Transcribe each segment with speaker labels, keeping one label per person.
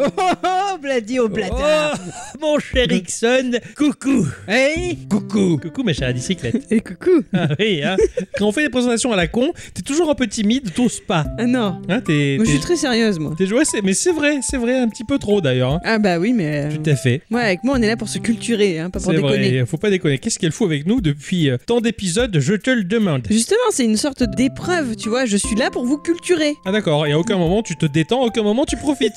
Speaker 1: Oh, Bladi au bladard.
Speaker 2: Oh, mon cher Ixon, coucou
Speaker 1: Hey
Speaker 2: Coucou Coucou ma chère bicyclette.
Speaker 1: Et coucou
Speaker 2: Ah oui, hein. Quand on fait des présentations à la con, t'es toujours un peu timide, t'oses pas.
Speaker 1: Ah non,
Speaker 2: Hein, t'es,
Speaker 1: moi je
Speaker 2: t'es-
Speaker 1: suis très sérieuse moi.
Speaker 2: t'es joué, c'est- mais c'est vrai, c'est vrai, un petit peu trop d'ailleurs. hein.
Speaker 1: Ah bah oui mais... euh,
Speaker 2: Tout à fait.
Speaker 1: Moi avec moi on est là pour se culturer, hein, pas pour
Speaker 2: C'est
Speaker 1: déconner.
Speaker 2: vrai, faut pas déconner. Qu'est-ce qu'elle fout avec nous depuis euh, tant d'épisodes Je te le demande.
Speaker 1: Justement, c'est une sorte d'épreuve, tu vois, je suis là pour vous culturer.
Speaker 2: Ah d'accord, et à aucun moment tu te détends, à aucun moment tu profites.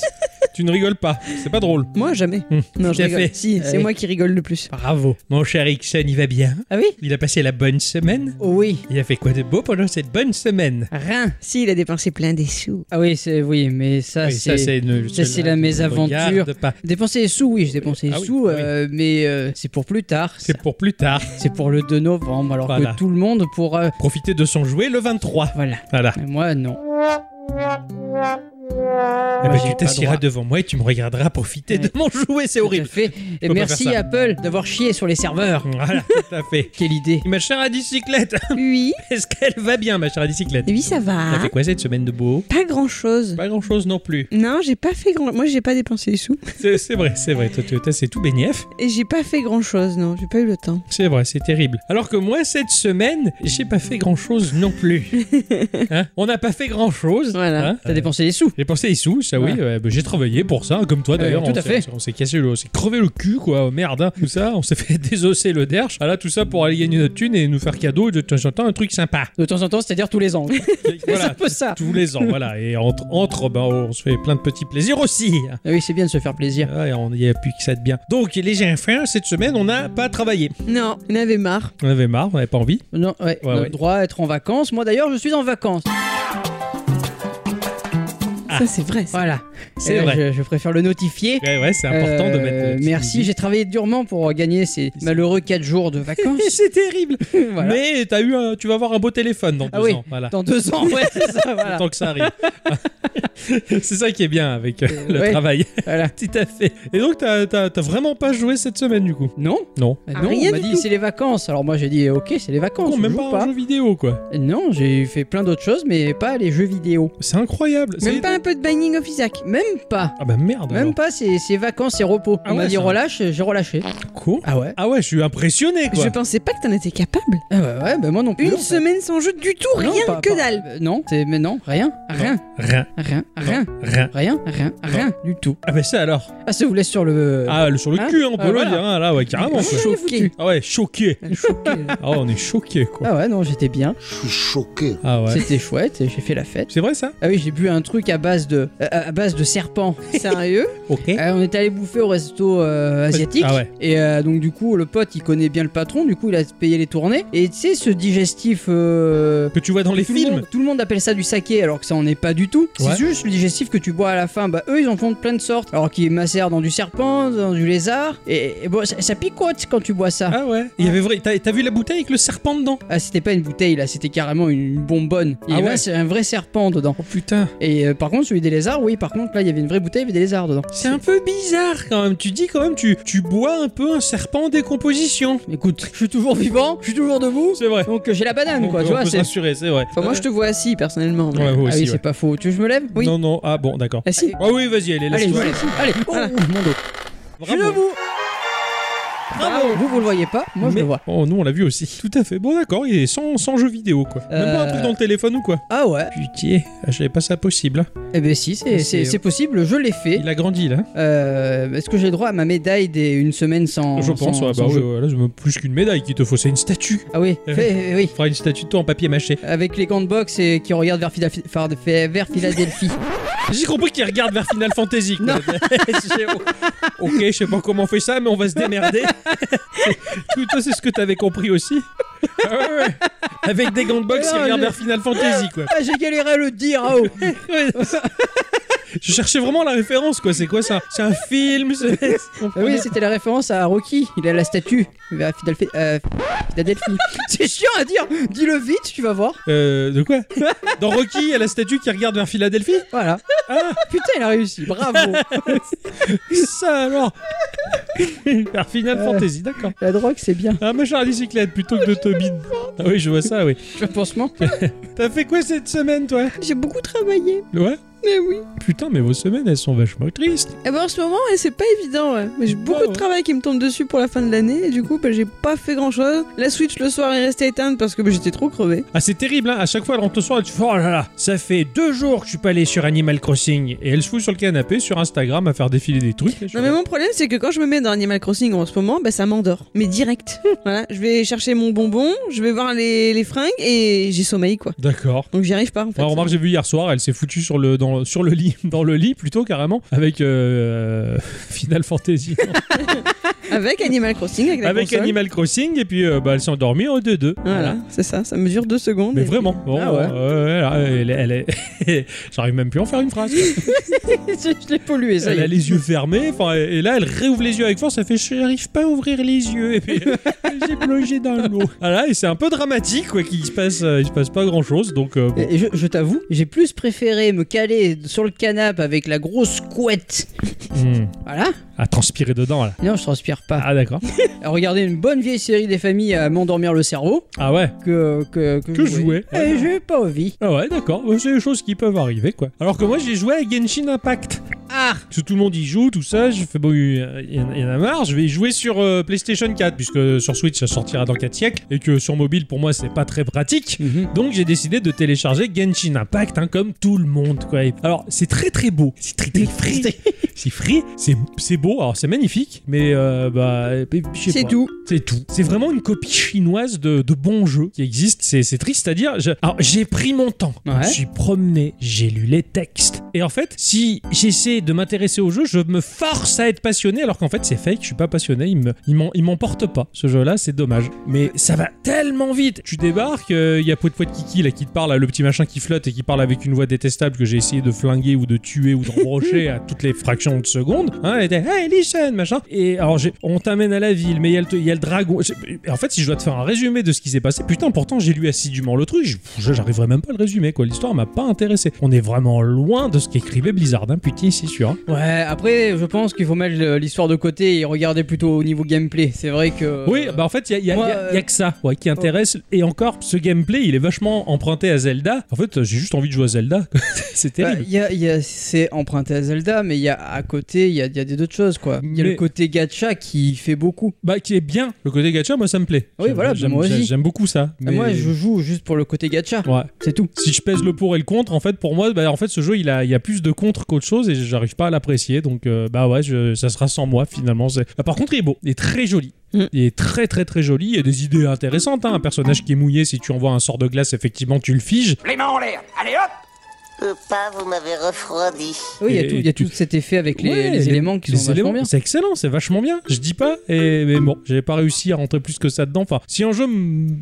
Speaker 2: tu ne rigoles pas, c'est pas drôle.
Speaker 1: Moi jamais.
Speaker 2: Hum,
Speaker 1: Non,
Speaker 2: tout
Speaker 1: je
Speaker 2: à
Speaker 1: rigole.
Speaker 2: fait.
Speaker 1: Si, c'est
Speaker 2: Oui.
Speaker 1: moi qui rigole le plus.
Speaker 2: Bravo. Mon cher Ixon, il va bien.
Speaker 1: Ah oui
Speaker 2: Il a passé la bonne semaine.
Speaker 3: Oh oui.
Speaker 2: Il a fait quoi de beau pendant cette bonne semaine
Speaker 3: Rien.
Speaker 1: Si, il a dépensé plein des sous.
Speaker 3: Ah oui, c'est oui, mais ça
Speaker 2: Oui,
Speaker 3: c'est.
Speaker 2: une-
Speaker 3: ça, c'est la
Speaker 2: ne
Speaker 3: mésaventure.
Speaker 2: regarde pas.
Speaker 3: Dépenser les sous, oui, j'ai dépensé les
Speaker 2: Ah oui,
Speaker 3: sous,
Speaker 2: oui.
Speaker 3: euh, mais euh, c'est pour plus tard. ça.
Speaker 2: C'est pour plus tard.
Speaker 3: C'est pour le 2 novembre, alors
Speaker 2: Voilà.
Speaker 3: que tout le monde pour. euh,
Speaker 2: Profiter de son jouet le 23.
Speaker 3: voilà.
Speaker 2: Voilà.
Speaker 3: Mais moi, non.
Speaker 2: Eh ben,
Speaker 3: j'ai
Speaker 2: tu
Speaker 3: pas
Speaker 2: t'assiras
Speaker 3: droit.
Speaker 2: devant moi et tu me regarderas profiter de mon jouet, c'est horrible.
Speaker 3: Tout à fait. Et
Speaker 2: pas
Speaker 3: merci
Speaker 2: faire ça.
Speaker 3: Apple d'avoir chié sur les serveurs.
Speaker 2: Voilà, tout à fait.
Speaker 3: Quelle idée.
Speaker 2: Et Ma chère à bicyclette,
Speaker 1: Oui
Speaker 2: est-ce qu'elle va bien, ma chère à bicyclette
Speaker 1: Oui, ça va.
Speaker 3: Ah.
Speaker 2: T'as fait quoi cette semaine de beau
Speaker 1: Pas grand chose.
Speaker 2: Pas grand chose non plus.
Speaker 1: Non, j'ai pas fait grand. Moi, j'ai pas dépensé les sous.
Speaker 2: C'est c'est vrai, c'est vrai. Toi, tu- toi, c'est tout bénief.
Speaker 1: Et j'ai pas fait grand chose, non. J'ai pas eu le temps.
Speaker 2: C'est vrai, c'est terrible. Alors que moi, cette semaine, j'ai pas fait grand chose non plus. Hein On n'a pas fait Hein? grand chose.
Speaker 1: Voilà.
Speaker 2: Euh.
Speaker 3: T'as dépensé les sous.
Speaker 2: J'ai pensé les sous, ça oui,
Speaker 3: Ouais.
Speaker 2: euh, bah, j'ai travaillé pour ça, comme toi d'ailleurs.
Speaker 3: Euh, tout
Speaker 2: on
Speaker 3: à
Speaker 2: s'est-
Speaker 3: fait.
Speaker 2: On s'est cassé le, on s'est crevé le cul, quoi, merde, hein, tout ça, on s'est fait désosser le derche. Ah là, tout ça pour aller gagner notre thune et nous faire cadeau de temps en temps un truc sympa.
Speaker 3: De temps en temps, c'est-à-dire tous les ans. quoi. C'est un
Speaker 2: voilà.
Speaker 3: peu ça.
Speaker 2: Tous les ans, voilà. Et entre, entre ben, on se fait plein de petits plaisirs aussi.
Speaker 3: Ah oui, c'est bien de se faire plaisir.
Speaker 2: Ah, et on y appuie que ça de bien. Donc, les enfants, cette semaine, on n'a pas travaillé.
Speaker 1: Non, on avait marre.
Speaker 2: On avait marre, on n'avait pas envie.
Speaker 3: Non, ouais, on a
Speaker 2: ouais.
Speaker 3: le droit à être en vacances. Moi d'ailleurs, je suis en vacances.
Speaker 1: Ça, c'est vrai. ça.
Speaker 3: Voilà.
Speaker 2: C'est
Speaker 3: Et ouais,
Speaker 2: vrai.
Speaker 3: Je, Euh, je préfère le notifier.
Speaker 2: Ouais, ouais, c'est important de
Speaker 3: Euh,
Speaker 2: mettre. le petit
Speaker 3: Merci,
Speaker 2: midi.
Speaker 3: j'ai travaillé durement pour gagner ces malheureux 4 jours de vacances.
Speaker 2: Et c'est terrible.
Speaker 3: Voilà.
Speaker 2: Mais t'as eu, un- tu vas avoir un beau téléphone dans
Speaker 3: Ah
Speaker 2: deux
Speaker 3: oui.
Speaker 2: ans. Voilà.
Speaker 3: Dans deux ans, ouais, c'est ça, voilà.
Speaker 2: Tant que ça arrive. c'est ça qui est bien avec euh, le
Speaker 3: ouais.
Speaker 2: travail.
Speaker 3: Voilà.
Speaker 2: Tout à fait. Et donc, t'as- t'as t'as vraiment pas joué cette semaine du coup
Speaker 3: Non
Speaker 2: Non.
Speaker 3: Bah
Speaker 1: Ah,
Speaker 3: Non,
Speaker 1: rien
Speaker 3: on m'a
Speaker 1: du
Speaker 3: dit
Speaker 1: tout.
Speaker 3: c'est les vacances. Alors moi j'ai dit ok, c'est les vacances.
Speaker 2: Non,
Speaker 3: on
Speaker 2: même
Speaker 3: joue
Speaker 2: pas,
Speaker 3: pas.
Speaker 2: un jeu vidéo quoi.
Speaker 3: Non, j'ai fait plein d'autres choses, mais pas les jeux vidéo.
Speaker 2: C'est incroyable. C'est-
Speaker 1: Même pas un peu de Binding of Isaac.
Speaker 3: Même pas.
Speaker 2: Ah bah merde.
Speaker 3: Même
Speaker 2: alors.
Speaker 3: pas, c'est c'est vacances et repos.
Speaker 2: Ah
Speaker 3: on m'a
Speaker 2: ouais,
Speaker 3: dit
Speaker 2: ça.
Speaker 3: relâche, j'ai relâché.
Speaker 2: Quoi
Speaker 3: Ah ouais
Speaker 2: Ah ouais, je suis impressionné quoi.
Speaker 1: Je pensais pas que t'en étais capable.
Speaker 3: Ah ouais, ouais, bah moi non plus.
Speaker 1: Une
Speaker 3: en fait.
Speaker 1: semaine sans jeu du tout,
Speaker 3: Non,
Speaker 1: rien,
Speaker 3: pas-
Speaker 1: que
Speaker 3: pas-
Speaker 1: dalle.
Speaker 3: euh, non, c'est mais non, rien, rien,
Speaker 2: Rien,
Speaker 3: rien, rien,
Speaker 2: rien.
Speaker 3: rien, rien, rien du tout.
Speaker 2: Ah bah ça alors.
Speaker 3: Ah ça vous laisse sur le.
Speaker 2: Ah le- sur le
Speaker 3: hein
Speaker 2: cul, hein, on peut
Speaker 3: Ah,
Speaker 2: le
Speaker 3: voilà.
Speaker 2: dire. hein, là, ouais, carrément. quoi.
Speaker 3: choqué.
Speaker 2: Ah ouais, choqué.
Speaker 3: Choqué.
Speaker 2: Ah ouais, on est choqué quoi.
Speaker 3: Ah ouais, non, j'étais bien.
Speaker 4: Je suis choqué.
Speaker 2: Ah ouais.
Speaker 3: C'était chouette, j'ai fait la fête.
Speaker 2: C'est vrai ça
Speaker 3: Ah oui, j'ai bu un truc à base de euh, à base de serpent.
Speaker 1: Sérieux
Speaker 2: Ok.
Speaker 3: Euh, on est allé bouffer au resto euh, asiatique.
Speaker 2: Ah ouais.
Speaker 3: Et euh, donc, du coup, le pote il connaît bien le patron, du coup, il a payé les tournées. Et tu sais, ce digestif. euh,
Speaker 2: Que tu vois dans les
Speaker 3: tout
Speaker 2: films.
Speaker 3: Le monde, tout le monde appelle ça du saké alors que ça en est pas du tout.
Speaker 2: Ouais.
Speaker 3: C'est juste le digestif que tu bois à la fin. Bah, eux ils en font de plein de sortes. Alors qu'ils macèrent dans du serpent, dans du lézard. Et, et bon, ça, ça picote quand tu bois ça. Ah,
Speaker 2: Ah ouais. Il y avait vrai. T'as t'as vu la bouteille avec le serpent dedans
Speaker 3: c'était pas une bouteille là, c'était carrément une bonbonne. Il y
Speaker 2: Ah
Speaker 3: avait
Speaker 2: ouais.
Speaker 3: un- c'est un vrai serpent dedans.
Speaker 2: Oh putain.
Speaker 3: Et euh, par contre, celui des lézards, oui, par contre, là il y avait une vraie bouteille, il y avait des lézards dedans.
Speaker 2: C'est un peu bizarre quand même. Tu dis quand même, tu, tu bois un peu un serpent en décomposition.
Speaker 3: Écoute, je suis toujours vivant, je suis toujours debout.
Speaker 2: C'est vrai.
Speaker 3: Donc euh, j'ai la banane,
Speaker 2: Donc,
Speaker 3: quoi,
Speaker 2: on
Speaker 3: tu vois.
Speaker 2: peut se
Speaker 3: c'est-
Speaker 2: rassurer, c'est vrai.
Speaker 1: Enfin, moi, je te vois assis, personnellement. mais-
Speaker 2: Ouais, vous
Speaker 3: Ah
Speaker 2: aussi,
Speaker 3: oui,
Speaker 2: ouais.
Speaker 3: c'est pas faux. Tu veux que je me lève Oui.
Speaker 2: Non, non, ah bon, d'accord.
Speaker 1: Assis
Speaker 2: Ah oui, vas-y, allez,
Speaker 3: Allez, je
Speaker 2: laisse-toi.
Speaker 3: me lève. Allez, oh,
Speaker 1: Voilà.
Speaker 3: mon dos. Je suis
Speaker 2: Bravo.
Speaker 3: debout. Bravo. Vous, vous le voyez pas Moi, je
Speaker 2: Mais-
Speaker 3: le vois.
Speaker 2: Oh, nous, on l'a vu aussi. Tout à fait. Bon, d'accord, il est sans, sans jeu vidéo, quoi. Même
Speaker 3: Euh.
Speaker 2: pas un truc dans le téléphone ou quoi.
Speaker 3: Ah ouais
Speaker 2: Putain, je savais pas ça possible. hein.
Speaker 3: Eh ben si, c'est-
Speaker 2: Mais c'est- euh,
Speaker 3: c'est c'est possible, je l'ai fait.
Speaker 2: Il a grandi, là. hein.
Speaker 3: Euh, Est-ce que j'ai le droit à ma médaille des une semaine sans
Speaker 2: je pense,
Speaker 3: sans-
Speaker 2: ouais,
Speaker 3: sans
Speaker 2: bah ouais,
Speaker 3: jeu
Speaker 2: ouais, là, c'est même plus qu'une médaille qu'il te faut, c'est une statue.
Speaker 3: Ah oui,
Speaker 2: Euh.
Speaker 3: fait- oui.
Speaker 2: Il faudra une statue de toi en papier mâché.
Speaker 3: Avec les gants de boxe et qui regardent vers, Phila- Phila- vers Philadelphie.
Speaker 2: J'ai compris qu'il regarde vers Final Fantasy. quoi. J'ai- oh, ok, je sais pas comment on fait ça, mais on va se démerder. C'est- Tout toi, c'est ce que t'avais compris aussi. Ah ouais, ouais. Avec des gants de boxe qui
Speaker 3: Non,
Speaker 2: regardent
Speaker 3: je-
Speaker 2: vers Final Fantasy, quoi.
Speaker 3: ah, j'ai galéré à le dire, ah, oh.
Speaker 2: Je cherchais vraiment la référence, quoi. C'est quoi ça C'est un film c'est-
Speaker 3: Ah Oui, c'était la référence à Rocky, il a la statue vers Philadelphie. euh, Philadelphie. C'est chiant à dire, dis-le vite, tu vas voir.
Speaker 2: Euh, de quoi Dans Rocky, il y a la statue qui regarde vers Philadelphie
Speaker 3: Voilà.
Speaker 2: Ah.
Speaker 3: Putain, il a réussi, bravo.
Speaker 2: Ça alors Vers Final
Speaker 3: Euh.
Speaker 2: Fantasy, d'accord.
Speaker 3: La drogue, c'est bien.
Speaker 2: Ah, ma chère bicyclette, plutôt que de Toby. Ah oui, je vois ça, oui.
Speaker 3: Je pense moi.
Speaker 2: T'as fait quoi cette semaine, toi
Speaker 1: J'ai beaucoup travaillé.
Speaker 2: Ouais
Speaker 1: Mais oui.
Speaker 2: Putain, mais vos semaines, elles sont vachement tristes.
Speaker 1: Eh ben, en ce moment, eh, c'est pas évident. ouais. Mais j'ai beaucoup
Speaker 2: Ouais,
Speaker 1: de
Speaker 2: ouais.
Speaker 1: travail qui me tombe dessus pour la fin de l'année. Et du coup, ben, j'ai pas fait grand chose. La Switch le soir est restée éteinte parce que ben, j'étais trop crevé.
Speaker 2: Ah, c'est terrible, hein. À chaque fois, elle rentre le soir, elle se fait Oh là là, ça fait deux jours que je suis pas allé sur Animal Crossing. Et elle se fout sur le canapé, sur Instagram, à faire défiler des trucs. Et je suis
Speaker 1: Non mais
Speaker 2: là,
Speaker 1: mon problème c'est que quand je me mets dans Animal Crossing en ce moment, bah, ça m'endort. Mais direct. voilà, je vais chercher mon bonbon, je vais voir les, les fringues et j'ai sommeil quoi.
Speaker 2: D'accord.
Speaker 1: Donc j'y arrive pas en fait. euh,
Speaker 2: Ouais, remarque, j'ai vu hier soir, elle s'est foutue sur le, dans, sur le lit, dans le lit plutôt carrément, avec euh, Final Fantasy.
Speaker 1: Avec Animal Crossing, avec la
Speaker 2: avec
Speaker 1: console.
Speaker 2: Animal Crossing, et puis euh, bah, elle s'est endormie au 2-2.
Speaker 1: Voilà, c'est ça, ça mesure deux secondes.
Speaker 2: Mais
Speaker 1: et
Speaker 2: vraiment,
Speaker 3: Ah ouais.
Speaker 2: euh, elle- elle est- j'arrive même plus à en faire une phrase.
Speaker 3: je je l'ai pollué, ça y
Speaker 2: Elle a
Speaker 3: est.
Speaker 2: les yeux fermés, enfin, et et là elle réouvre les yeux avec force, elle fait j'arrive pas à ouvrir les yeux, et puis j'ai plongé dans l'eau. Voilà, et c'est un peu dramatique quoi, qu'il se passe, euh, il se passe pas grand chose, donc euh, bon.
Speaker 3: Et je, je t'avoue, j'ai plus préféré me caler sur le canapé avec la grosse couette.
Speaker 2: Hmm.
Speaker 3: Voilà.
Speaker 2: à transpirer dedans là.
Speaker 3: Non, je transpire pas.
Speaker 2: Ah d'accord.
Speaker 3: À Regarder une bonne vieille série des familles à m'endormir le cerveau
Speaker 2: Ah ouais.
Speaker 3: que que
Speaker 2: Que jouer.
Speaker 3: Et j'ai pas envie.
Speaker 2: Ah ouais, d'accord. Euh, C'est des choses qui peuvent arriver, quoi. Alors que moi, j'ai joué à Genshin Impact.
Speaker 3: Ah,
Speaker 2: Parce que tout le monde y joue, tout ça. Je fais, bon, il y en- il y en a marre. Je vais y jouer sur euh, PlayStation 4, puisque sur Switch, ça sortira dans 4 siècles. Et que sur mobile, pour moi, c'est pas très pratique. Donc j'ai décidé de télécharger Genshin Impact hein, comme tout le monde quoi. Et- Alors c'est très très beau, c'est très très frais, c'est frais, c'est c'est beau, alors c'est magnifique, mais euh, bah je sais
Speaker 1: C'est
Speaker 2: pas.
Speaker 1: tout.
Speaker 2: c'est tout. C'est vraiment une copie chinoise de, de bons jeux qui existent. C'est c'est triste à dire. Je- alors j'ai pris mon temps, je me
Speaker 3: Ouais.
Speaker 2: suis promené, j'ai lu les textes. Et en fait, si j'essaie de m'intéresser au jeu, je me force à être passionné, alors qu'en fait c'est fake. Je suis pas passionné, il me il m'en- il m'emporte pas. Ce jeu-là, c'est dommage. Mais ça va tellement vite. Tu débarques, euh, il y a Pouet Pouet Kiki là qui te parle, là, le petit machin qui flotte et qui parle avec une voix détestable que j'ai essayé de flinguer ou de tuer ou d'embrocher à toutes les fractions de seconde. Hein, et t'es, hey listen, machin. Et alors j'ai- on t'amène à la ville, mais il y, a le- il y a le dragon. J'ai- En fait, si je dois te faire un résumé de ce qui s'est passé, putain, pourtant j'ai lu assidûment le truc, je- j'arriverai même pas à le résumer quoi. L'histoire m'a pas intéressé. On est vraiment loin de ce qu'écrivait Blizzard, hein, putain, c'est sûr. hein.
Speaker 3: Ouais, après, je pense qu'il faut mettre le- l'histoire de côté et regarder plutôt au niveau gameplay. C'est vrai que.
Speaker 2: Oui, bah en fait, il n'y a,
Speaker 3: Euh, moi, euh,
Speaker 2: y a- y a que ça ouais, qui intéresse. Et encore, ce gameplay, il est vachement emprunté à Zelda. En fait, j'ai juste envie de jouer à Zelda. c'est
Speaker 3: Bah,
Speaker 2: terrible.
Speaker 3: il y a- il y a- c'est emprunté à Zelda, mais il y a à côté, il y a, il y a des autres choses quoi. Il y a
Speaker 2: Mais-
Speaker 3: le côté gacha qui fait beaucoup.
Speaker 2: Bah, qui est bien. Le côté gacha, moi, ça me plaît.
Speaker 3: Oui,
Speaker 2: J'aime-
Speaker 3: voilà,
Speaker 2: j'aime
Speaker 3: moi aussi.
Speaker 2: j'aime beaucoup ça.
Speaker 3: Ah,
Speaker 2: Mais...
Speaker 3: Moi, je joue juste pour le côté gacha,
Speaker 2: Ouais.
Speaker 3: c'est tout.
Speaker 2: Si je pèse le pour et le contre, en fait, pour moi, bah, en fait, ce jeu, il a, il y a plus de contre qu'autre chose et j'arrive pas à l'apprécier. Donc, euh, bah ouais, je- ça sera sans moi finalement. C'est- Ah, par contre, il est beau, il est très joli.
Speaker 1: Mm.
Speaker 2: Il est très très très joli. Il y a des idées intéressantes. hein. Un personnage qui est mouillé, si tu envoies un sort de glace, effectivement, tu le figes.
Speaker 4: Les mains en l'air, allez hop
Speaker 5: Pas, vous m'avez refroidi.
Speaker 3: Oui, il y a
Speaker 2: Et-
Speaker 3: tout- il y, a
Speaker 2: et tu-
Speaker 3: tout cet effet avec les,
Speaker 2: Ouais,
Speaker 3: les éléments qui
Speaker 2: les
Speaker 3: sont vachement
Speaker 2: éléments,
Speaker 3: bien.
Speaker 2: C'est excellent, c'est vachement bien. Je dis pas, et, mais bon, j'avais pas réussi à rentrer plus que ça dedans. Enfin, si un jeu m-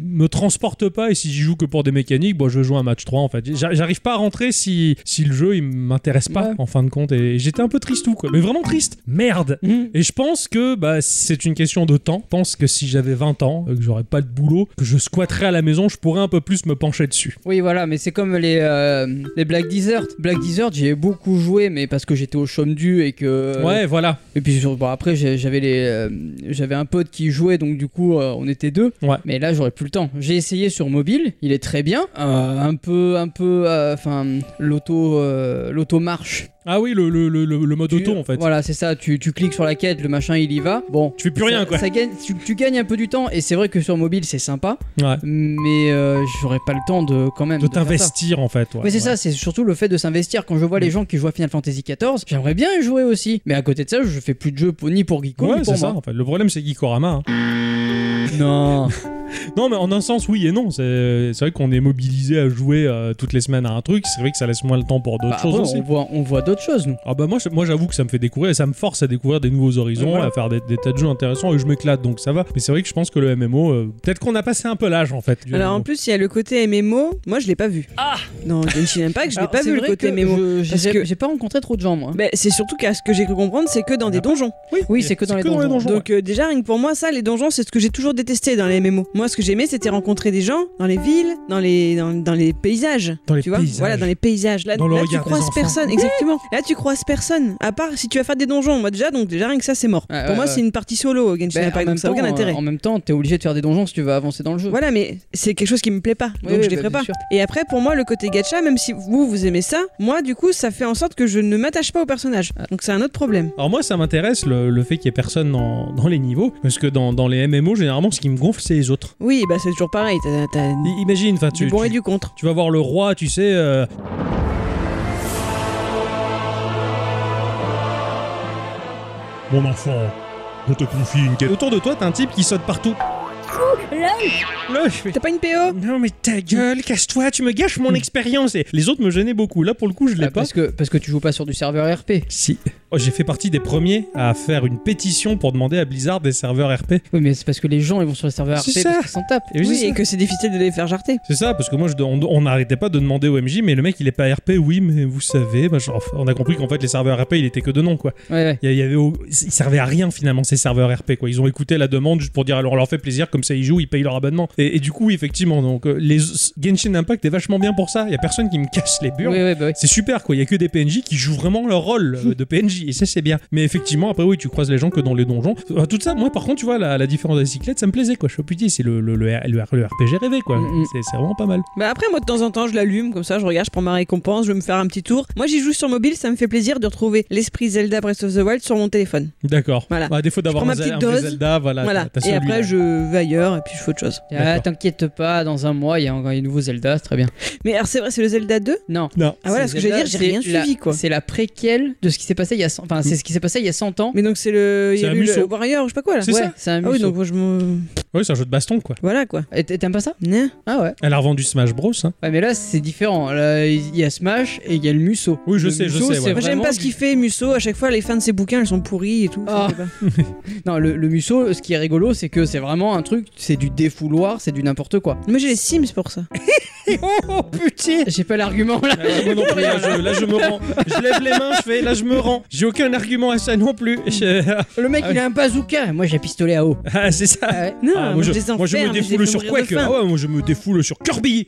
Speaker 2: me transporte pas et si j'y joue que pour des mécaniques, bon, je joue un match 3 en fait. J'a- J'arrive pas à rentrer si, si le jeu il m'intéresse pas
Speaker 3: Ouais.
Speaker 2: en fin de compte. Et j'étais un peu triste ou quoi, mais vraiment triste. Merde.
Speaker 3: Mhm.
Speaker 2: Et je pense que bah, c'est une question de temps. Je pense que si j'avais 20 ans, euh, que j'aurais pas de boulot, que je squatterais à la maison, je pourrais un peu plus me pencher dessus.
Speaker 3: Oui, voilà, mais c'est comme les, euh, les Black Desert. Black Desert, j'y ai beaucoup joué, mais parce que j'étais au chaume du et que.
Speaker 2: ouais, voilà.
Speaker 3: Et puis sur- bon, après j'ai- j'avais les euh, j'avais un pote qui jouait donc du coup euh, on était deux.
Speaker 2: Ouais.
Speaker 3: Mais là j'aurais plus le temps. J'ai essayé sur mobile, il est très bien. Euh, un peu un peu euh, enfin l'auto l'auto marche.
Speaker 2: Ah oui, le, le, le, le- le mode auto en fait.
Speaker 3: Voilà c'est ça. Tu, tu cliques sur la quête, le machin il y va. Bon.
Speaker 2: Tu fais plus rien
Speaker 3: ça-
Speaker 2: quoi.
Speaker 3: ça gagne, tu, tu gagnes un peu du temps et c'est vrai que sur mobile c'est sympa,
Speaker 2: Ouais.
Speaker 3: mais euh, j'aurais pas le temps de quand même.
Speaker 2: De
Speaker 3: de faire ça.
Speaker 2: t'investir en fait. ouais,
Speaker 3: Mais c'est
Speaker 2: ouais. Mm.
Speaker 3: ça, c'est surtout le fait de s'investir. Quand je vois les gens qui jouent à Final Fantasy XIV, j'aimerais bien y jouer aussi. Mais à côté de ça, je fais plus de jeux pour, ni pour Geeko
Speaker 2: Ouais,
Speaker 3: ni
Speaker 2: c'est
Speaker 3: pour
Speaker 2: ça.
Speaker 3: moi.
Speaker 2: En fait. Le problème, c'est Gikorama. hein.
Speaker 3: Non.
Speaker 2: Non, mais en un sens, oui et non. C'est c'est vrai qu'on est mobilisé à jouer euh, toutes les semaines à un truc. C'est vrai que ça laisse moins le temps pour d'autres
Speaker 3: Bah,
Speaker 2: choses
Speaker 3: après,
Speaker 2: aussi.
Speaker 3: on voit, on voit d'autres choses, nous.
Speaker 2: Ah bah moi, je- moi j'avoue que ça me fait découvrir et ça me force à découvrir des nouveaux horizons,
Speaker 3: Ouais, voilà.
Speaker 2: à faire des, des tas de jeux intéressants et je m'éclate donc ça va. Mais c'est vrai que je pense que le MMO, euh, peut-être qu'on a passé un peu l'âge en fait. du
Speaker 1: Alors en
Speaker 2: MMO.
Speaker 1: plus, il y a le côté MMO. Moi, je l'ai pas vu. Ah Non, Genshin Impact, je l'ai
Speaker 3: Alors,
Speaker 1: pas
Speaker 3: c'est
Speaker 1: vu le
Speaker 3: vrai
Speaker 1: côté
Speaker 3: que
Speaker 1: MMO.
Speaker 3: je-
Speaker 1: parce
Speaker 3: J'ai
Speaker 1: que-
Speaker 3: j'ai pas rencontré trop de gens, moi.
Speaker 1: Ben, c'est surtout qu'à ce que j'ai cru comprendre, c'est que dans des donjons.
Speaker 3: oui, c'est que dans les donjons.
Speaker 1: Donc euh, déjà, rien que pour moi, ça, les donjons, c'est ce que j'ai toujours détesté dans les MMO. Moi, ce que j'aimais, c'était rencontrer des gens dans les villes, dans les, dans, dans les paysages.
Speaker 2: Dans les
Speaker 1: tu vois
Speaker 2: paysages.
Speaker 1: Voilà, dans les paysages. Là,
Speaker 2: Dans le
Speaker 1: là, tu
Speaker 2: regard des
Speaker 1: croises
Speaker 2: enfants.
Speaker 1: personne, exactement. Là, tu croises personne. À part si tu vas faire des donjons, moi déjà, donc déjà, rien que ça, c'est mort.
Speaker 3: Ouais,
Speaker 1: Pour
Speaker 3: ouais,
Speaker 1: moi,
Speaker 3: ouais.
Speaker 1: c'est une partie solo, Genshin
Speaker 3: Ben,
Speaker 1: Impact,
Speaker 3: en, même
Speaker 1: donc ça n'a
Speaker 3: temps,
Speaker 1: aucun
Speaker 3: euh,
Speaker 1: intérêt.
Speaker 3: en même temps, t'es obligé de faire des donjons si tu veux avancer dans le jeu.
Speaker 1: Voilà, mais c'est quelque chose qui me plaît pas,
Speaker 3: Oui,
Speaker 1: donc
Speaker 3: oui,
Speaker 1: je les
Speaker 3: bah,
Speaker 1: ferai
Speaker 3: bien
Speaker 1: pas.
Speaker 3: sûr.
Speaker 1: Et après, pour moi, le côté gacha, même si vous, vous aimez ça, moi, du coup, ça fait en sorte que je ne m'attache pas au personnage. Donc c'est un autre problème.
Speaker 2: Alors moi ça m'intéresse le, le fait qu'il y ait personne dans, dans les niveaux parce que dans, dans les MMO généralement ce qui me gonfle c'est les autres.
Speaker 1: Oui, bah c'est toujours pareil, t'as t'as
Speaker 2: I- imagine, enfin
Speaker 1: du
Speaker 2: tu,
Speaker 1: bon et
Speaker 2: tu,
Speaker 1: du contre.
Speaker 2: tu vas voir le roi, tu sais, euh,
Speaker 4: Mon enfant, je te confie une
Speaker 2: et
Speaker 4: quête.
Speaker 2: autour de toi t'as un type qui saute partout. Là, je fais,
Speaker 1: T'as pas une PO
Speaker 2: Non mais ta gueule, casse-toi, tu me gâches
Speaker 4: Hmm.
Speaker 2: mon expérience. Et les autres me gênaient beaucoup. Là pour le coup je l'ai
Speaker 3: Ah,
Speaker 2: pas.
Speaker 3: parce, que, parce que tu joues pas sur du serveur RP.
Speaker 2: Si. Oh, J'ai fait partie des premiers à faire une pétition pour demander à Blizzard des serveurs RP.
Speaker 3: Oui, mais c'est parce que les gens ils vont sur les serveurs RP
Speaker 2: C'est ça.
Speaker 3: parce qu'ils s'en tapent.
Speaker 2: Et oui,
Speaker 1: Oui,
Speaker 2: c'est
Speaker 1: et
Speaker 2: ça.
Speaker 1: que c'est difficile de les faire jarter.
Speaker 2: C'est ça, parce que moi, je, on on n'arrêtait pas de demander au MJ, mais le mec, il est pas RP, oui, mais vous savez, bah, genre, on a compris qu'en fait, les serveurs RP, il était que de nom, quoi.
Speaker 3: Ouais, ouais.
Speaker 2: Il y- il y avait, au- ils servaient à rien, finalement, ces serveurs RP, quoi. Ils ont écouté la demande juste pour dire, alors, on leur fait plaisir, comme ça, ils jouent, ils payent leur abonnement. Et, et du coup, effectivement, donc, euh, les Genshin Impact est vachement bien pour ça. Il y a personne qui me casse les
Speaker 3: Oui,
Speaker 2: burnes.
Speaker 3: oui, bah oui.
Speaker 2: C'est super quoi, il y a que des PNJ qui jouent vraiment leur rôle euh, de PNJ et ça c'est bien. Mais effectivement après oui tu croises les gens que dans les donjons. Euh, tout ça moi par contre tu vois la, la différence de la cyclette ça me plaisait quoi. Je suis putain c'est le, le, le, le- le RPG rêvé quoi.
Speaker 3: Mm, mm.
Speaker 2: C'est- C'est vraiment pas mal.
Speaker 1: Bah après moi de temps en temps je l'allume comme ça je regarde je prends ma récompense je vais me faire un petit tour. Moi j'y joue sur mobile ça me fait plaisir de retrouver l'esprit Zelda Breath of the Wild sur mon téléphone.
Speaker 2: D'accord.
Speaker 1: Voilà.
Speaker 2: Bah, à défaut d'avoir
Speaker 1: prends
Speaker 2: un,
Speaker 1: ma
Speaker 2: Zel-
Speaker 1: petite
Speaker 2: un vrai
Speaker 1: dose.
Speaker 2: Zelda voilà.
Speaker 1: voilà
Speaker 2: Ah, t'as- t'as
Speaker 1: et
Speaker 2: celui-là.
Speaker 1: après je vais ailleurs et puis je fais autre chose.
Speaker 3: Ah,
Speaker 2: D'accord.
Speaker 3: t'inquiète pas, dans un mois, il y a encore les nouveaux Zelda, c'est très bien.
Speaker 1: Mais alors, c'est vrai c'est le Zelda 2
Speaker 3: Non.
Speaker 2: Non.
Speaker 1: Ah voilà
Speaker 3: C'est
Speaker 1: ce que j'allais
Speaker 3: Zelda,
Speaker 1: dire j'ai
Speaker 3: c'est
Speaker 1: rien
Speaker 3: la-
Speaker 1: suivi quoi.
Speaker 3: C'est la préquelle de ce qui s'est passé il y a 100 Enfin, c'est ce qui s'est passé il y a 100 ans.
Speaker 1: Mais donc c'est le il y
Speaker 2: C'est
Speaker 1: a
Speaker 2: un
Speaker 1: eu le
Speaker 2: musso.
Speaker 1: Warrior ou je sais pas quoi là.
Speaker 2: C'est
Speaker 3: ouais,
Speaker 2: ça.
Speaker 3: c'est un
Speaker 1: Ah oui
Speaker 3: musso.
Speaker 1: donc moi, je me
Speaker 2: Oui c'est un jeu de baston quoi.
Speaker 1: voilà quoi.
Speaker 3: Et t- T'aimes pas ça
Speaker 1: Hein
Speaker 3: Ah ouais.
Speaker 2: Elle a revendu Smash Bros. Hein.
Speaker 3: Ouais, mais là, c'est différent. Là, il y a Smash et il y a le musso.
Speaker 2: Oui, je
Speaker 3: Le
Speaker 2: sais, je
Speaker 3: musso,
Speaker 2: sais,
Speaker 3: c'est
Speaker 2: ouais.
Speaker 1: Moi j'aime
Speaker 3: vraiment
Speaker 1: pas ce
Speaker 3: du-
Speaker 1: qu'il fait Musso à chaque fois les fins de ses bouquins elles sont pourries et tout. ça
Speaker 3: Ah.
Speaker 1: me plaît pas.
Speaker 3: Non, le, le musso, ce qui est rigolo, c'est que c'est vraiment un truc, c'est du défouloir, c'est du n'importe quoi.
Speaker 1: Moi j'ai les Sims pour ça.
Speaker 3: Oh putain J'ai pas l'argument là.
Speaker 2: Ah, moi non plus, là, je, là, je me rends. Je lève les mains, je fais là je me rends. J'ai aucun argument à ça non plus. Je-
Speaker 3: Le mec,
Speaker 2: Ah
Speaker 3: il a un bazooka. Moi, j'ai un pistolet à eau.
Speaker 2: Ah, c'est ça.
Speaker 3: Ah ouais.
Speaker 1: Non
Speaker 2: Ah,
Speaker 1: moi,
Speaker 2: moi, je,
Speaker 1: les
Speaker 2: moi, je
Speaker 1: enferme,
Speaker 2: me
Speaker 1: les
Speaker 2: défoule
Speaker 1: fais
Speaker 2: sur
Speaker 1: mourir
Speaker 2: Quake.
Speaker 1: de faim.
Speaker 2: Ah ouais, moi je me défoule sur Kirby.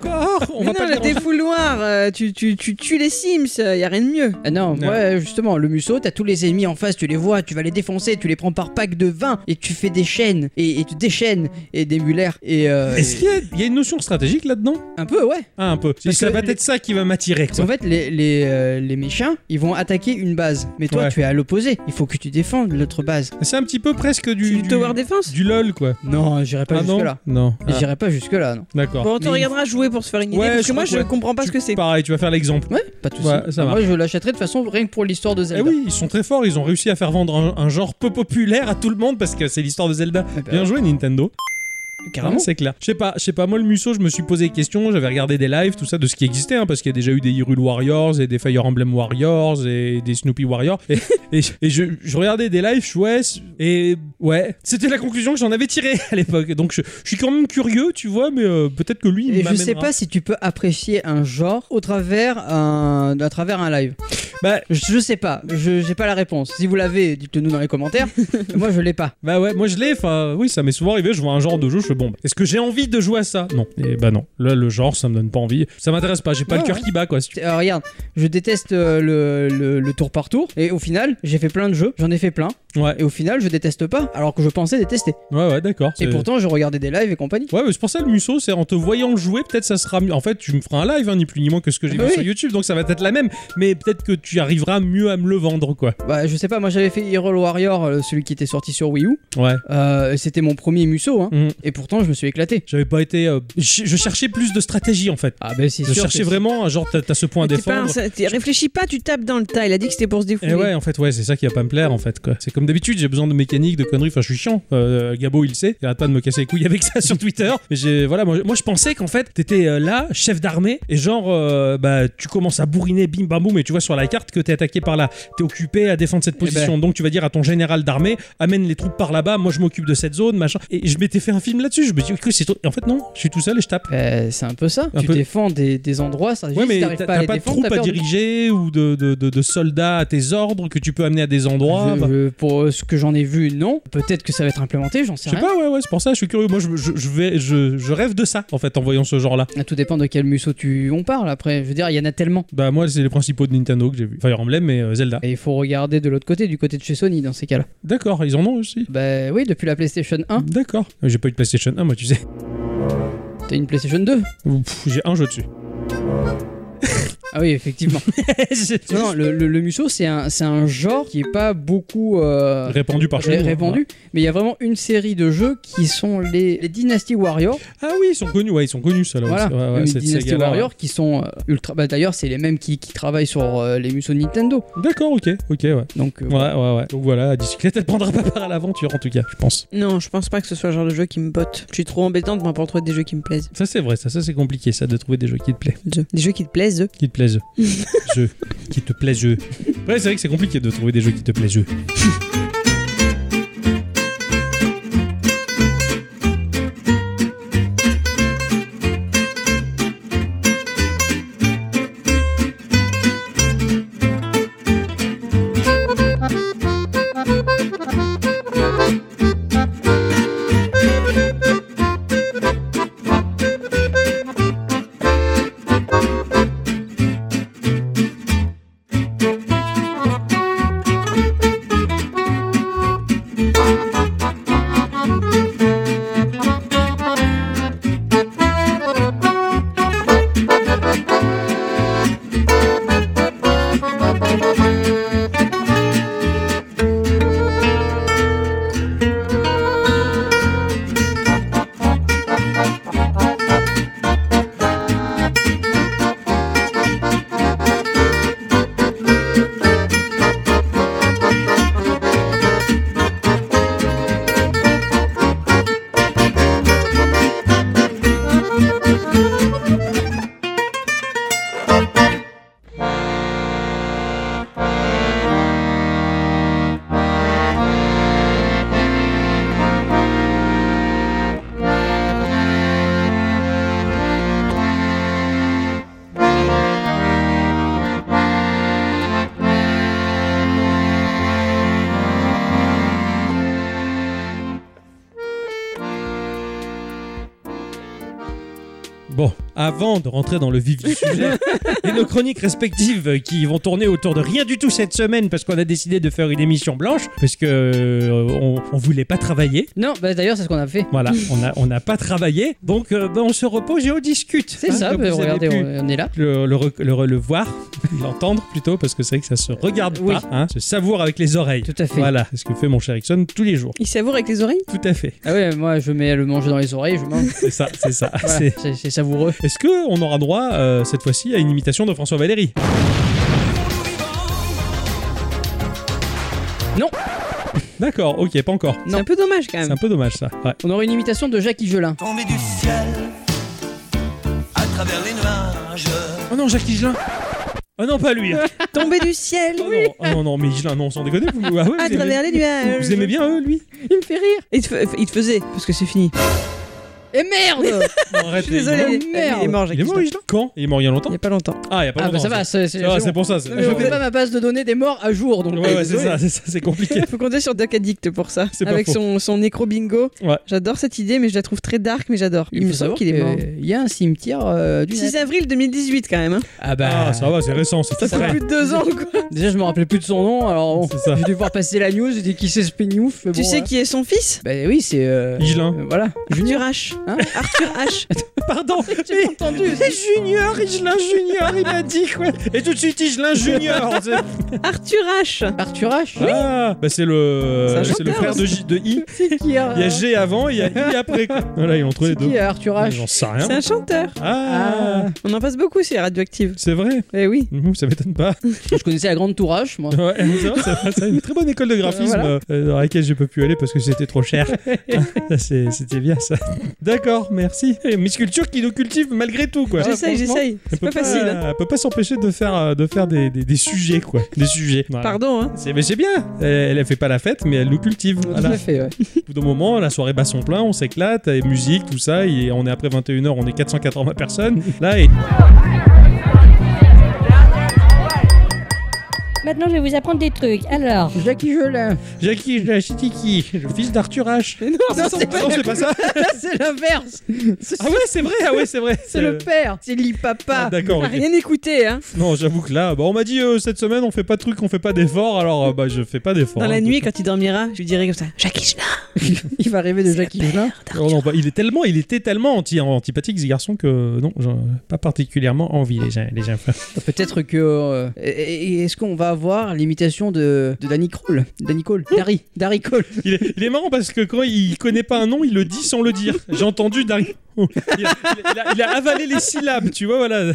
Speaker 2: Encore. On
Speaker 1: Mais
Speaker 2: va
Speaker 1: non,
Speaker 2: pas le
Speaker 1: le
Speaker 2: déranger.
Speaker 1: défouloir, euh, tu, tu, tu tues les Sims, euh, y a rien de mieux.
Speaker 3: Ah non,
Speaker 2: Non.
Speaker 3: ouais, justement, le musso, t'as tous les ennemis en face, tu les vois, tu vas les défoncer, tu les prends par pack de 20 et tu fais des chaînes et, et tu déchaînes et des mulaires et, euh,
Speaker 2: Est-ce qu'il y a- il y, a une notion stratégique là-dedans
Speaker 3: un peu ouais.
Speaker 2: Ah, un peu.
Speaker 3: Parce
Speaker 2: ça
Speaker 3: que-
Speaker 2: va être ça qui va m'attirer.
Speaker 3: Parce qu'en fait, les, les, euh, les méchants, ils vont attaquer une base, mais toi,
Speaker 2: Ouais.
Speaker 3: tu es à l'opposé. Il faut que tu défendes l'autre base.
Speaker 2: C'est un petit peu presque
Speaker 1: Tu
Speaker 2: du.
Speaker 1: du tower défense
Speaker 2: du lol, quoi.
Speaker 3: Non, hein, j'irai pas
Speaker 2: ah
Speaker 3: jusque
Speaker 2: non
Speaker 3: là.
Speaker 2: Non. Ah,
Speaker 3: J'irai pas jusque là, non.
Speaker 2: D'accord.
Speaker 1: Bon, on te
Speaker 3: Mais-
Speaker 1: regardera jouer pour se faire une idée,
Speaker 2: Ouais,
Speaker 1: parce
Speaker 2: je
Speaker 1: que moi
Speaker 2: crois que
Speaker 1: je
Speaker 2: ouais.
Speaker 1: comprends pas ce que c'est.
Speaker 2: Pareil, tu vas faire l'exemple.
Speaker 3: Ouais, pas de soucis.
Speaker 2: Ouais, ça
Speaker 3: Moi, je l'achèterai de toute façon rien que pour l'histoire de
Speaker 2: Eh
Speaker 3: Zelda.
Speaker 2: oui, ils sont très forts, ils ont réussi à faire vendre un, un genre peu populaire à tout le monde parce que c'est l'histoire de Zelda.
Speaker 3: Eh ben,
Speaker 2: Bien joué Nintendo.
Speaker 3: carrément.
Speaker 2: c'est clair. Je sais pas, je sais pas. Moi le Musso, je me suis posé des questions, j'avais regardé des lives, tout ça de ce qui existait, hein, parce qu'il y a déjà eu des Hyrule Warriors et des Fire Emblem Warriors et des Snoopy Warriors. Et, et je, et je- je regardais des lives, je- ouais, c- et ouais, c'était la conclusion que j'en avais tirée à l'époque. Donc je, je suis quand même curieux, tu vois, mais euh, peut-être que lui, il
Speaker 3: Et je
Speaker 2: m'amènera.
Speaker 3: sais pas si tu peux apprécier un genre au travers un, à travers un live.
Speaker 2: Bah,
Speaker 3: Je, je sais pas, je j'ai pas la réponse. Si vous l'avez, dites-le nous dans les commentaires. Moi, je l'ai pas.
Speaker 2: Bah ouais, moi je l'ai, enfin oui, ça m'est souvent arrivé, je vois un genre de jeu, je fais bon, bah, est-ce que j'ai envie de jouer à ça Non, et bah non, là le genre ça me donne pas envie, ça m'intéresse pas, j'ai pas
Speaker 3: Ouais,
Speaker 2: le cœur
Speaker 3: Ah ouais.
Speaker 2: qui bat quoi. si tu-
Speaker 3: Euh, regarde, je déteste euh, le, le- le tour par tour et au final, j'ai fait plein de jeux, j'en ai fait plein
Speaker 2: Ouais,
Speaker 3: et au final, je déteste pas alors que je pensais détester.
Speaker 2: ouais, ouais, d'accord.
Speaker 3: Et
Speaker 2: c'est-
Speaker 3: pourtant, je regardais des lives et compagnie.
Speaker 2: Ouais, mais c'est pour ça le musso, c'est en te voyant jouer, peut-être ça sera mieux. En fait, tu me feras un live, hein, ni plus ni moins que ce que j'ai
Speaker 3: Ah bah
Speaker 2: vu
Speaker 3: oui.
Speaker 2: sur YouTube, donc ça va être la même, mais peut-être que tu arriveras mieux à me le vendre quoi.
Speaker 3: Bah, je sais pas, moi j'avais fait Hero Warrior, euh, celui qui était sorti sur Wii U.
Speaker 2: Ouais.
Speaker 3: Euh, c'était mon premier musso hein.
Speaker 2: Mhm.
Speaker 3: et pourtant, je me suis éclaté.
Speaker 2: J'avais pas été. euh, Je je cherchais plus de stratégie en fait.
Speaker 3: Ah ben c'est
Speaker 2: Je
Speaker 3: sûr.
Speaker 2: cherchais
Speaker 3: que-
Speaker 2: vraiment, genre, t'as t'as ce point à
Speaker 1: T'es pas un-
Speaker 2: défendre.
Speaker 1: ça- t'es- réfléchis pas, tu tapes dans le tas. Il a dit que c'était pour se défouler.
Speaker 2: Et Eh ouais, en fait, ouais, c'est ça qui va pas me plaire, en fait. quoi. C'est comme d'habitude, j'ai besoin de mécanique, de conneries. Enfin, je suis chiant. Euh, Gabo, il le sait. Il arrête pas de me casser les couilles avec ça sur Twitter. Mais j'ai- voilà, moi, moi, je pensais qu'en fait, t'étais euh, là, chef d'armée, et genre, euh, bah, tu commences à bourriner, bim, bam, boum, et tu vois sur la carte que t'es attaqué par là. T'es occupé à défendre
Speaker 3: Eh
Speaker 2: cette position.
Speaker 3: ben.
Speaker 2: Donc, tu vas dire à ton général d'armée, amène les troupes par là-bas. Moi, je m'occupe de cette zone, machin. Et je m'étais fait un film là-dessus. Je me dis, ok, c'est toi. Et en fait, non, je suis tout seul et je tape.
Speaker 3: Euh, c'est un peu ça.
Speaker 2: Un
Speaker 3: tu
Speaker 2: peu.
Speaker 3: défends des, des endroits, ça
Speaker 2: Ouais,
Speaker 3: juste,
Speaker 2: mais
Speaker 3: t'arrives
Speaker 2: t'as
Speaker 3: pas à
Speaker 2: t'as
Speaker 3: les
Speaker 2: pas de
Speaker 3: défendre,
Speaker 2: troupes
Speaker 3: t'as
Speaker 2: à
Speaker 3: perdu.
Speaker 2: diriger ou de, de- de- de soldats à tes ordres que tu peux amener à des endroits.
Speaker 3: Je-
Speaker 2: Enfin,
Speaker 3: je- pour pour euh, ce que j'en ai vu, non. Peut-être que ça va être implémenté, j'en
Speaker 2: Je
Speaker 3: sais
Speaker 2: sais
Speaker 3: rien.
Speaker 2: pas, ouais, ouais, c'est pour ça, je suis curieux. Moi, je, je- je vais, je, je rêve de ça, en fait, en voyant ce genre-là.
Speaker 3: Ah, Tout dépend de quel musso tu on parle après. Je veux dire, il y en a tellement.
Speaker 2: Bah, moi, c'est les principaux de Nintendo que j'ai vu. Fire Emblem et euh, Zelda.
Speaker 3: Et il faut regarder de l'autre côté, du côté de chez Sony dans ces cas-là.
Speaker 2: D'accord, ils en ont aussi.
Speaker 3: Bah oui, depuis la PlayStation 1,
Speaker 2: D'accord. Euh, J'ai pas eu de PlayStation 1, moi, tu sais.
Speaker 3: t'as une PlayStation 2.
Speaker 2: Pff, J'ai un jeu dessus.
Speaker 3: Ah oui, effectivement.
Speaker 2: C'est
Speaker 3: non, non, le, le, le musso, c'est un, c'est un genre qui est pas beaucoup euh,
Speaker 2: répandu par chez
Speaker 3: ré-
Speaker 2: nous.
Speaker 3: répandu, mais il y a vraiment une série de jeux qui sont les, les Dynasty Warriors.
Speaker 2: Ah oui, ils sont connus, ouais, ils sont connus, ça, là.
Speaker 3: voilà,
Speaker 2: ouais, ouais,
Speaker 3: les
Speaker 2: cette
Speaker 3: Dynasty
Speaker 2: saga-là.
Speaker 3: Warriors qui sont euh, ultra. Bah, D'ailleurs, c'est les mêmes qui, qui travaillent sur euh, les musso de Nintendo.
Speaker 2: D'accord, ok, ok, ouais.
Speaker 3: Donc, euh,
Speaker 2: Ouais, ouais, ouais. Donc voilà, la bicyclette, elle prendra pas part à l'aventure, en tout cas, je pense.
Speaker 1: Non, je pense pas que ce soit le genre de jeu qui me botte. Je suis trop embêtante, moi, pour trouver des jeux qui me plaisent.
Speaker 2: Ça, c'est vrai, ça, ça c'est compliqué, ça, de trouver des jeux qui te plaisent.
Speaker 1: Jeux. Des jeux qui te plaisent, eux.
Speaker 2: Qui te plaisent. jeux. Qui te plaisent. jeux. Ouais, c'est vrai que c'est compliqué de trouver des jeux qui te plaisent. jeux. Bon, avant de rentrer dans le vif du sujet et nos chroniques respectives qui vont tourner autour de rien du tout cette semaine parce qu'on a décidé de faire une émission blanche parce que euh, on, on voulait pas travailler.
Speaker 3: Non, bah, d'ailleurs, c'est ce qu'on a fait.
Speaker 2: Voilà, on a on n'a pas travaillé, donc euh, ben, on se repose et on discute.
Speaker 3: C'est
Speaker 2: Hein,
Speaker 3: ça,
Speaker 2: comme
Speaker 3: bah,
Speaker 2: vous avez
Speaker 3: regardez,
Speaker 2: pu
Speaker 3: on, on est là.
Speaker 2: Le, le rec- le re- le voir, l'entendre plutôt, parce que c'est vrai que ça se regarde
Speaker 3: Oui.
Speaker 2: pas, hein, se savoure avec les oreilles.
Speaker 3: Tout à fait.
Speaker 2: Voilà, c'est ce que fait mon cher Ixon tous les jours.
Speaker 1: Ils savourent avec les oreilles
Speaker 2: Tout à fait,
Speaker 3: Ah ouais, moi, je mets le manger dans les oreilles, je mange.
Speaker 2: c'est ça, c'est ça.
Speaker 3: Voilà,
Speaker 2: C'est-
Speaker 3: c'est c'est savoureux.
Speaker 2: Est-ce que on aura droit euh, cette fois-ci à une imitation de François Valéry
Speaker 3: Non.
Speaker 2: D'accord, ok, pas encore.
Speaker 1: C'est un peu dommage, quand
Speaker 2: C'est
Speaker 1: même.
Speaker 2: un peu dommage ça. Ouais.
Speaker 3: On aurait une imitation de Jacques Gelin.
Speaker 6: Tombé du ciel à travers les nuages.
Speaker 2: Oh non, Jacques Higelin Oh non, pas lui
Speaker 1: Tomber du ciel
Speaker 2: oh, non, oh non, non, mais Higelin, non, sans déconner, vous, ah ouais,
Speaker 1: à
Speaker 2: vous, aimez,
Speaker 1: travers les nuages.
Speaker 2: vous aimez bien hein eux, lui
Speaker 1: Il me fait rire. Il te, fa- il te faisait, parce que c'est fini.
Speaker 3: Et merde
Speaker 2: Non, arrête,
Speaker 1: Je suis désolée.
Speaker 2: Il
Speaker 1: Il est mort,
Speaker 2: est mort,
Speaker 1: Jacques
Speaker 2: il est mort, Higelin Quand Il est mort il y a
Speaker 1: Il
Speaker 2: longtemps
Speaker 1: n'y a pas longtemps.
Speaker 2: Ah, il y a pas
Speaker 3: Ah bah
Speaker 2: longtemps.
Speaker 3: ça va, c'est c'est-
Speaker 2: c'est ah,
Speaker 3: c'est
Speaker 2: c'est
Speaker 3: bon.
Speaker 2: pour ça. c'est-
Speaker 3: Non, mais Je fais pas ma base de données des morts à jour, donc. euh,
Speaker 2: Ouais, ouais, c'est
Speaker 3: désolé.
Speaker 2: ça, c'est ça, c'est compliqué.
Speaker 1: Il faut compter sur Duck Addict pour ça.
Speaker 2: C'est pas
Speaker 1: Avec
Speaker 2: faux.
Speaker 1: son, son nécro bingo.
Speaker 2: Ouais.
Speaker 1: J'adore cette idée, mais je la trouve très dark, mais j'adore.
Speaker 3: faut
Speaker 1: Il me semble
Speaker 3: savoir
Speaker 1: qu'il est
Speaker 3: que
Speaker 1: mort.
Speaker 3: Il y a un cimetière euh, du.
Speaker 1: 6 avril 2018, quand même. hein.
Speaker 3: Ah
Speaker 2: Ah, ça va, c'est récent, c'est
Speaker 1: Ça
Speaker 2: tout frais.
Speaker 1: fait plus de deux ans, quoi.
Speaker 3: Déjà, je me rappelais plus de son nom, alors bon,
Speaker 2: C'est ça.
Speaker 3: j'ai dû voir passer la news, j'ai dit qui c'est ce peignouf. mais
Speaker 1: Tu
Speaker 3: bon,
Speaker 1: sais
Speaker 2: euh,
Speaker 3: voilà.
Speaker 1: qui est son fils
Speaker 3: Bah oui, c'est. euh,
Speaker 2: Higelin.
Speaker 3: euh, voilà.
Speaker 1: Junior H.
Speaker 3: Hein
Speaker 1: Arthur H.
Speaker 2: Pardon, mais-
Speaker 3: entendu.
Speaker 2: mais Junior, Higelin Junior, il m'a dit quoi Et tout de suite, Higelin Junior c'est-
Speaker 1: Arthur H.
Speaker 2: Hein?
Speaker 3: Arthur H.
Speaker 2: Ah, bah c'est
Speaker 1: C'est un
Speaker 2: le, c'est
Speaker 1: chanteur, hein.
Speaker 2: le frère de, J- de I.
Speaker 3: C'est qui euh,
Speaker 2: Il y a G avant, il y a I après. quoi. Voilà, ils ont trouvé
Speaker 3: C'est
Speaker 2: les deux.
Speaker 3: qui euh, Arthur H.
Speaker 2: J'en sais
Speaker 1: C'est
Speaker 2: rien.
Speaker 1: un chanteur.
Speaker 2: Ah,
Speaker 3: Ah.
Speaker 1: On en passe beaucoup, c'est radioactive.
Speaker 2: c'est vrai.
Speaker 1: Eh oui.
Speaker 2: Mmh, Ça m'étonne pas.
Speaker 3: Je connaissais la grande tour H, moi.
Speaker 2: Ouais, c'est vrai, c'est vrai, c'est une très bonne école de graphisme
Speaker 3: Voilà.
Speaker 2: euh, euh, dans laquelle j'ai pas pu aller parce que c'était trop cher. Ça, c'est- c'était bien ça. D'accord, merci. Et Miss Culture qui nous cultive malgré tout quoi.
Speaker 1: J'essaye,
Speaker 2: franchement,
Speaker 1: j'essaye.
Speaker 2: elle
Speaker 1: C'est
Speaker 2: peut
Speaker 1: pas facile. hein.
Speaker 2: elle peut pas s'empêcher de faire, euh, de faire des, des- des sujets quoi. Des sujets. Voilà.
Speaker 1: Pardon, hein.
Speaker 2: C'est- Mais c'est bien, elle, elle fait pas la fête, mais elle nous cultive.
Speaker 3: Tout
Speaker 2: Voilà.
Speaker 3: à fait, ouais.
Speaker 2: Au bout d'un moment, la soirée bat son plein, on s'éclate, et musique, tout ça, et on est après 21h, on est 480 personnes. Là, et...
Speaker 7: Maintenant, je vais vous apprendre des trucs. Alors,
Speaker 3: Jackie Gelin.
Speaker 2: Jackie Chitiki, le fils d'Arthur H.
Speaker 3: non,
Speaker 2: Non, c'est pas, non, c'est pas ça.
Speaker 3: c'est l'inverse. C'est
Speaker 2: Ah ouais, c'est vrai, ah ouais, c'est vrai.
Speaker 3: c'est le père, c'est
Speaker 2: Ah,
Speaker 3: l'ipapa.
Speaker 2: D'accord. ok.
Speaker 1: Rien écouté, hein.
Speaker 2: Non, j'avoue que là, bah, on m'a dit euh, cette semaine on fait pas de trucs, on fait pas d'efforts, alors euh, bah je fais pas d'efforts.
Speaker 1: Dans la
Speaker 2: hein.
Speaker 1: nuit, quand il dormira, je lui dirai comme ça Jackie Chan,
Speaker 3: Il va rêver de Jackie Gelin.
Speaker 2: Oh non, bah, il est tellement, il était tellement anti, antipathique ce garçon que non, j'en- pas particulièrement envie les gens, les gens.
Speaker 3: Bah, Peut-être que. euh, et- et Est-ce qu'on va avoir l'imitation de, de Danny Cole Danny Cole Dari Dari Cole
Speaker 2: Il est, il est marrant parce que quand il connaît pas un nom, il le dit sans le dire. J'ai entendu Dari. Il a, il a- il a- il a avalé les syllabes, tu vois, voilà.
Speaker 1: Non,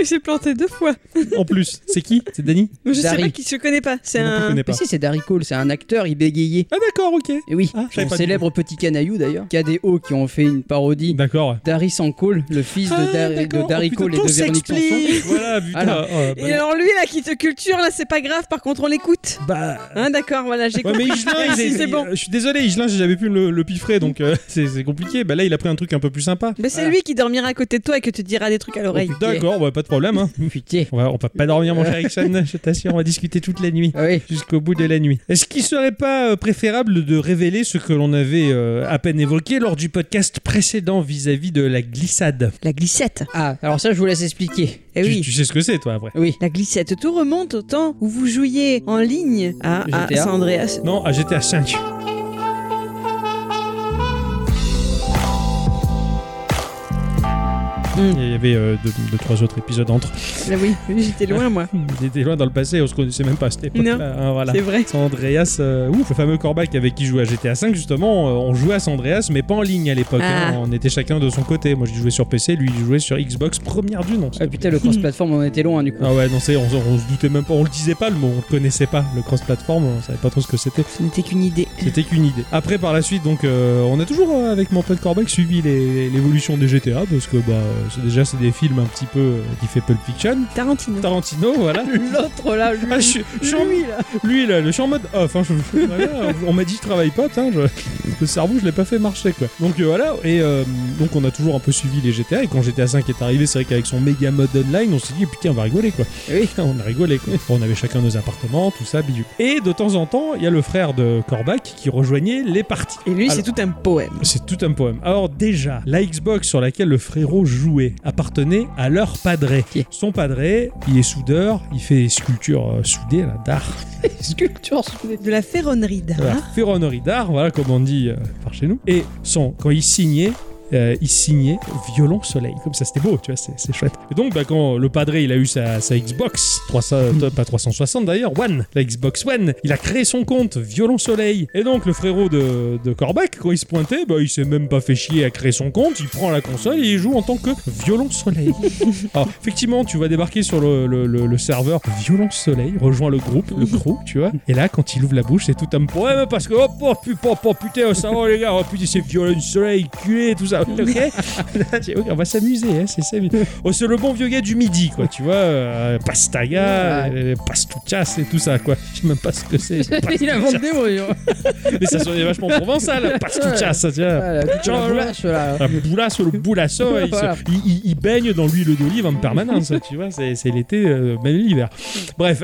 Speaker 1: il s'est planté deux fois.
Speaker 2: En plus, c'est qui C'est Danny
Speaker 1: Mais Je
Speaker 3: Dari.
Speaker 1: sais pas qui se connaît pas. C'est
Speaker 2: Non, on
Speaker 1: un.
Speaker 2: connaît
Speaker 3: Ah, Mais
Speaker 2: pas.
Speaker 3: si, c'est Dari Cole, c'est un acteur, il bégayait.
Speaker 2: Ah d'accord, ok.
Speaker 3: Et oui,
Speaker 2: Ah, je savais
Speaker 3: son
Speaker 2: pas du
Speaker 3: célèbre petit canaillou d'ailleurs, qui a des hauts qui ont fait une parodie.
Speaker 2: D'accord.
Speaker 3: Dari Sankole, le fils de,
Speaker 2: Bah. Ah,
Speaker 3: Dari- de
Speaker 2: d'accord.
Speaker 3: Dari
Speaker 2: Oh, putain,
Speaker 3: Cole et
Speaker 2: tout
Speaker 3: de Véronique Sanson.
Speaker 2: s'explique. Voilà, putain.
Speaker 3: Alors,
Speaker 2: oh, bah,
Speaker 1: Et alors, lui, là, qui te culture, là, c'est pas grave, par contre, on l'écoute.
Speaker 2: bah,
Speaker 1: Hein, d'accord, voilà, j'ai
Speaker 2: Ouais, mais
Speaker 1: compris.
Speaker 2: Higelin, il
Speaker 3: Ah,
Speaker 1: Merci,
Speaker 2: est-
Speaker 1: c'est bon.
Speaker 2: Je suis désolé, Higelin, j'ai jamais pu le, le piffrer, donc euh, c'est c'est compliqué. Bah là, il a pris un truc un peu plus sympa.
Speaker 1: Mais c'est lui qui dormira à côté de toi et que te dira des trucs à l'oreille.
Speaker 2: D'accord, bah, pas de problème. Hein.
Speaker 3: Putain.
Speaker 2: On, va, on va pas dormir, mon cher Ixon, je t'assure, on va discuter toute la nuit.
Speaker 3: Ah oui.
Speaker 2: Jusqu'au bout de la nuit. Est-ce qu'il serait pas euh, préférable de révéler ce que l'on avait euh, à peine évoqué lors du podcast précédent vis-à-vis de la glissade
Speaker 1: La glissette.
Speaker 3: Ah, alors ça, je vous laisse expliquer.
Speaker 1: Eh
Speaker 2: tu,
Speaker 1: oui.
Speaker 2: tu sais ce que c'est, toi, après
Speaker 3: Oui.
Speaker 1: La glissette, tout remonte au temps où vous jouiez en ligne à, à
Speaker 3: GTA.
Speaker 1: San Andreas.
Speaker 2: Non, ah, j'étais à 5.
Speaker 1: Mm.
Speaker 2: Il y avait euh, deux, deux, trois autres épisodes entre.
Speaker 1: Ah oui, j'étais loin, moi.
Speaker 2: On était loin dans le passé, on se connaissait même pas à cette époque-là.
Speaker 1: Non.
Speaker 2: hein, voilà.
Speaker 1: C'est vrai.
Speaker 2: San Andreas, euh, ouf, le fameux Corbac avec qui jouait à GTA V, justement, euh, on jouait à San Andreas, mais pas en ligne à l'époque.
Speaker 1: Ah.
Speaker 2: hein. on était chacun de son côté. Moi, je jouais sur PC, lui, il jouait sur Xbox, première du nom.
Speaker 3: Ah putain, le cross-platform, on était loin du coup.
Speaker 2: Ah ouais, non, c'est, on, on se doutait même pas, on le disait pas le mot, on le connaissait pas, le cross-platform, on savait pas trop ce que c'était.
Speaker 1: Ce n'était qu'une idée.
Speaker 2: C'était qu'une idée. Après, par la suite, donc, euh, on a toujours, euh, avec mon pote Corbac, suivi les- l'évolution des GTA, parce que, bah, c'est, déjà, c'est des films un petit peu euh, qui fait Pulp Fiction.
Speaker 1: Tarantino.
Speaker 2: Tarantino, voilà.
Speaker 3: L'autre là,
Speaker 2: Ah, je, suis- je suis en-
Speaker 3: lui, là.
Speaker 2: lui là, le je suis en mode off. hein, je- voilà, on m'a dit je travaille pas, putain, je- le cerveau je l'ai pas fait marcher quoi. Donc euh, voilà, et euh, donc on a toujours un peu suivi les GTA. Et quand GTA 5 est arrivé, c'est vrai qu'avec son méga mode online, on s'est dit putain on va rigoler quoi.
Speaker 3: Oui.
Speaker 2: on a rigolé quoi. On avait chacun nos appartements, tout ça, bidule. Et de temps en temps, il y a le frère de Corbac qui rejoignait les parties.
Speaker 1: Et lui, c'est
Speaker 2: Alors-
Speaker 1: tout un poème.
Speaker 2: C'est tout un poème. Alors déjà, la Xbox sur laquelle le frérot jouait appartenait à leur padré.
Speaker 3: Ok.
Speaker 2: Son padré, il est soudeur, il fait des sculptures euh, soudées, là, d'art.
Speaker 3: Sculpture
Speaker 1: De la ferronnerie d'art.
Speaker 2: Voilà, ferronnerie d'art, voilà comme on dit euh, par chez nous. Et son, quand il signait, euh, il signait Violon Soleil. Comme ça, c'était beau, tu vois, c'est c'est chouette. Et donc, bah, quand le padré, il a eu sa, sa Xbox, 300, euh, pas 360 d'ailleurs, One, la Xbox One, il a créé son compte Violon Soleil. Et donc, le frérot de, de Corbac, quand il se pointait, bah, il s'est même pas fait chier à créer son compte, il prend la console et il joue en tant que Violon Soleil. Alors, Ah, effectivement, tu vas débarquer sur le, le- le- le serveur Violent Soleil, rejoins le groupe, le crew, tu vois. Et là, quand il ouvre la bouche, c'est tout un problème parce que, oh, oh, putain, oh, putain, ça va, les gars, oh, putain, c'est Violent Soleil, culé, tout ça, ok Là, tu- ok, On va s'amuser, hein, c'est ça. Oh, c'est le bon vieux gars du midi, quoi, tu vois. euh, pastaga, euh, pastuchas et tout ça, quoi. Je sais même pas ce que c'est.
Speaker 3: Il a
Speaker 2: pastuchas.
Speaker 3: vendu, moi.
Speaker 2: Mais ça sonnait vachement provençal, pastuchas, ça, tu vois.
Speaker 3: Ah, la petite
Speaker 2: Genre,
Speaker 3: boulache, là.
Speaker 2: La boulasse, le boulasso, il, se-
Speaker 3: Ah. Voilà.
Speaker 2: il- il- il baigne dans l'huile d'olive en permanence, tu vois, c'est c'est l'été, euh, même l'hiver. Bref.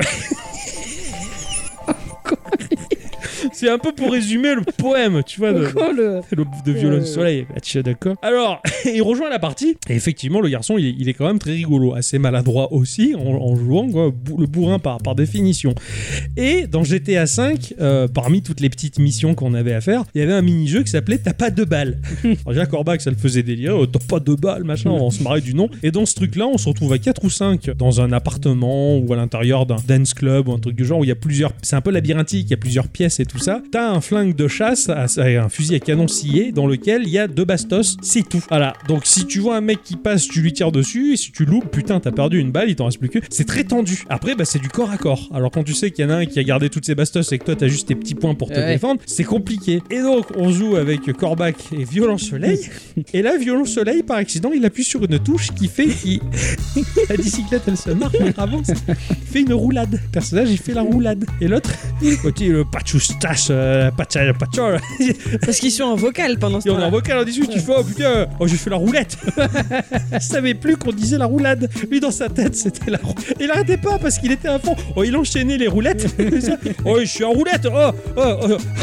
Speaker 2: C'est un peu pour résumer le poème, tu vois, de,
Speaker 3: Quoi, le- Euh.
Speaker 2: de, de Violon Soleil. Ah, tiens, d'accord. Alors, il rejoint la partie. Et effectivement, le garçon, il est, il est quand même très rigolo, assez maladroit aussi, en, en jouant quoi, bou- le bourrin par, par définition. Et dans GTA V, euh, parmi toutes les petites missions qu'on avait à faire, il y avait un mini-jeu qui s'appelait T'as pas de balles. Alors, déjà, Corbac, Ah, ça le faisait délirer. Oh, T'as pas de balles, machin, on se marrait du nom. Et dans ce truc-là, on se retrouve à 4 ou 5 dans un appartement ou à l'intérieur d'un dance club ou un truc du genre où il y a plusieurs. C'est un peu labyrinthique, il y a plusieurs pièces et tout ça. T'as un flingue de chasse, à- à- un fusil à canon scié dans lequel il y a deux bastos, c'est tout. Voilà. Donc si tu vois un mec qui passe, tu lui tires dessus. Et si tu loupes, putain, t'as perdu une balle, il t'en reste plus que. C'est très tendu. Après, bah, c'est du corps à corps. Alors quand tu sais qu'il y en a un qui a gardé toutes ses bastos et que toi t'as juste tes petits points pour te
Speaker 3: Ouais.
Speaker 2: défendre, c'est compliqué. Et donc on joue avec Corbac et Violent Soleil. Et là, Violon Soleil, par accident, il appuie sur une touche qui fait qu'il. la bicyclette, elle se marche, elle avance. Il fait une roulade. Le personnage, il fait la roulade. Et l'autre, côté le pachusta, vache, euh, pas de pas de chol.
Speaker 1: Ah, Parce qu'ils sont en vocal pendant ce
Speaker 2: Et on est en
Speaker 1: temps.
Speaker 2: vocal en 18, tu fais oh putain, oh, j'ai fait la roulette. je savais plus qu'on disait la roulade. Lui dans sa tête, c'était la roulette. Il arrêtait pas parce qu'il était à fond. Oh, il enchaînait les roulettes. oh, je suis en roulette. Oh, oh,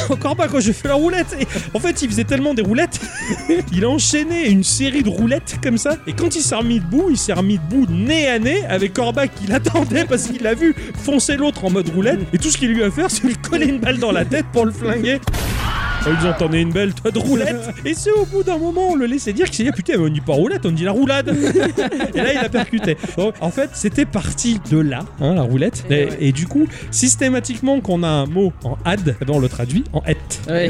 Speaker 2: oh, encore pas quand je fais la roulette. Et en fait, il faisait tellement des roulettes. il a enchaîné une série de roulettes comme ça. Et quand il s'est remis debout, il s'est remis debout nez à nez avec Corba qui l'attendait parce qu'il l'a vu foncer l'autre en mode roulette. Et tout ce qu'il lui a fait, c'est lui coller une balle dans la tête pour le flinguer. Oh, ils ont emmené une belle toi de roulette Et c'est au bout d'un moment, on le laissait dire qu'il s'est dit putain, mais on dit pas roulette, on dit la roulade Et là, il a percuté. Donc, en fait, c'était parti de là, hein, la roulette. Et, et du coup, systématiquement, qu'on a un mot en ad, eh ben, on le traduit en et.
Speaker 3: Ouais.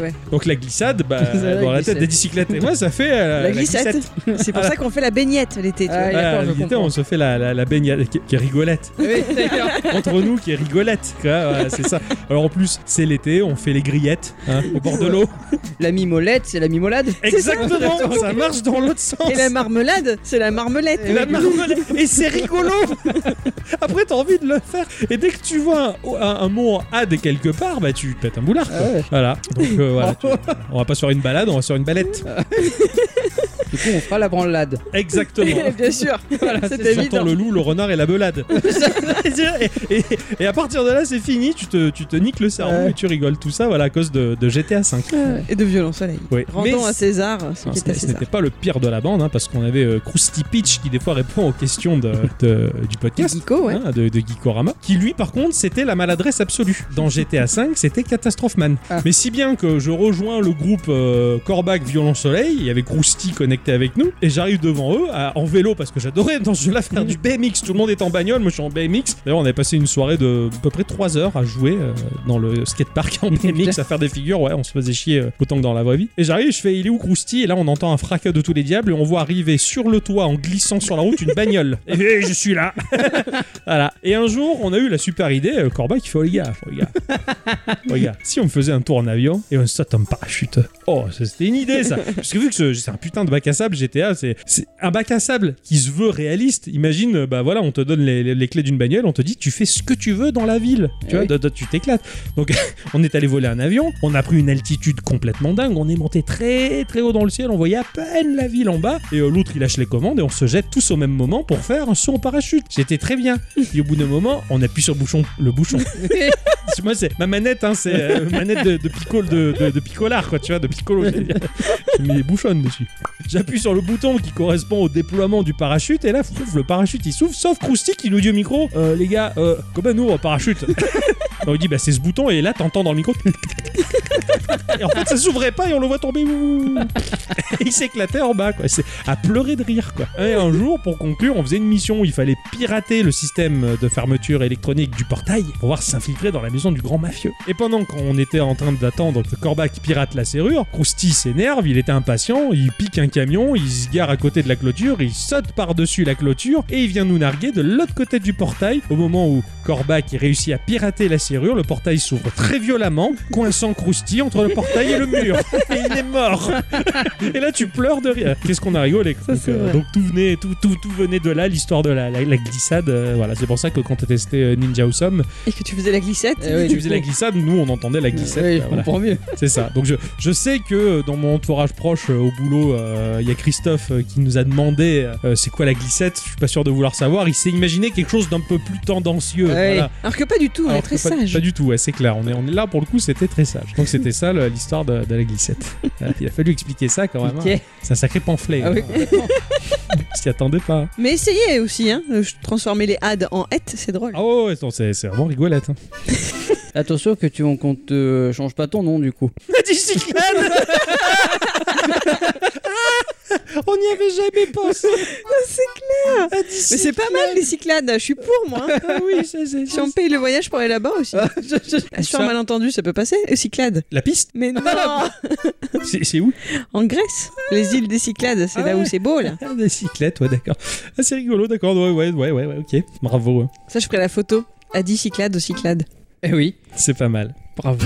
Speaker 1: Ouais.
Speaker 2: Donc la glissade, bah,
Speaker 3: C'est la
Speaker 2: dans la tête
Speaker 3: glissette.
Speaker 2: des bicyclettes. Et moi, ça fait euh,
Speaker 1: La glissette. C'est pour ça qu'on fait la baignette l'été. tu vois.
Speaker 3: Ah,
Speaker 2: Ah,
Speaker 3: d'accord, je
Speaker 2: l'été,
Speaker 3: comprends.
Speaker 2: on se fait la, la, la baignade qui, qui est rigolette.
Speaker 3: Oui, d'accord.
Speaker 2: Entre nous, qui est rigolette. quoi, ouais, c'est ça. Alors en plus, c'est l'été, on fait les grillettes hein, au bord de l'eau.
Speaker 3: La mimolette, c'est la mimolade.
Speaker 2: Eh, Exactement,
Speaker 3: C'est ça.
Speaker 2: ça marche dans l'autre sens.
Speaker 1: Et la marmelade, c'est la marmelette.
Speaker 2: Et la marmelade. Et c'est rigolo Après, t'as envie de le faire. Et dès que tu vois un, oh, un- un mot en ad quelque part, bah tu pètes un boulard. quoi.
Speaker 3: Ah ouais.
Speaker 2: Voilà. Donc euh, voilà. tu- on va pas se faire une balade, on va se faire une balette.
Speaker 3: Du coup, on fera la branlade.
Speaker 2: Exactement. Ah,
Speaker 1: Bien sûr, c'est évident.
Speaker 2: J'entends le loup, le renard et la belade. et, et- et à partir de là, c'est fini. Tu te, tu te niques le cerveau
Speaker 3: Ouais.
Speaker 2: et tu rigoles. Tout ça, voilà, à cause de, de GTA V.
Speaker 1: Et de violent soleil.
Speaker 2: Oui.
Speaker 1: Rendons
Speaker 2: Mais
Speaker 1: à César ce
Speaker 2: Non,
Speaker 1: qui
Speaker 2: ce
Speaker 1: est à
Speaker 2: n- ce
Speaker 1: César.
Speaker 2: n'était pas le pire de la bande, hein, parce qu'on avait euh, Krusty Peach qui des fois répond aux questions de, de- du podcast.
Speaker 1: Geeko, ouais.
Speaker 2: hein, de, de Geekorama, qui lui par contre c'était la maladresse absolue. Dans GTA V, c'était Catastrophe Man.
Speaker 3: Ah.
Speaker 2: Mais si bien que je rejoins le groupe euh, Corbac Violent Soleil, il y avait Krusty connecté avec nous, et j'arrive devant eux à- en vélo parce que j'adorais dans ce jeu-là faire du BMX. Tout le monde est en bagnole, moi je suis en BMX. D'ailleurs, on avait passé une soirée de à peu près 3 heures à jouer euh, dans le skatepark en BMX, à faire des figures. Ouais, on se faisait chier euh, autant que dans la vraie vie. Et j'arrive, je fais il est où Krusty Et là, on entend un fracas de tous les diables et on voit arriver sur le toit en glissant sur la route une bagnole. et je suis là voilà. Et un jour, on a eu la super idée, euh, Corba qui fait oh, les gars, oh, les gars, oh, les gars, si on faisait un tour en avion et on saute en parachute. Oh, ça, c'était une idée ça. Parce que vu que ce- c'est un putain de bac à sable GTA, c'est c'est un bac à sable qui se veut réaliste. Imagine, euh, bah voilà, on te donne les, les- les clés d'une bagnole, on te dit tu fais ce que tu veux dans la ville. Tu
Speaker 3: Eh
Speaker 2: vois,
Speaker 3: oui.
Speaker 2: toi, toi, tu t'éclates. Donc, on est allé voler un avion, on a pris une altitude complètement dingue, on est monté très très haut dans le ciel, on voyait à peine la ville en bas, et euh, l'autre il lâche les commandes et on se jette tous au même moment pour faire un saut en parachute. J'étais très bien. Et au bout d'un moment, on appuie sur le bouchon, le bouchon. Moi, c'est ma manette, hein, c'est euh, manette de, de picole, de, de- de picolard, quoi, tu vois, de picolo. j'allais dire. J'ai mis les bouchons dessus. J'appuie sur le bouton qui correspond au déploiement du parachute, et là, fouf, le parachute il s'ouvre, sauf Krusty qui nous dit au micro Euh, Les gars, euh, comment nous on parachute On lui dit Bah, c'est ce bouton, et là, t'entends dans le micro. Et en fait, ça s'ouvrait pas et on le voit tomber. Ouh. Et il s'éclatait en bas, quoi. C'est à pleurer de rire, quoi. Et un jour, pour conclure, on faisait une mission où il fallait pirater le système de fermeture électronique du portail pour pouvoir s'infiltrer dans la maison du grand mafieux. Et pendant qu'on était en train d'attendre que Corbac pirate la serrure, Krusty s'énerve, il était impatient, il pique un camion, il se gare à côté de la clôture, il saute par-dessus la clôture et il vient nous narguer de l'autre côté du portail au moment où Corbac réussit à pirater la serrure, le portail s'ouvre très violemment, coinçant Krusty entre le portail et le mur. Et il est mort et là, tu pleures de rire. Qu'est-ce qu'on a rigolé quoi.
Speaker 1: Ça,
Speaker 2: donc, euh,
Speaker 1: c'est vrai.
Speaker 2: donc tout venait, tout, tout, tout venait de là, l'histoire de la, la, la glissade. euh, voilà, c'est pour ça que quand t'as testé euh, Ninja Awesome,
Speaker 1: Et que tu faisais la glissette.
Speaker 3: Eh oui,
Speaker 2: tu
Speaker 3: du
Speaker 2: faisais la
Speaker 3: coup.
Speaker 2: glissade, nous on entendait la glissade.
Speaker 3: Oui,
Speaker 2: quoi,
Speaker 3: je
Speaker 2: voilà.
Speaker 3: comprends mieux.
Speaker 2: C'est ça. Donc je, je sais que euh, dans mon entourage proche, euh, au boulot, euh, il y a Christophe euh, qui nous a demandé euh, c'est quoi la glissette. Je suis pas sûr de vouloir savoir. Il s'est imaginé quelque chose d'un peu plus tendancieux.
Speaker 3: Ouais.
Speaker 2: Voilà.
Speaker 1: Alors que pas du tout, on
Speaker 2: Alors
Speaker 1: est très
Speaker 2: que pas,
Speaker 1: sage.
Speaker 2: Pas du tout, ouais, c'est clair. On est, on est là pour le coup, c'était très sage. Donc c'était ça le- l'histoire de, de la glissette. Euh, Il a fallu expliquer ça quand même. hein.
Speaker 3: Ok.
Speaker 2: C'est un sacré pamphlet.
Speaker 3: Ah oui, complètement.
Speaker 2: Je t'y attendais pas.
Speaker 1: Mais essayez aussi, hein. euh, Transformer les ads en et, c'est drôle.
Speaker 2: Ah ouais, ouais, non, c'est c'est vraiment rigolette. Hein.
Speaker 3: Attention que tu qu'on te change pas ton nom du coup.
Speaker 2: La bicyclette On n'y avait jamais pensé.
Speaker 1: Ah, Mais c'est pas mal les Cyclades, je suis pour moi. hein.
Speaker 2: Ah oui, ça c'est.
Speaker 1: Si on paye le voyage pour aller là-bas aussi. Ah, Sur un
Speaker 2: ça-
Speaker 1: malentendu, ça peut passer, les Cyclades.
Speaker 2: La piste
Speaker 1: Mais non
Speaker 2: C'est c'est où
Speaker 1: En Grèce, les îles des Cyclades, c'est
Speaker 2: Ah
Speaker 1: là où
Speaker 2: ouais.
Speaker 1: c'est beau là.
Speaker 2: La bicyclette, ouais, d'accord. Ah, c'est rigolo, d'accord. Ouais, ouais, ouais, ouais, ouais, ok. Bravo. hein.
Speaker 1: Ça, je ferai la photo. À 10 Cyclades aux Cyclades.
Speaker 3: Eh oui,
Speaker 2: C'est pas mal.
Speaker 3: bravo.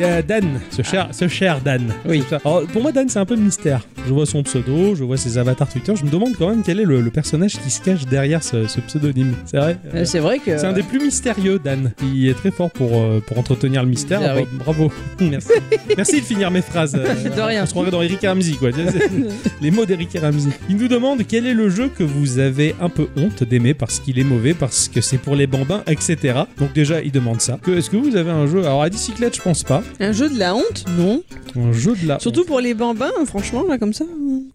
Speaker 2: euh, Dan, ce cher, ce cher Dan.
Speaker 3: Oui.
Speaker 2: C'est ça. Alors, pour moi, Dan, c'est un peu le mystère. Je vois son pseudo, je vois ses avatars Twitter. Je me demande quand même quel est le, le personnage qui se cache derrière ce, ce pseudonyme. C'est vrai
Speaker 3: Euh, C'est vrai que.
Speaker 2: C'est un des plus mystérieux, Dan. Il est très fort pour, euh, pour entretenir le mystère.
Speaker 3: Ah oui.
Speaker 2: Bra- Bravo. Merci. Merci de finir mes phrases. euh,
Speaker 3: De rien.
Speaker 2: On se croirait dans Eric et Ramsey, quoi. Tu sais, c'est- Les mots d'Eric et Ramsey. Il nous demande quel est le jeu que vous avez un peu honte d'aimer parce qu'il est mauvais, parce que c'est pour les bambins, etc. Donc déjà, il demande ça. Que- Est-ce que vous avez un jeu Alors à bicyclette, je pense pas.
Speaker 1: Un jeu de la honte Non.
Speaker 2: Un jeu de la
Speaker 1: Surtout pour les bambins, hein, franchement, là, comme ça.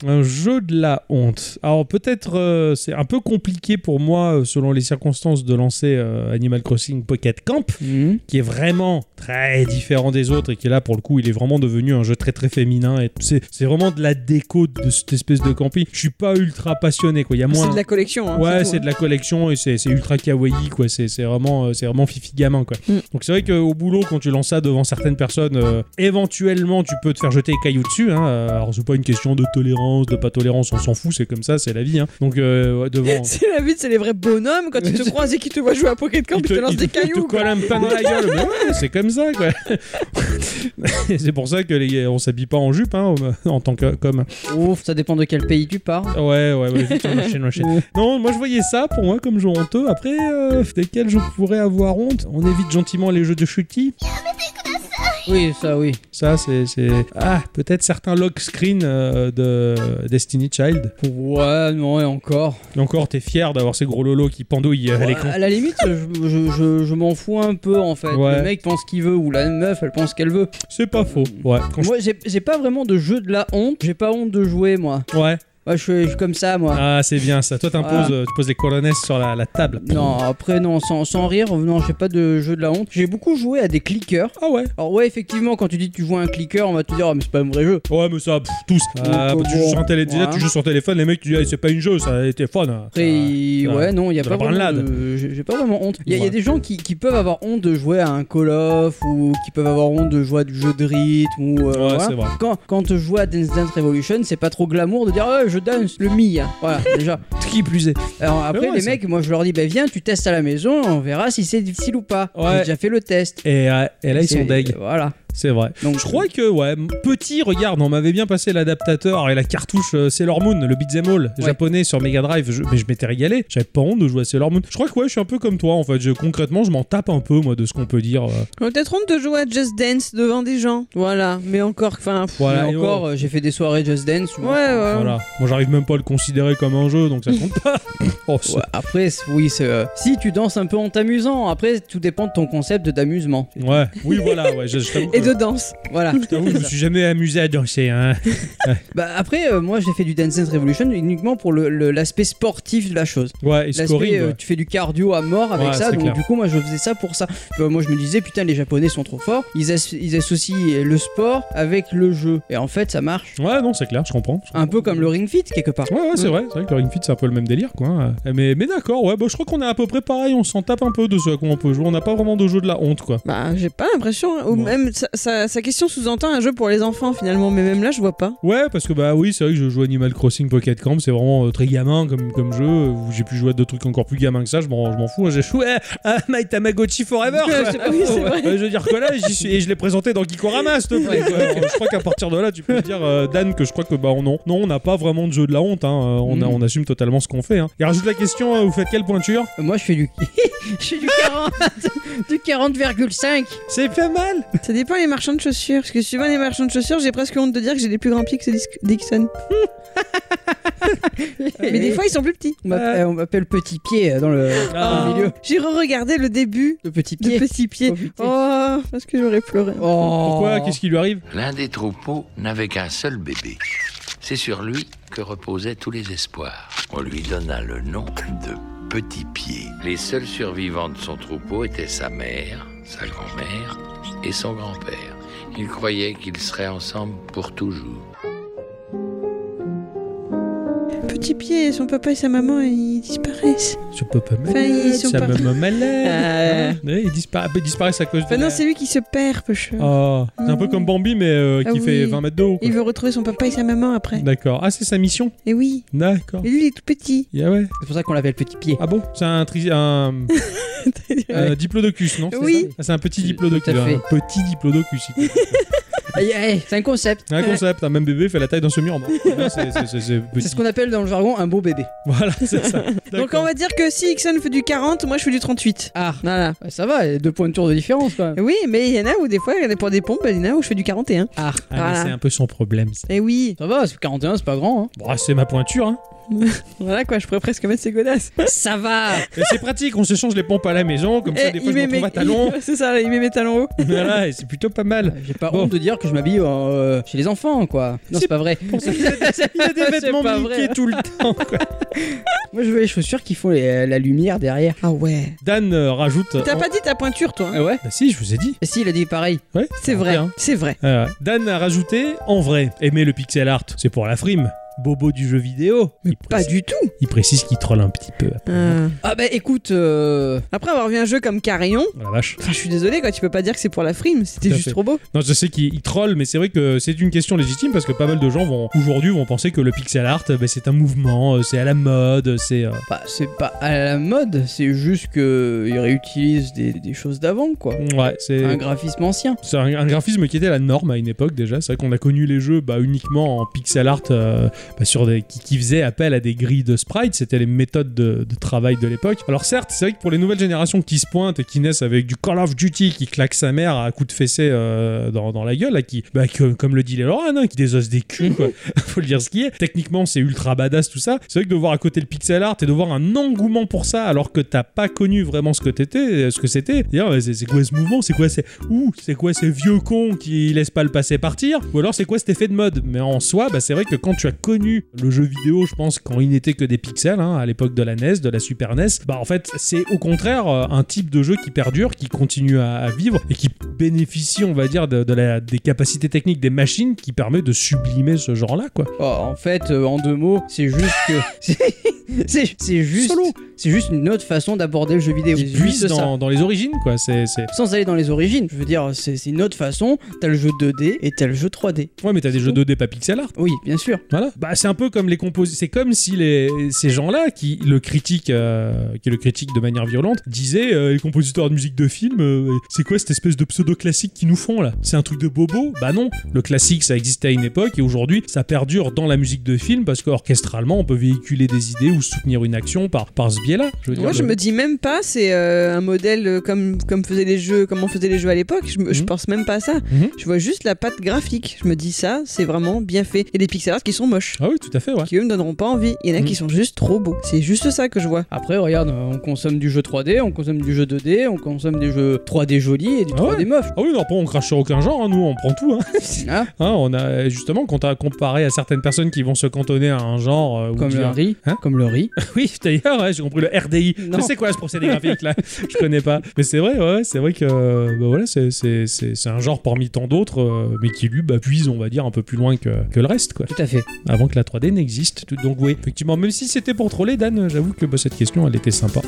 Speaker 2: Un jeu de la honte. Alors peut-être euh, c'est un peu compliqué pour moi, euh, selon les circonstances, de lancer euh, Animal Crossing Pocket Camp,
Speaker 3: Mhm.
Speaker 2: qui est vraiment très différent des autres et qui là pour le coup il est vraiment devenu un jeu très très féminin et c'est c'est vraiment de la déco de cette espèce de camping. Je suis pas ultra passionné quoi. Il y a moins.
Speaker 1: C'est de la collection. hein,
Speaker 2: Ouais,
Speaker 1: tout,
Speaker 2: c'est
Speaker 1: hein.
Speaker 2: de la collection et c'est c'est ultra kawaii quoi. C'est c'est vraiment euh, c'est vraiment fifi gamin quoi.
Speaker 1: Mm.
Speaker 2: Donc c'est vrai qu'au boulot quand tu lances ça devant certaines personnes, euh, éventuellement tu peux te faire jeter les cailloux dessus. Hein. Euh, Alors c'est pas une question de tolérance, de pas tolérance, on s'en fout, c'est comme ça, c'est la vie. Hein. Donc euh, ouais, devant.
Speaker 1: C'est la vie, c'est les vrais bonhommes quand ils te croisent et qu'ils te voient jouer à Pocket Camp, ils te, lancent
Speaker 2: il
Speaker 1: des
Speaker 2: il te
Speaker 1: cailloux. quoi.
Speaker 2: colle un pain dans la gueule. Mais ouais, c'est comme ça, quoi. Et c'est pour ça que les, on s'habille pas en jupe, hein, en tant que comme.
Speaker 3: Ouf, ça dépend de quel pays tu pars.
Speaker 2: Ouais, ouais, ouais. vite, on enchaîne, on enchaîne. Non, moi je voyais ça pour moi comme jeu honteux. Après, euh, desquels je pourrais avoir honte. On évite gentiment les jeux de Shuki.
Speaker 3: Oui, ça, oui.
Speaker 2: Ça, c'est. c'est- Ah, peut-être certains lock screen euh, de Destiny Child.
Speaker 3: Ouais, non, et encore.
Speaker 2: Et encore, t'es fier d'avoir ces gros lolos qui pendouillent euh, à
Speaker 3: Ouais,
Speaker 2: l'écran.
Speaker 3: à la limite, je, je- je- je m'en fous un peu en fait.
Speaker 2: Ouais.
Speaker 3: Le mec pense qu'il veut ou la meuf elle pense qu'elle veut.
Speaker 2: C'est pas faux. Ouais. Quand je-
Speaker 3: Moi j'ai j'ai pas vraiment de jeu de la honte, j'ai pas honte de jouer moi.
Speaker 2: ouais.
Speaker 3: Moi je suis, je suis comme ça moi.
Speaker 2: Ah, c'est bien ça. Toi, t'imposes,
Speaker 3: Voilà.
Speaker 2: euh, tu poses les colonnes sur la, la table.
Speaker 3: Non, après non, sans, sans rire, non, j'ai pas de jeu de la honte. J'ai beaucoup joué à des clickers.
Speaker 2: Ah ouais.
Speaker 3: Alors ouais, effectivement, quand tu dis que tu joues à un clicker, on va te dire, oh, mais c'est pas un vrai jeu.
Speaker 2: Ouais, mais ça, pff, tous. Ah,
Speaker 3: Donc,
Speaker 2: bah, tu
Speaker 3: bon,
Speaker 2: joues sur un télé- déjà,
Speaker 3: ouais.
Speaker 2: tu joues sur téléphone, les mecs, tu dis, ah, c'est pas une jeu, ça était fun. hein.
Speaker 3: Après, il-
Speaker 2: ça-
Speaker 3: ouais, non, il y a
Speaker 2: de
Speaker 3: pas
Speaker 2: la
Speaker 3: vraiment
Speaker 2: branlade.
Speaker 3: de- j'ai j'ai pas vraiment honte. Il y, a- il y
Speaker 2: Ouais.
Speaker 3: a des gens qui, qui peuvent avoir honte de jouer à un Call of ou qui peuvent avoir honte de jouer à du jeu de rythme ou euh,
Speaker 2: Ouais,
Speaker 3: voilà.
Speaker 2: c'est vrai.
Speaker 3: Quand, quand je joue à Dance Dance Revolution, c'est pas trop glamour de dire ouais, je danse le mi. hein. Voilà, déjà.
Speaker 2: Qui plus est.
Speaker 3: Alors après,
Speaker 2: ouais,
Speaker 3: les
Speaker 2: ça.
Speaker 3: mecs, moi je leur dis, bah viens, tu testes à la maison, on verra si c'est difficile ou pas.
Speaker 2: Ouais.
Speaker 3: J'ai déjà fait le test.
Speaker 2: Et, euh, et là, ils sont
Speaker 3: C'est-
Speaker 2: deg.
Speaker 3: Voilà.
Speaker 2: C'est vrai.
Speaker 3: Donc, euh,
Speaker 2: Je crois que, ouais, m- petit, regarde, on m'avait bien passé l'adaptateur et la cartouche euh, Sailor Moon, le Beat'em All
Speaker 3: Ouais.
Speaker 2: japonais sur Mega Drive, je- mais je m'étais régalé. J'avais pas honte de jouer à Sailor Moon. Je crois que, ouais, je suis un peu comme toi, en fait. Je- concrètement, je m'en tape un peu, moi, de ce qu'on peut dire. euh.
Speaker 1: On a peut-être honte de jouer à Just Dance devant des gens. Voilà, mais encore, enfin. pff,
Speaker 2: Voilà.
Speaker 3: mais
Speaker 2: et
Speaker 3: encore,
Speaker 2: oh,
Speaker 3: euh, j'ai fait des soirées Just Dance.
Speaker 1: Ouais,
Speaker 3: moi.
Speaker 1: ouais.
Speaker 2: Voilà. Moi, j'arrive même pas à le considérer comme un jeu, donc ça compte pas. Oh, ce-
Speaker 3: Ouais, après, c'est- oui, c'est. euh, Si tu danses un peu en t'amusant, après, tout dépend de ton concept de d'amusement.
Speaker 2: Ouais, oui, voilà, ouais, je, je t'avoue
Speaker 1: Et
Speaker 2: que-
Speaker 1: de danse.
Speaker 3: Voilà.
Speaker 2: je t'avoue que je me suis jamais amusé à danser, hein.
Speaker 3: Bah, après, euh, moi, j'ai fait du Dance Dance Revolution uniquement pour le- le- l'aspect sportif de la chose.
Speaker 2: Ouais, et scoring.
Speaker 3: L'aspect, euh,
Speaker 2: ouais.
Speaker 3: tu fais du cardio à mort avec
Speaker 2: Ouais,
Speaker 3: ça,
Speaker 2: c'est
Speaker 3: donc
Speaker 2: clair.
Speaker 3: du coup, moi, je faisais ça pour ça. Tu vois, moi, je me disais, putain, les Japonais sont trop forts. Ils, as- ils associent le sport avec le jeu. Et en fait, ça marche.
Speaker 2: bah. Ouais, non, c'est clair, je comprends. je
Speaker 3: Un peu
Speaker 2: comprends.
Speaker 3: comme le ring fit quelque part.
Speaker 2: Ouais, ouais, c'est vrai, c'est vrai que le ring fit c'est un peu le même délire quoi. hein. Mais, mais d'accord, ouais, bah, je crois qu'on est à peu près pareil, on s'en tape un peu de ce à quoi on peut jouer, on n'a pas vraiment de jeu de la honte quoi.
Speaker 1: Bah, j'ai pas l'impression. hein. Ou
Speaker 2: Bon.
Speaker 1: même, sa, sa- sa question sous-entend un jeu pour les enfants finalement, mais même là, je vois pas.
Speaker 2: Ouais, parce que bah oui, c'est vrai que je joue Animal Crossing Pocket Camp, c'est vraiment euh, très gamin comme, comme jeu, euh, où j'ai pu jouer à d'autres trucs encore plus gamins que ça, je m'en je m'en fous, hein, j'ai joué à, à My Tamagotchi Forever quoi.
Speaker 1: C'est pas- oui, c'est vrai.
Speaker 2: Euh, je veux dire que là, j'y suis- et je l'ai présenté dans Gikorama, s'il te plaît. quoi. Alors, je crois qu'à partir de là, tu peux me dire, euh, Dan, que je crois que bah on- non, non, on n'a pas vraiment de jeu de la honte. hein. Euh, On, a-
Speaker 3: Mm.
Speaker 2: on assume totalement ce qu'on fait. Hein. Et rajoute la question, euh, vous faites quelle pointure
Speaker 3: Euh, Moi, je fais du. je fais du 40. du 40,5.
Speaker 2: C'est pas mal.
Speaker 1: Ça dépend les marchands de chaussures. Parce que suivant les marchands de chaussures, j'ai presque honte de dire que j'ai des plus grands pieds que ce disc- Dixon.
Speaker 3: Eh
Speaker 1: mais des fois, ils sont plus petits.
Speaker 3: On m'appelle euh, on m'appelle Petit Pied euh, dans le, dans le
Speaker 2: Ah.
Speaker 3: milieu.
Speaker 1: J'ai re-regardé le début
Speaker 3: Le Petit
Speaker 1: de
Speaker 3: Pied.
Speaker 1: Petit Pied.
Speaker 3: Oh, putain.
Speaker 1: Oh, parce que j'aurais pleuré.
Speaker 3: Oh.
Speaker 2: Pourquoi Qu'est-ce qui lui arrive
Speaker 8: L'un des troupeaux n'avait qu'un seul bébé. C'est sur lui que reposaient tous les espoirs. On lui donna le nom de Petit Pied. Les seuls survivants de son troupeau étaient sa mère, sa grand-mère et son grand-père. Ils croyaient qu'ils seraient ensemble pour toujours.
Speaker 1: petit pied, son papa et sa maman, ils disparaissent.
Speaker 2: Ce papa
Speaker 1: Enfin, ils
Speaker 2: malade,
Speaker 1: sont
Speaker 2: ça
Speaker 1: pas-
Speaker 2: me malade.
Speaker 1: Euh.
Speaker 2: Ouais, il, dispara- il disparaît à cause de.
Speaker 1: Enfin, non,
Speaker 2: la-
Speaker 1: c'est lui qui se perd, Pocheux.
Speaker 2: Oh, c'est un peu comme Bambi, mais euh,
Speaker 1: Ah
Speaker 2: qui fait
Speaker 1: oui.
Speaker 2: 20 mètres de haut. quoi.
Speaker 1: Il veut retrouver son papa et sa maman après.
Speaker 2: D'accord. Ah, c'est sa mission
Speaker 1: Et oui.
Speaker 2: D'accord.
Speaker 1: Et lui, il est tout petit.
Speaker 2: Yeah, ouais.
Speaker 3: C'est pour ça qu'on l'appelle Petit Pied.
Speaker 2: Ah bon C'est un, tri- un un diplodocus, non c'est
Speaker 1: Oui.
Speaker 2: ça Ah, C'est un petit diplodocus.
Speaker 3: Tout à fait.
Speaker 2: Un petit diplodocus. il faut-
Speaker 3: Aïe, aïe, Eh, c'est un concept. Eh,
Speaker 2: un concept. Un même bébé fait la taille d'un semi-arbre. Non, c'est- c'est- c'est- C'est
Speaker 3: C'est
Speaker 2: petit.
Speaker 3: ce qu'on appelle dans le jargon un beau bébé.
Speaker 2: Voilà, c'est ça.
Speaker 1: Donc on va dire que si Ixon fait du 40, moi je fais du 38.
Speaker 3: Ah,
Speaker 1: Voilà.
Speaker 3: ouais, ça va, il y a deux points de tour de différence quand même.
Speaker 1: Oui, mais il y en a où des fois, pour des pompes, il y en a où je fais du 41.
Speaker 3: Ah,
Speaker 2: Ah, mais
Speaker 1: Voilà.
Speaker 2: C'est un peu son problème. ça.
Speaker 1: Et oui.
Speaker 3: ça va, c'est 41, c'est pas grand. Hein.
Speaker 2: Bon, c'est ma pointure. Hein.
Speaker 1: Voilà quoi, je pourrais presque mettre ses godasses.
Speaker 3: ça va
Speaker 2: Et c'est pratique, on se change les pompes à la maison, comme ça
Speaker 1: Eh,
Speaker 2: des fois je
Speaker 1: met
Speaker 2: me
Speaker 1: mes-
Speaker 2: retrouve à talons.
Speaker 1: C'est ça, il met mes talons hauts.
Speaker 2: voilà, et c'est plutôt pas mal.
Speaker 3: J'ai pas
Speaker 2: Bon.
Speaker 3: honte de dire que je m'habille euh, chez les enfants, quoi. Non,
Speaker 2: C'est
Speaker 3: c'est pas vrai.
Speaker 2: Il y a des
Speaker 3: C'est
Speaker 2: vêtements
Speaker 3: pas vrai.
Speaker 2: Mickey tout le temps. quoi.
Speaker 3: Moi, je veux les chaussures qui font les- euh, la lumière derrière.
Speaker 1: Ah ouais.
Speaker 2: Dan euh, rajoute.
Speaker 1: T'as
Speaker 2: en-
Speaker 1: pas dit ta pointure, toi. hein.
Speaker 3: Ah ouais
Speaker 2: Bah si, je vous ai dit.
Speaker 3: Et Si, il a dit pareil.
Speaker 2: Ouais.
Speaker 1: C'est vrai,
Speaker 2: Hein.
Speaker 1: c'est vrai.
Speaker 2: Euh, Dan a rajouté en vrai. Aimer le pixel art, c'est pour la frime. Bobo du jeu vidéo. il,
Speaker 1: Pas
Speaker 2: précise-
Speaker 1: du tout.
Speaker 2: il précise qu'il troll un petit peu.
Speaker 1: Euh,
Speaker 3: Ah bah écoute, euh,
Speaker 1: Après avoir vu un jeu comme Carillon,
Speaker 2: Oh la vache.
Speaker 1: enfin je suis désolé quoi, tu peux pas dire que c'est pour la frime, c'était
Speaker 2: Tout à
Speaker 1: juste
Speaker 2: fait.
Speaker 1: trop beau.
Speaker 2: Non, je sais qu'il il troll, mais c'est vrai que c'est une question légitime parce que pas mal de gens vont aujourd'hui vont penser que le pixel art, euh, bah, c'est un mouvement, euh, c'est à la mode, c'est. euh,
Speaker 3: bah, c'est pas à la mode, c'est juste que euh, ils réutilisent des, des choses d'avant, quoi.
Speaker 2: Ouais, c'est.
Speaker 3: Un graphisme ancien.
Speaker 2: C'est un, un graphisme qui était la norme à une époque déjà. C'est vrai qu'on a connu les jeux bah, uniquement en pixel art euh, bah, sur des, qui, qui faisaient appel à des grilles de sprites. C'était les méthodes de, de travail de l'époque. Alors certes, c'est vrai que pour les nouvelles générations qui se pointent et qui naissent avec du Call of Duty qui claque sa mère à coups de fessée euh, dans, dans la gueule, là, qui, bah, que- comme le dit Léoran, hein, qui désosse des culs, quoi. faut le dire ce qui est. Techniquement, c'est ultra badass tout ça. C'est vrai que de voir à côté le pixel art et de voir un engouement pour ça alors que t'as pas connu vraiment ce que t'étais, euh, ce que c'était. Dire, ouais, c'est c'est quoi ce mouvement C'est quoi ces ouh C'est quoi ces vieux cons qui laissent pas le passé partir Ou alors c'est quoi cet effet de mode Mais en soi, bah, c'est vrai que quand tu as connu le jeu vidéo, je pense quand il n'était que des pixels hein, à l'époque de la NES, de la Super NES, bah en fait c'est au contraire euh, un type de jeu qui perdure, qui continue à, à vivre et qui bénéficie, on va dire, de, de la, des capacités techniques des machines qui permet de sublimer ce genre-là, quoi.
Speaker 3: Oh, en fait, euh, en deux mots, c'est juste que c'est- c'est c'est juste
Speaker 2: Solo.
Speaker 3: c'est juste une autre façon d'aborder le jeu vidéo.
Speaker 2: Ils
Speaker 3: C'est juste
Speaker 2: puisent
Speaker 3: ça.
Speaker 2: dans, dans les origines, quoi. C'est, c'est...
Speaker 3: Sans aller dans les origines, je veux dire, c'est c'est une autre façon. T'as le jeu 2D et t'as le jeu 3D.
Speaker 2: Ouais, mais t'as des
Speaker 3: C'est
Speaker 2: jeux
Speaker 3: tout.
Speaker 2: 2D pas hein. pixel art.
Speaker 3: Oui, bien sûr.
Speaker 2: Voilà. Bah, c'est un peu comme les composés. C'est comme si les, ces gens-là, qui le critiquent, euh, qui le critiquent de manière violente, disaient euh, les compositeurs de musique de film, euh, c'est quoi cette espèce de pseudo-classique qu'ils nous font là C'est un truc de bobo Bah non. Le classique, ça existait à une époque et aujourd'hui, ça perdure dans la musique de film parce qu'orchestralement, on peut véhiculer des idées ou soutenir une action par, par ce biais-là. Je veux dire,
Speaker 1: Moi je
Speaker 2: le-
Speaker 1: me dis même pas, c'est euh, un modèle euh, comme, comme faisaient les jeux, comment faisaient les jeux à l'époque, je, me- je
Speaker 2: Mhm.
Speaker 1: pense même pas à ça.
Speaker 2: Mhm.
Speaker 1: Je vois juste la patte graphique, je me dis ça, c'est vraiment bien fait. Et des pixel art qui sont moches.
Speaker 2: Ah oui, tout à fait, ouais.
Speaker 1: Qui eux me donneront pas envie. Il y en a
Speaker 2: Mhm.
Speaker 1: qui sont juste trop beaux. C'est juste ça que je vois.
Speaker 3: Après, regarde, euh, on consomme du jeu 3D, on consomme du jeu 2D, on consomme des jeux 3D jolis et du
Speaker 2: Ah ouais.
Speaker 3: 3D moche.
Speaker 2: Ah oui, non, après, on crache sur aucun genre, hein, nous, on prend tout. hein.
Speaker 3: Hein
Speaker 2: Hein, on a justement quand t'as comparé à certaines personnes qui vont se cantonner à un genre euh, ou
Speaker 3: comme le
Speaker 2: dire-
Speaker 3: riz,
Speaker 2: Hein
Speaker 3: comme le riz.
Speaker 2: oui d'ailleurs ouais, j'ai compris le RDI
Speaker 3: Non.
Speaker 2: je sais quoi ce procédé graphique là je connais pas mais c'est vrai ouais, c'est vrai que euh, bah voilà c'est, c'est, c'est, c'est un genre parmi tant d'autres euh, mais qui lui bah, puise on va dire un peu plus loin que, que le reste quoi
Speaker 3: Tout à fait.
Speaker 2: avant que la 3D n'existe Tout- donc oui effectivement même si c'était pour troller Dan j'avoue que bah, cette question elle était sympa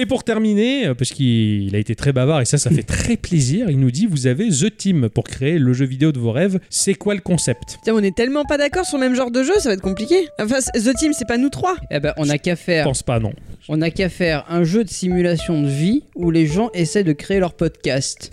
Speaker 2: Et pour terminer, euh, parce qu'il il a été très bavard et ça, ça fait très plaisir, il nous dit Vous avez The Team pour créer le jeu vidéo de vos rêves. C'est quoi le concept
Speaker 1: Putain, on est tellement pas d'accord sur le même genre de jeu, ça va être compliqué. Enfin, c- The Team, c'est pas nous trois.
Speaker 3: Eh ben, on n'a qu'à
Speaker 2: Je
Speaker 3: faire,
Speaker 2: pense pas, non.
Speaker 3: on a qu'à faire un jeu de simulation de vie où les gens essaient de créer leur podcast,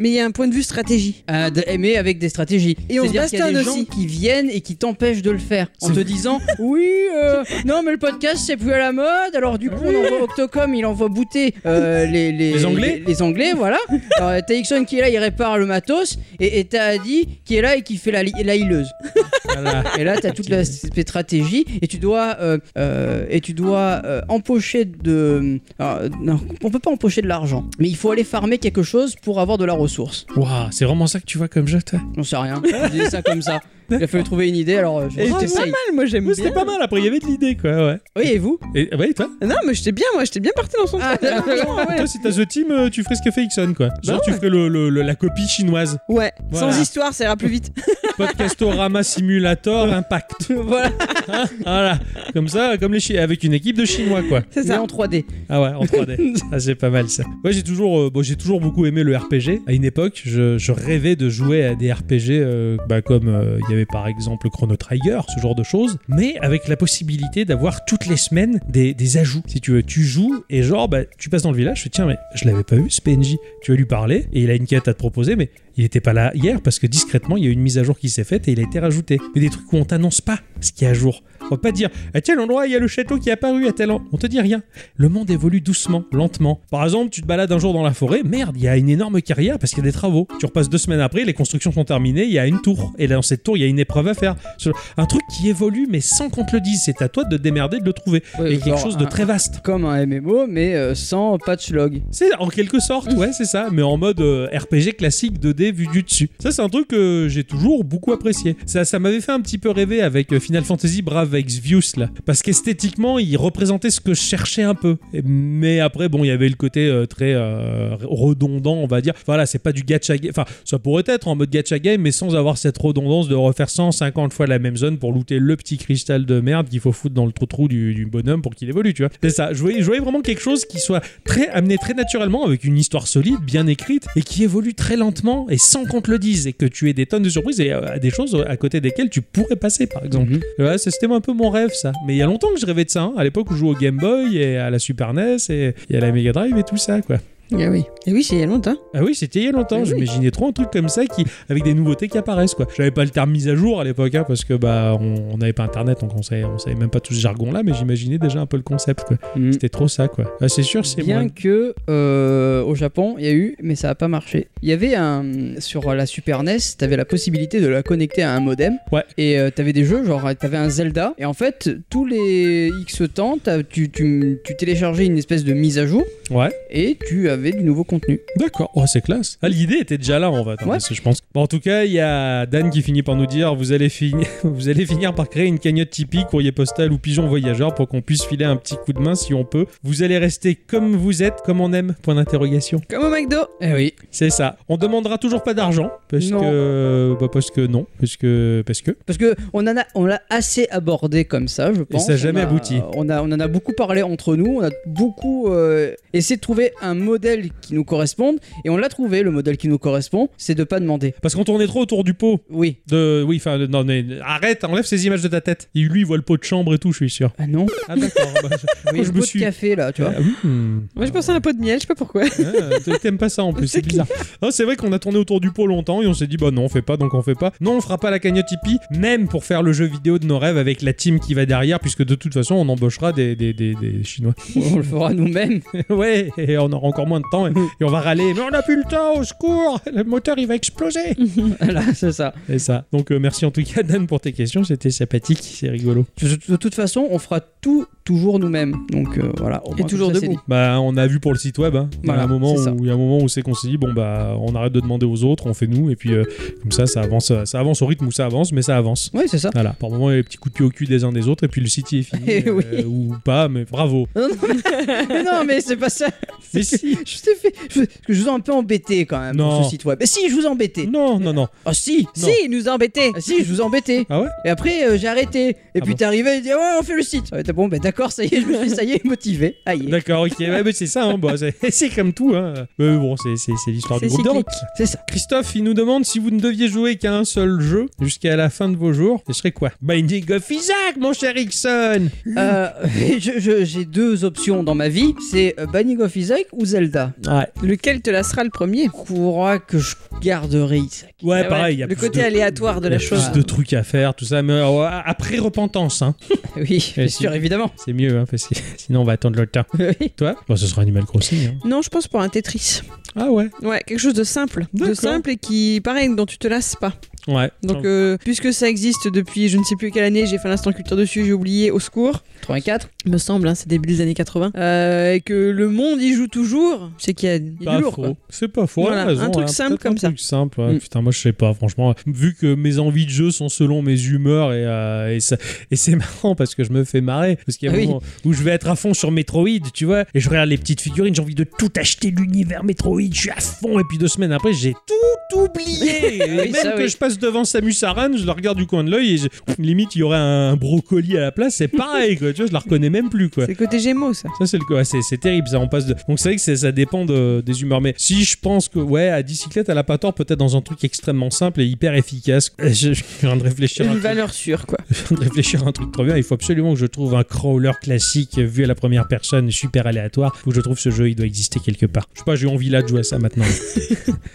Speaker 1: Mais il y a un point de vue stratégie.
Speaker 3: Euh, de- mais avec des stratégies.
Speaker 1: Et on se
Speaker 3: C'est-à-dire qu'il y a
Speaker 1: bastonne
Speaker 3: des gens
Speaker 1: aussi.
Speaker 3: qui viennent et qui t'empêchent de le faire en
Speaker 2: C'est-
Speaker 3: te disant oui, euh, non mais le podcast c'est plus à la mode, alors du coup on envoie Octocom, il envoie bouter euh, les,
Speaker 2: Les Anglais
Speaker 3: les, les Anglais, voilà. Alors, euh, t'as Ixon qui est là, il répare le matos, et et t'as Adi qui est là et qui fait la, li- la hileuse.
Speaker 2: Voilà.
Speaker 3: Et là, t'as toute la cette stratégie et tu dois euh, euh, et tu dois euh, empocher de. alors, non, on peut pas empocher de l'argent, mais il faut aller farmer quelque chose pour avoir de la ressource.
Speaker 2: Waouh, c'est vraiment ça que tu vois comme jeu, toi
Speaker 3: On sait rien. Je dis ça comme ça. Il a fallu trouver une idée, alors euh, je
Speaker 2: Et
Speaker 1: Oh, pas
Speaker 3: t'essaye.
Speaker 1: mal, moi j'aime
Speaker 2: Ouais,
Speaker 1: bien.
Speaker 2: C'était pas mal, après, il y avait de l'idée, quoi, ouais.
Speaker 3: Oui, et vous
Speaker 2: Et ouais, et toi
Speaker 1: Non, mais j'étais bien, moi j'étais bien parti dans son
Speaker 3: Ah,
Speaker 1: truc. Franchement, ouais.
Speaker 2: Toi, si t'as The Team, euh, tu ferais ce que fait Ixon, quoi. Genre, tu ferais le- le- le- la copie chinoise.
Speaker 1: Ouais,
Speaker 2: Voilà.
Speaker 1: sans histoire, ça ira plus vite.
Speaker 2: Podcastorama Simulator Impact.
Speaker 3: Voilà,
Speaker 2: Hein voilà. Comme ça, comme les Chi- avec une équipe de Chinois, quoi.
Speaker 1: C'est
Speaker 3: mais
Speaker 1: ça.
Speaker 3: en 3D.
Speaker 2: Ah ouais, en 3D. ah, c'est pas mal ça. Ouais, j'ai toujours, euh, bon, j'ai toujours beaucoup aimé le RPG. À une époque, je, je rêvais de jouer à des RPG euh, bah, comme euh, il y avait par exemple Chrono Trigger, ce genre de choses, mais avec la possibilité d'avoir toutes les semaines des, des ajouts. Si tu veux, tu joues et genre, bah, tu passes dans le village, tu fais, tiens, mais je l'avais pas vu ce PNJ. Tu vas lui parler et il a une quête à te proposer, mais il était pas là hier parce que discrètement, il y a eu une mise à jour qui s'est faite et il a été rajouté. Mais des trucs où on t'annonce pas ce qui est à jour. On va pas dire, à tel endroit, il y a le château qui est apparu, à tel endroit. On te dit rien. Le monde évolue doucement, lentement. Par exemple, tu te balades un jour dans la forêt, merde, il y a une énorme carrière parce qu'il y a des travaux. Tu repasses deux semaines après, les constructions sont terminées, il y a une tour. Et dans cette tour, il y a une épreuve à faire. Ce- Un truc qui évolue, mais sans qu'on te le dise. C'est à toi de te démerder, de le trouver.
Speaker 3: Ouais,
Speaker 2: et quelque
Speaker 3: genre
Speaker 2: chose de
Speaker 3: un-
Speaker 2: très vaste.
Speaker 3: Comme un MMO, mais euh, sans patch log.
Speaker 2: C'est en quelque sorte, ouais, c'est ça, mais en mode euh, RPG classique 2D vu du dessus. Ça, c'est un truc que j'ai toujours beaucoup apprécié. Ça, ça m'avait fait un petit peu rêver avec euh, Final Fantasy Brave Exvius là, parce qu'esthétiquement, il représentait ce que je cherchais un peu. Et- Mais après, bon, il y avait le côté euh, très euh, redondant, on va dire. Voilà, c'est pas du gacha game. Enfin, ça pourrait être en mode gacha game, mais sans avoir cette redondance de refaire 150 fois la même zone pour looter le petit cristal de merde qu'il faut foutre dans le trou-trou du, du bonhomme pour qu'il évolue, tu vois. C'est ça. Je voyais, je voyais vraiment quelque chose qui soit très amené très naturellement avec une histoire solide, bien écrite et qui évolue très lentement et sans qu'on te le dise et que tu aies des tonnes de surprises et euh, des choses à côté desquelles tu pourrais passer, par exemple. Euh,
Speaker 3: Mhm.
Speaker 2: Ouais, ça, c'était un peu mon rêve, ça. Mais il y a longtemps que je rêvais de ça, hein. à l'époque où je jouais au Game Boy et à la Super NES et, et à la Mega Drive et tout ça, quoi.
Speaker 1: Ah oui. Et oui, c'est il y a longtemps.
Speaker 2: Ah oui, c'était il y a longtemps.
Speaker 1: Ah oui.
Speaker 2: J'imaginais trop un truc comme ça qui, avec des nouveautés qui apparaissent, quoi. J'avais pas le terme mise à jour à l'époque, hein, parce que bah, on on n'avait pas internet, donc on savait, on savait même pas tout ce jargon-là, mais j'imaginais déjà un peu le concept, quoi.
Speaker 3: Mm.
Speaker 2: C'était trop ça, quoi. Ah, c'est sûr, c'est
Speaker 3: Bien
Speaker 2: moins-
Speaker 3: que euh, au Japon, il y a eu, mais ça a pas marché. Il y avait un sur la Super NES, t'avais la possibilité de la connecter à un modem.
Speaker 2: Ouais.
Speaker 3: Et euh, t'avais des jeux genre t'avais un Zelda et en fait tous les X temps t'as- tu, tu, tu téléchargeais une espèce de mise à jour
Speaker 2: Ouais.
Speaker 3: et tu avais du nouveau contenu.
Speaker 2: D'accord, oh, c'est classe. Ah, l'idée était déjà là en fait, hein,
Speaker 3: Ouais.
Speaker 2: parce que je pense. Bon, en tout cas, il y a Dan qui finit par nous dire vous allez, finir, vous allez finir par créer une cagnotte typique, courrier postal ou pigeon voyageur pour qu'on puisse filer un petit coup de main si on peut. Vous allez rester comme vous êtes, comme on aime Point d'interrogation.
Speaker 1: Comme au McDo.
Speaker 3: Eh oui.
Speaker 2: C'est ça. On demandera toujours pas d'argent parce
Speaker 3: Non.
Speaker 2: que bah, parce que non, parce que parce que.
Speaker 3: Parce que on en a, on l'a assez abordé comme ça, je pense.
Speaker 2: ça a jamais
Speaker 3: On a-
Speaker 2: abouti.
Speaker 3: On a, on en a beaucoup parlé entre nous. On a beaucoup euh, essayé de trouver un modèle qui nous corresponde et on l'a trouvé. Le modèle qui nous correspond, c'est de pas demander.
Speaker 2: Parce qu'on tournait trop autour du pot.
Speaker 3: Oui.
Speaker 2: De oui, enfin non mais arrête, enlève ces images de ta tête. Et lui, il voit le pot de chambre et tout, je suis sûr.
Speaker 3: Ah non.
Speaker 2: Ah d'accord. bah, je-
Speaker 3: Oui,
Speaker 2: je
Speaker 3: le
Speaker 2: me
Speaker 3: pot
Speaker 2: suis-
Speaker 3: de café là, tu vois.
Speaker 2: Ah, hmm.
Speaker 1: Moi, je pensais à un pot de miel, je sais pas pourquoi.
Speaker 2: Ah, t- T'aimes pas ça en plus, c'est bizarre. Non, c'est vrai qu'on a tourné autour du pot longtemps et on s'est dit bah non on fait pas donc on fait pas. Non on fera pas la cagnotte Tipeee même pour faire le jeu vidéo de nos rêves avec la team qui va derrière puisque de toute façon on embauchera des, des, des, des Chinois.
Speaker 3: On le fera nous-mêmes.
Speaker 2: ouais et on aura encore moins de temps et, et on va râler mais on a plus le temps au secours le moteur il va exploser.
Speaker 3: Voilà, c'est ça.
Speaker 2: et ça. Donc euh, merci en tout cas Dan pour tes questions c'était sympathique c'est rigolo.
Speaker 3: De, de toute façon, on fera tout toujours nous-mêmes. Donc euh, voilà. au moins,
Speaker 1: toujours
Speaker 3: comme ça, c'est
Speaker 1: debout.
Speaker 3: dit.
Speaker 2: Bah, on a vu pour le site web. hein. Il y a
Speaker 3: Voilà,
Speaker 2: un moment
Speaker 3: c'est ça.
Speaker 2: où il y a un moment où c'est qu'on s'est dit bon bah on arrête de demander aux autres, on fait nous et puis euh, comme ça ça avance, euh, ça avance au rythme où ça avance, mais ça avance.
Speaker 3: Oui, c'est ça.
Speaker 2: Voilà. Par moment il y a les petits coups de pied au cul des uns des autres et puis le site il est fini
Speaker 3: Eh oui.
Speaker 2: ou pas, mais bravo.
Speaker 3: Non, non, mais, mais non, mais c'est pas ça.
Speaker 2: Mais si.
Speaker 3: Je t'ai fait. Je, parce que je vous ai un peu embêté quand même
Speaker 2: Non.
Speaker 3: pour ce site web. Mais si, je vous ai embêté.
Speaker 2: Non, non, non.
Speaker 3: Ah si
Speaker 1: Si, il nous a embêtés.
Speaker 3: Ah si, je vous ai embêté.
Speaker 2: Ah ouais
Speaker 3: Et après, euh, j'ai arrêté. Et
Speaker 2: Ah
Speaker 3: puis
Speaker 2: bon
Speaker 3: t'es arrivé, il dit ouais, on fait le site. Ah, t'as- bon, ben d'accord, ça y est, je me suis, ça y est, motivé. Aïe.
Speaker 2: D'accord, ok. Ouais, mais c'est ça, hein, bah, c'est c'est comme tout. Hein. Mais bon, c'est- c'est c'est l'histoire du
Speaker 1: C'est
Speaker 2: groupe de rock.
Speaker 1: cyclique.
Speaker 3: C'est ça.
Speaker 2: Christophe, il nous demande si vous ne deviez jouer qu'à un seul jeu jusqu'à la fin de vos jours, ce serait quoi Binding of Isaac, mon cher Ixon
Speaker 3: Euh, je- je- j'ai deux options dans ma vie. C'est euh, Banning of Isaac ou Zelda.
Speaker 2: Ouais,
Speaker 1: Lequel te lassera le premier
Speaker 3: Je crois que je garderai Isaac.
Speaker 2: ouais
Speaker 1: Ah
Speaker 2: pareil. il y a
Speaker 1: Le
Speaker 2: plus
Speaker 1: côté
Speaker 2: de-
Speaker 1: aléatoire de
Speaker 2: il y
Speaker 1: la
Speaker 2: a
Speaker 1: chose.
Speaker 2: plus de trucs à faire, tout ça, mais euh, après repentance, hein.
Speaker 3: Oui, bien
Speaker 2: Et
Speaker 3: sûr,
Speaker 2: si-
Speaker 3: évidemment.
Speaker 2: c'est mieux, hein, parce que sinon on va attendre le temps.
Speaker 3: Oui.
Speaker 2: Toi Bon, ce sera Animal Crossing. hein.
Speaker 1: Non, je pense pour un Tetris.
Speaker 2: Ah ouais
Speaker 1: Ouais, quelque chose de simple. De
Speaker 2: D'accord.
Speaker 1: simple et qui, pareil, dont tu te lasses pas.
Speaker 2: Ouais.
Speaker 1: Donc, euh, puisque ça existe depuis je ne sais plus quelle année, j'ai fait l'instant culture dessus, j'ai oublié, au secours.
Speaker 3: 84.
Speaker 1: Il me semble, hein, c'est début des années 80. Euh, et que le monde y joue toujours, c'est qu'il y a, il y a
Speaker 2: Pas
Speaker 1: du lourd,
Speaker 2: faux.
Speaker 1: quoi.
Speaker 2: C'est pas faux.
Speaker 1: Voilà,
Speaker 2: elle a raison,
Speaker 1: un truc
Speaker 2: hein.
Speaker 1: simple
Speaker 2: Peut-être
Speaker 1: comme
Speaker 2: un
Speaker 1: ça.
Speaker 2: Truc simple. ouais.
Speaker 1: Mm.
Speaker 2: Putain, moi je sais pas, franchement. Vu que mes envies de jeu sont selon mes humeurs et, euh, et, ça- et c'est marrant parce que je me fais marrer. Parce qu'il y a
Speaker 1: Ah
Speaker 2: un
Speaker 3: Oui.
Speaker 2: moment où je vais être à fond sur Metroid, tu vois, et je regarde les petites figurines, j'ai envie de tout acheter l'univers Metroid, je suis à fond. Et puis deux semaines après, j'ai tout oublié. Et
Speaker 3: Oui,
Speaker 2: même
Speaker 3: ça,
Speaker 2: que
Speaker 3: oui.
Speaker 2: je passe devant Samus Aran, je la regarde du coin de l'œil et je- limite il y aurait un brocoli à la place, c'est pareil, quoi. Tu vois, je la reconnais même plus, quoi.
Speaker 1: C'est le côté Gémeaux, ça.
Speaker 2: Ça, c'est le ouais, c'est, c'est terrible. Ça, on passe de... Donc, c'est vrai que c'est- ça dépend de- des humeurs. Mais si je pense que, ouais, à bicyclette, elle a pas tort, peut-être dans un truc extrêmement simple et hyper efficace. Euh, Je, je suis en train de réfléchir à
Speaker 1: Une
Speaker 2: un truc,
Speaker 1: valeur sûre, quoi.
Speaker 2: je suis en train de réfléchir à un truc trop bien. Il faut absolument que je trouve un crawler classique euh, vu à la première personne, super aléatoire. Faut que je trouve ce jeu, il doit exister quelque part. Je sais pas, j'ai envie là de jouer à ça maintenant.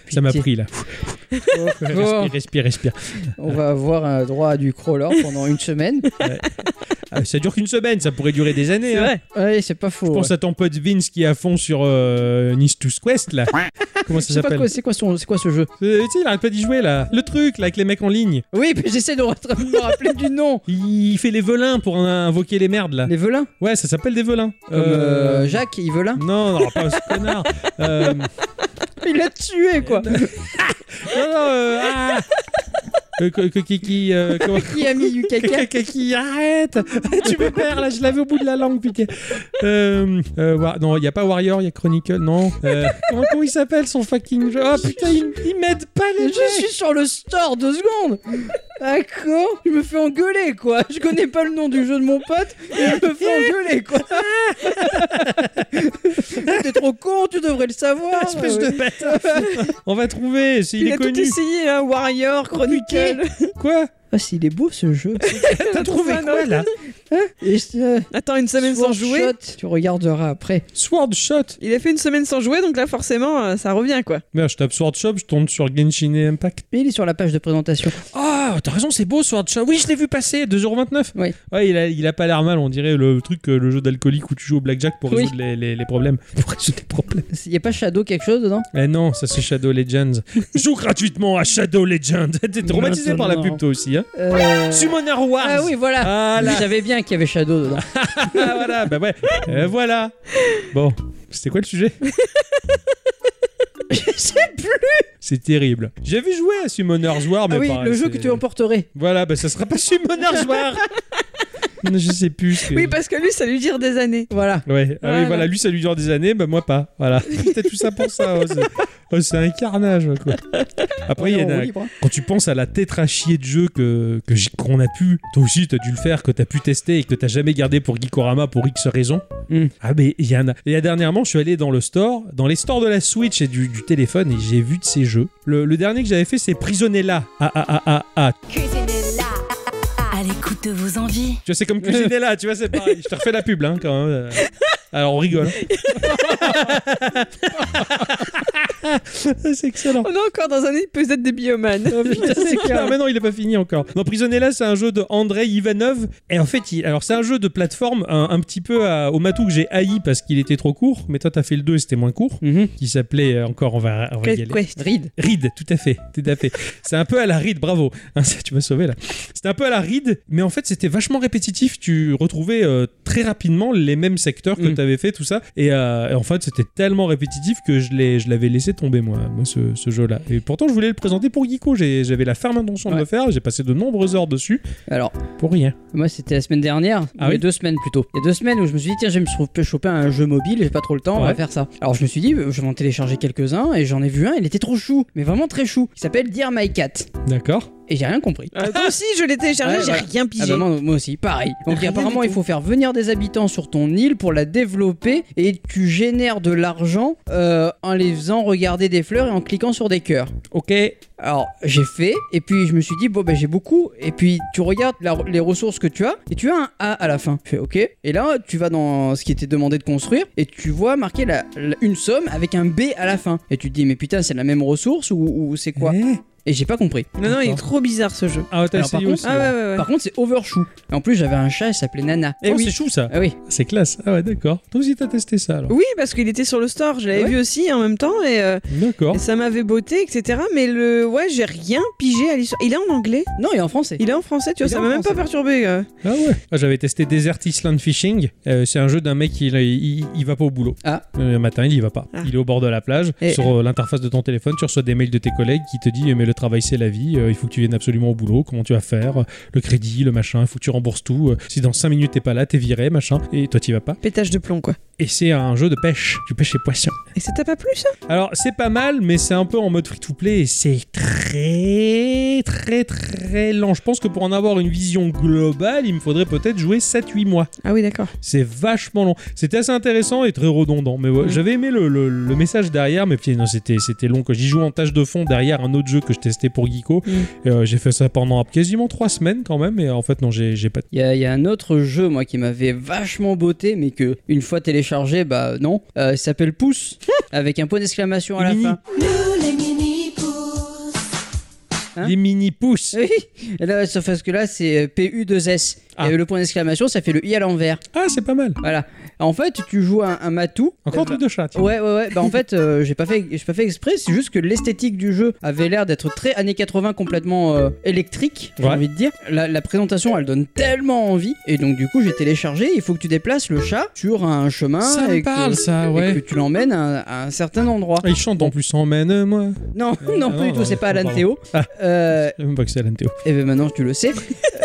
Speaker 2: ça m'a
Speaker 3: Pitié.
Speaker 2: pris là. respire, respire, respire.
Speaker 3: On va avoir un droit à du crawler pendant une semaine.
Speaker 2: Ah, ça dure qu'une semaine, ça pourrait durer des années.
Speaker 1: C'est
Speaker 2: hein.
Speaker 1: vrai.
Speaker 3: Ouais, c'est pas faux.
Speaker 2: Je pense
Speaker 3: ouais.
Speaker 2: à ton pote Vince qui est à fond sur euh, Nice to Quest là. Comment
Speaker 3: Je
Speaker 2: ça
Speaker 3: sais pas
Speaker 2: s'appelle
Speaker 3: quoi, c'est quoi, son- c'est quoi ce jeu
Speaker 2: Euh, tu sais, il arrête pas d'y jouer là. Le truc là avec les mecs en ligne.
Speaker 3: Oui, mais j'essaie de rattra- me rappeler du nom.
Speaker 2: Il fait les velins pour in- invoquer les merdes là.
Speaker 3: Les velins
Speaker 2: Ouais, ça s'appelle des velins.
Speaker 3: Comme euh, Jacques, il velin.
Speaker 2: Non, non, pas ce connard. Euh, non,
Speaker 3: Il l'a tué, quoi.
Speaker 2: non, euh, ah. Euh, que- que- qui- qui, euh, comment-
Speaker 3: Qui a mis du caca
Speaker 2: Quelqu'un qui arrête Tu me perds là, je l'avais au bout de la langue, putain. Euh, euh, wa- non, il n'y a pas Warrior, il y a Chronicle, non. Euh, comment, comment il s'appelle son fucking jeu Oh putain, il, il m'aide pas les jeux
Speaker 3: Je suis sur le store deux secondes. D'accord Je Ah, me fais engueuler, quoi. Je connais pas le nom du jeu de mon pote. Et je me fais engueuler, quoi. T'es trop con, tu devrais le savoir. euh,
Speaker 2: Espèce de bâtard On va trouver, c'est- il,
Speaker 1: Il
Speaker 2: est
Speaker 1: a tout
Speaker 2: connu. Oh,
Speaker 1: essayé, hein, Warrior, Chronicle.
Speaker 2: Quoi
Speaker 3: Ah, s'il est beau ce jeu.
Speaker 2: T'as trouvé quoi là
Speaker 3: Et je-
Speaker 1: Attends, une semaine sans
Speaker 3: Sword
Speaker 1: jouer.
Speaker 3: Shot, Tu regarderas après.
Speaker 2: Sword Shot
Speaker 1: Il a fait une semaine sans jouer, donc là, forcément, euh, ça revient, quoi.
Speaker 2: Merde, je tape Sword Shot, je tombe sur Genshin Impact.
Speaker 3: Mais il est sur la page de présentation.
Speaker 2: Ah, t'as raison, c'est beau Sword Shot. Oui, je l'ai vu passer, 2,29€.
Speaker 3: Oui.
Speaker 2: Ouais, il a, il a pas l'air mal, on dirait le truc, euh, le jeu d'alcoolique où tu joues au blackjack pour
Speaker 3: Oui.
Speaker 2: résoudre les, les- les problèmes. Pour résoudre les problèmes.
Speaker 3: Il y a pas Shadow quelque chose dedans
Speaker 2: Eh non, ça c'est Shadow Legends. Joue gratuitement à Shadow Legends. T'es traumatisé par la pub toi aussi, hein
Speaker 3: Euh,
Speaker 2: Summoner Wars
Speaker 3: Ah oui, voilà.
Speaker 2: Ah
Speaker 3: Je
Speaker 2: là
Speaker 3: savais bien qu'il y avait Shadow dedans.
Speaker 2: Ah, voilà, bah ouais. Euh, voilà. Bon, c'était quoi le sujet
Speaker 3: Je sais plus.
Speaker 2: C'est terrible. J'avais joué à Summoner's War, mais
Speaker 3: Ah oui,
Speaker 2: pareil,
Speaker 3: le jeu
Speaker 2: c'est-
Speaker 3: que tu emporterais.
Speaker 2: Voilà, bah ça sera pas Summoner's War. Je sais plus. ce que-
Speaker 1: Oui, parce que lui, ça lui dure des années.
Speaker 3: Voilà.
Speaker 2: Ouais, ah oui,
Speaker 1: Voilà.
Speaker 2: voilà, lui ça lui dure des années, bah moi pas. Voilà. C'était tout ça pour ça. oh, c'est... oh, c'est un carnage, quoi. Après, il y en
Speaker 3: Ouais, on
Speaker 2: a-
Speaker 3: est libre, hein.
Speaker 2: quand tu penses à la tétrachier de jeux que, que j'ai- qu'on a pu, toi aussi t'as dû le faire, que t'as pu tester et que t'as jamais gardé pour Geekorama pour X raison.
Speaker 3: Mm.
Speaker 2: Ah mais il y en a. Et là, dernièrement, je suis allé dans le store, dans les stores de la Switch et du, du téléphone et j'ai vu de ces jeux. Le, le dernier que j'avais fait, c'est Prisonella. Ah ah ah ah ah.
Speaker 9: À l'écoute de vos envies.
Speaker 2: Tu vois, c'est comme Cuisinella, tu vois, c'est pareil. Je te refais la pub, hein, quand même. euh. Alors on rigole. c'est excellent.
Speaker 1: On est encore dans un épisode des biomanes.
Speaker 3: Putain, c'est
Speaker 2: Ah,
Speaker 3: clair.
Speaker 2: mais non, il est pas fini encore. Non, Prisonella, c'est un jeu de Andrei Ivanov. Et en fait, il... alors c'est un jeu de plateforme un, un petit peu à- au matou que j'ai haï parce qu'il était trop court. Mais toi, t'as fait le 2 et c'était moins court.
Speaker 3: Mhm.
Speaker 2: Qui s'appelait euh, encore, on va, on va y aller.
Speaker 1: Quest.
Speaker 3: Reed.
Speaker 2: Ride, tout à fait, tout à fait. C'est un peu à la ride, bravo. Hein, ça, tu m'as sauvé là. C'était un peu à la ride, mais en fait c'était vachement répétitif. Tu retrouvais euh, très rapidement les mêmes secteurs que
Speaker 3: Mm.
Speaker 2: t'avais fait, tout ça. Et, euh, et en fait, c'était tellement répétitif que je l'ai- je l'avais laissé tomber, moi, moi ce, ce jeu-là. Et pourtant, je voulais le présenter pour Geeko. J'ai- J'avais la ferme intention de
Speaker 3: Ouais.
Speaker 2: le faire. J'ai passé de nombreuses heures dessus
Speaker 3: Alors,
Speaker 2: pour rien.
Speaker 3: Moi, c'était la semaine dernière,
Speaker 2: Ah
Speaker 3: il y a
Speaker 2: oui
Speaker 3: deux semaines plutôt. Il y a deux semaines où je me suis dit, tiens, je vais me sou- choper un jeu mobile, j'ai pas trop le temps, on
Speaker 2: Ouais.
Speaker 3: va faire ça. Alors, je me suis dit, euh, je vais en télécharger quelques-uns, et j'en ai vu un, il était trop chou, mais vraiment très chou. Il s'appelle Dear My Cat.
Speaker 2: D'accord
Speaker 3: Et j'ai rien compris.
Speaker 1: Euh, moi aussi, je l'ai téléchargé,
Speaker 3: Ouais,
Speaker 1: j'ai
Speaker 3: voilà.
Speaker 1: rien
Speaker 3: Ah
Speaker 1: pigé.
Speaker 3: bah moi, moi aussi, pareil. Donc
Speaker 1: Rien
Speaker 3: apparemment
Speaker 1: du
Speaker 3: il
Speaker 1: tout.
Speaker 3: faut faire venir des habitants sur ton île pour la développer et tu génères de l'argent euh, en les faisant regarder des fleurs et en cliquant sur des cœurs.
Speaker 2: Ok.
Speaker 3: Alors j'ai fait et puis je me suis dit bon ben j'ai beaucoup et puis tu regardes la- les ressources que tu as et tu as un A à la fin. Je fais ok et là tu vas dans ce qui était demandé de construire et tu vois marquer la, la- une somme avec un B à la fin et tu te dis mais putain c'est la même ressource ou, ou c'est quoi
Speaker 2: Eh.
Speaker 3: Et j'ai pas compris.
Speaker 1: Non, non, il est trop bizarre ce jeu.
Speaker 2: Ah, t'as
Speaker 3: Alors, par
Speaker 2: essayé
Speaker 3: contre-
Speaker 2: aussi.
Speaker 1: Ah ouais, ouais, ouais.
Speaker 3: Par contre c'est overchou. Et en plus j'avais un chat il s'appelait Nana.
Speaker 2: Oh,
Speaker 1: Eh oui.
Speaker 2: c'est chou ça.
Speaker 3: Ah oui.
Speaker 2: C'est classe. Ah ouais, d'accord. Toi aussi, t'as testé ça alors.
Speaker 1: Oui, parce qu'il était sur le store, je l'avais
Speaker 3: Ouais.
Speaker 1: vu aussi en même temps et, euh,
Speaker 2: D'accord.
Speaker 1: et ça m'avait beauté, etc. Mais le, ouais, j'ai rien pigé à l'histoire. Il est en anglais,
Speaker 3: Non, il est en français.
Speaker 1: il est en français, tu vois,
Speaker 3: Il est
Speaker 1: ça
Speaker 3: en
Speaker 1: m'a même pas
Speaker 3: français.
Speaker 1: perturbé. euh.
Speaker 2: Ah ouais. Ah, J'avais testé Desert Island Fishing. Euh, c'est un jeu d'un mec, il, il, il va pas au boulot.
Speaker 3: Ah.
Speaker 2: Euh, Le matin, il y va pas.
Speaker 1: Ah.
Speaker 2: Il est au bord de la plage.
Speaker 1: Et-
Speaker 2: Sur euh, l'interface de ton téléphone, tu reçois des mails de tes collègues qui te disent Mais le travail, c'est la vie. Euh, il faut que tu viennes absolument au boulot. Comment tu vas faire Le crédit, le machin. Il faut que tu rembourses tout. Euh, si dans 5 minutes, t'es pas là, t'es viré, machin. Et toi, t'y vas pas.
Speaker 1: Pétage de plomb, quoi.
Speaker 2: Et c'est un jeu de pêche. Tu pêches les poissons.
Speaker 1: Et ça t'a pas plu, ça
Speaker 2: Alors, c'est pas mal, mais c'est un peu en mode free-to-play et c'est très, très, très lent. Je pense que pour en avoir une vision globale, il me faudrait peut-être jouer 7-8 mois.
Speaker 1: Ah oui, d'accord.
Speaker 2: C'est vachement long. C'était assez intéressant et très redondant. Mais ouais,
Speaker 1: Mm.
Speaker 2: j'avais aimé le, le- le message derrière, mais puis non, c'était c'était long. Quand j'y joue en tâche de fond derrière un autre jeu que je testais pour Geeko,
Speaker 1: Mm.
Speaker 2: Et, euh, j'ai fait ça pendant quasiment 3 semaines quand même. Et en fait, non, j'ai j'ai pas.
Speaker 3: Il y, a- il y a un autre jeu, moi, qui m'avait vachement botté, mais que, une fois téléchargé, bah non. Euh, il s'appelle Pouce, avec un point d'exclamation à la
Speaker 2: Mini.
Speaker 3: fin. Hein
Speaker 2: Les mini pouces.
Speaker 3: Oui, Et là, sauf parce que là, c'est euh, PU2S.
Speaker 2: Ah.
Speaker 3: Et le point d'exclamation, ça fait le I à l'envers.
Speaker 2: Ah, c'est pas mal.
Speaker 3: Voilà. En fait, tu joues un, un matou.
Speaker 2: Encore un
Speaker 3: Euh,
Speaker 2: truc de chat. tiens.
Speaker 3: Ouais, ouais, ouais. Bah, en fait, euh, j'ai pas fait, j'ai pas fait exprès. C'est juste que l'esthétique du jeu avait l'air d'être très années 80, complètement euh, électrique. J'ai
Speaker 2: Ouais.
Speaker 3: envie de dire. La, la présentation, elle donne tellement envie. Et donc, du coup, j'ai téléchargé. Il faut que tu déplaces le chat sur un chemin.
Speaker 2: Ça me
Speaker 3: et que-
Speaker 2: parle, ça,
Speaker 3: et
Speaker 2: ouais.
Speaker 3: que tu l'emmènes à, à un certain endroit.
Speaker 2: Ah, Il chante en plus, emmène-moi.
Speaker 3: Non,
Speaker 2: Euh,
Speaker 3: non,
Speaker 2: ah
Speaker 3: pas
Speaker 2: non,
Speaker 3: du tout.
Speaker 2: non,
Speaker 3: C'est pas Alan
Speaker 2: pardon.
Speaker 3: Théo.
Speaker 2: Ah.
Speaker 3: Euh,
Speaker 2: Je savais même pas que c'est Alan Théo.
Speaker 3: et ben maintenant tu le sais.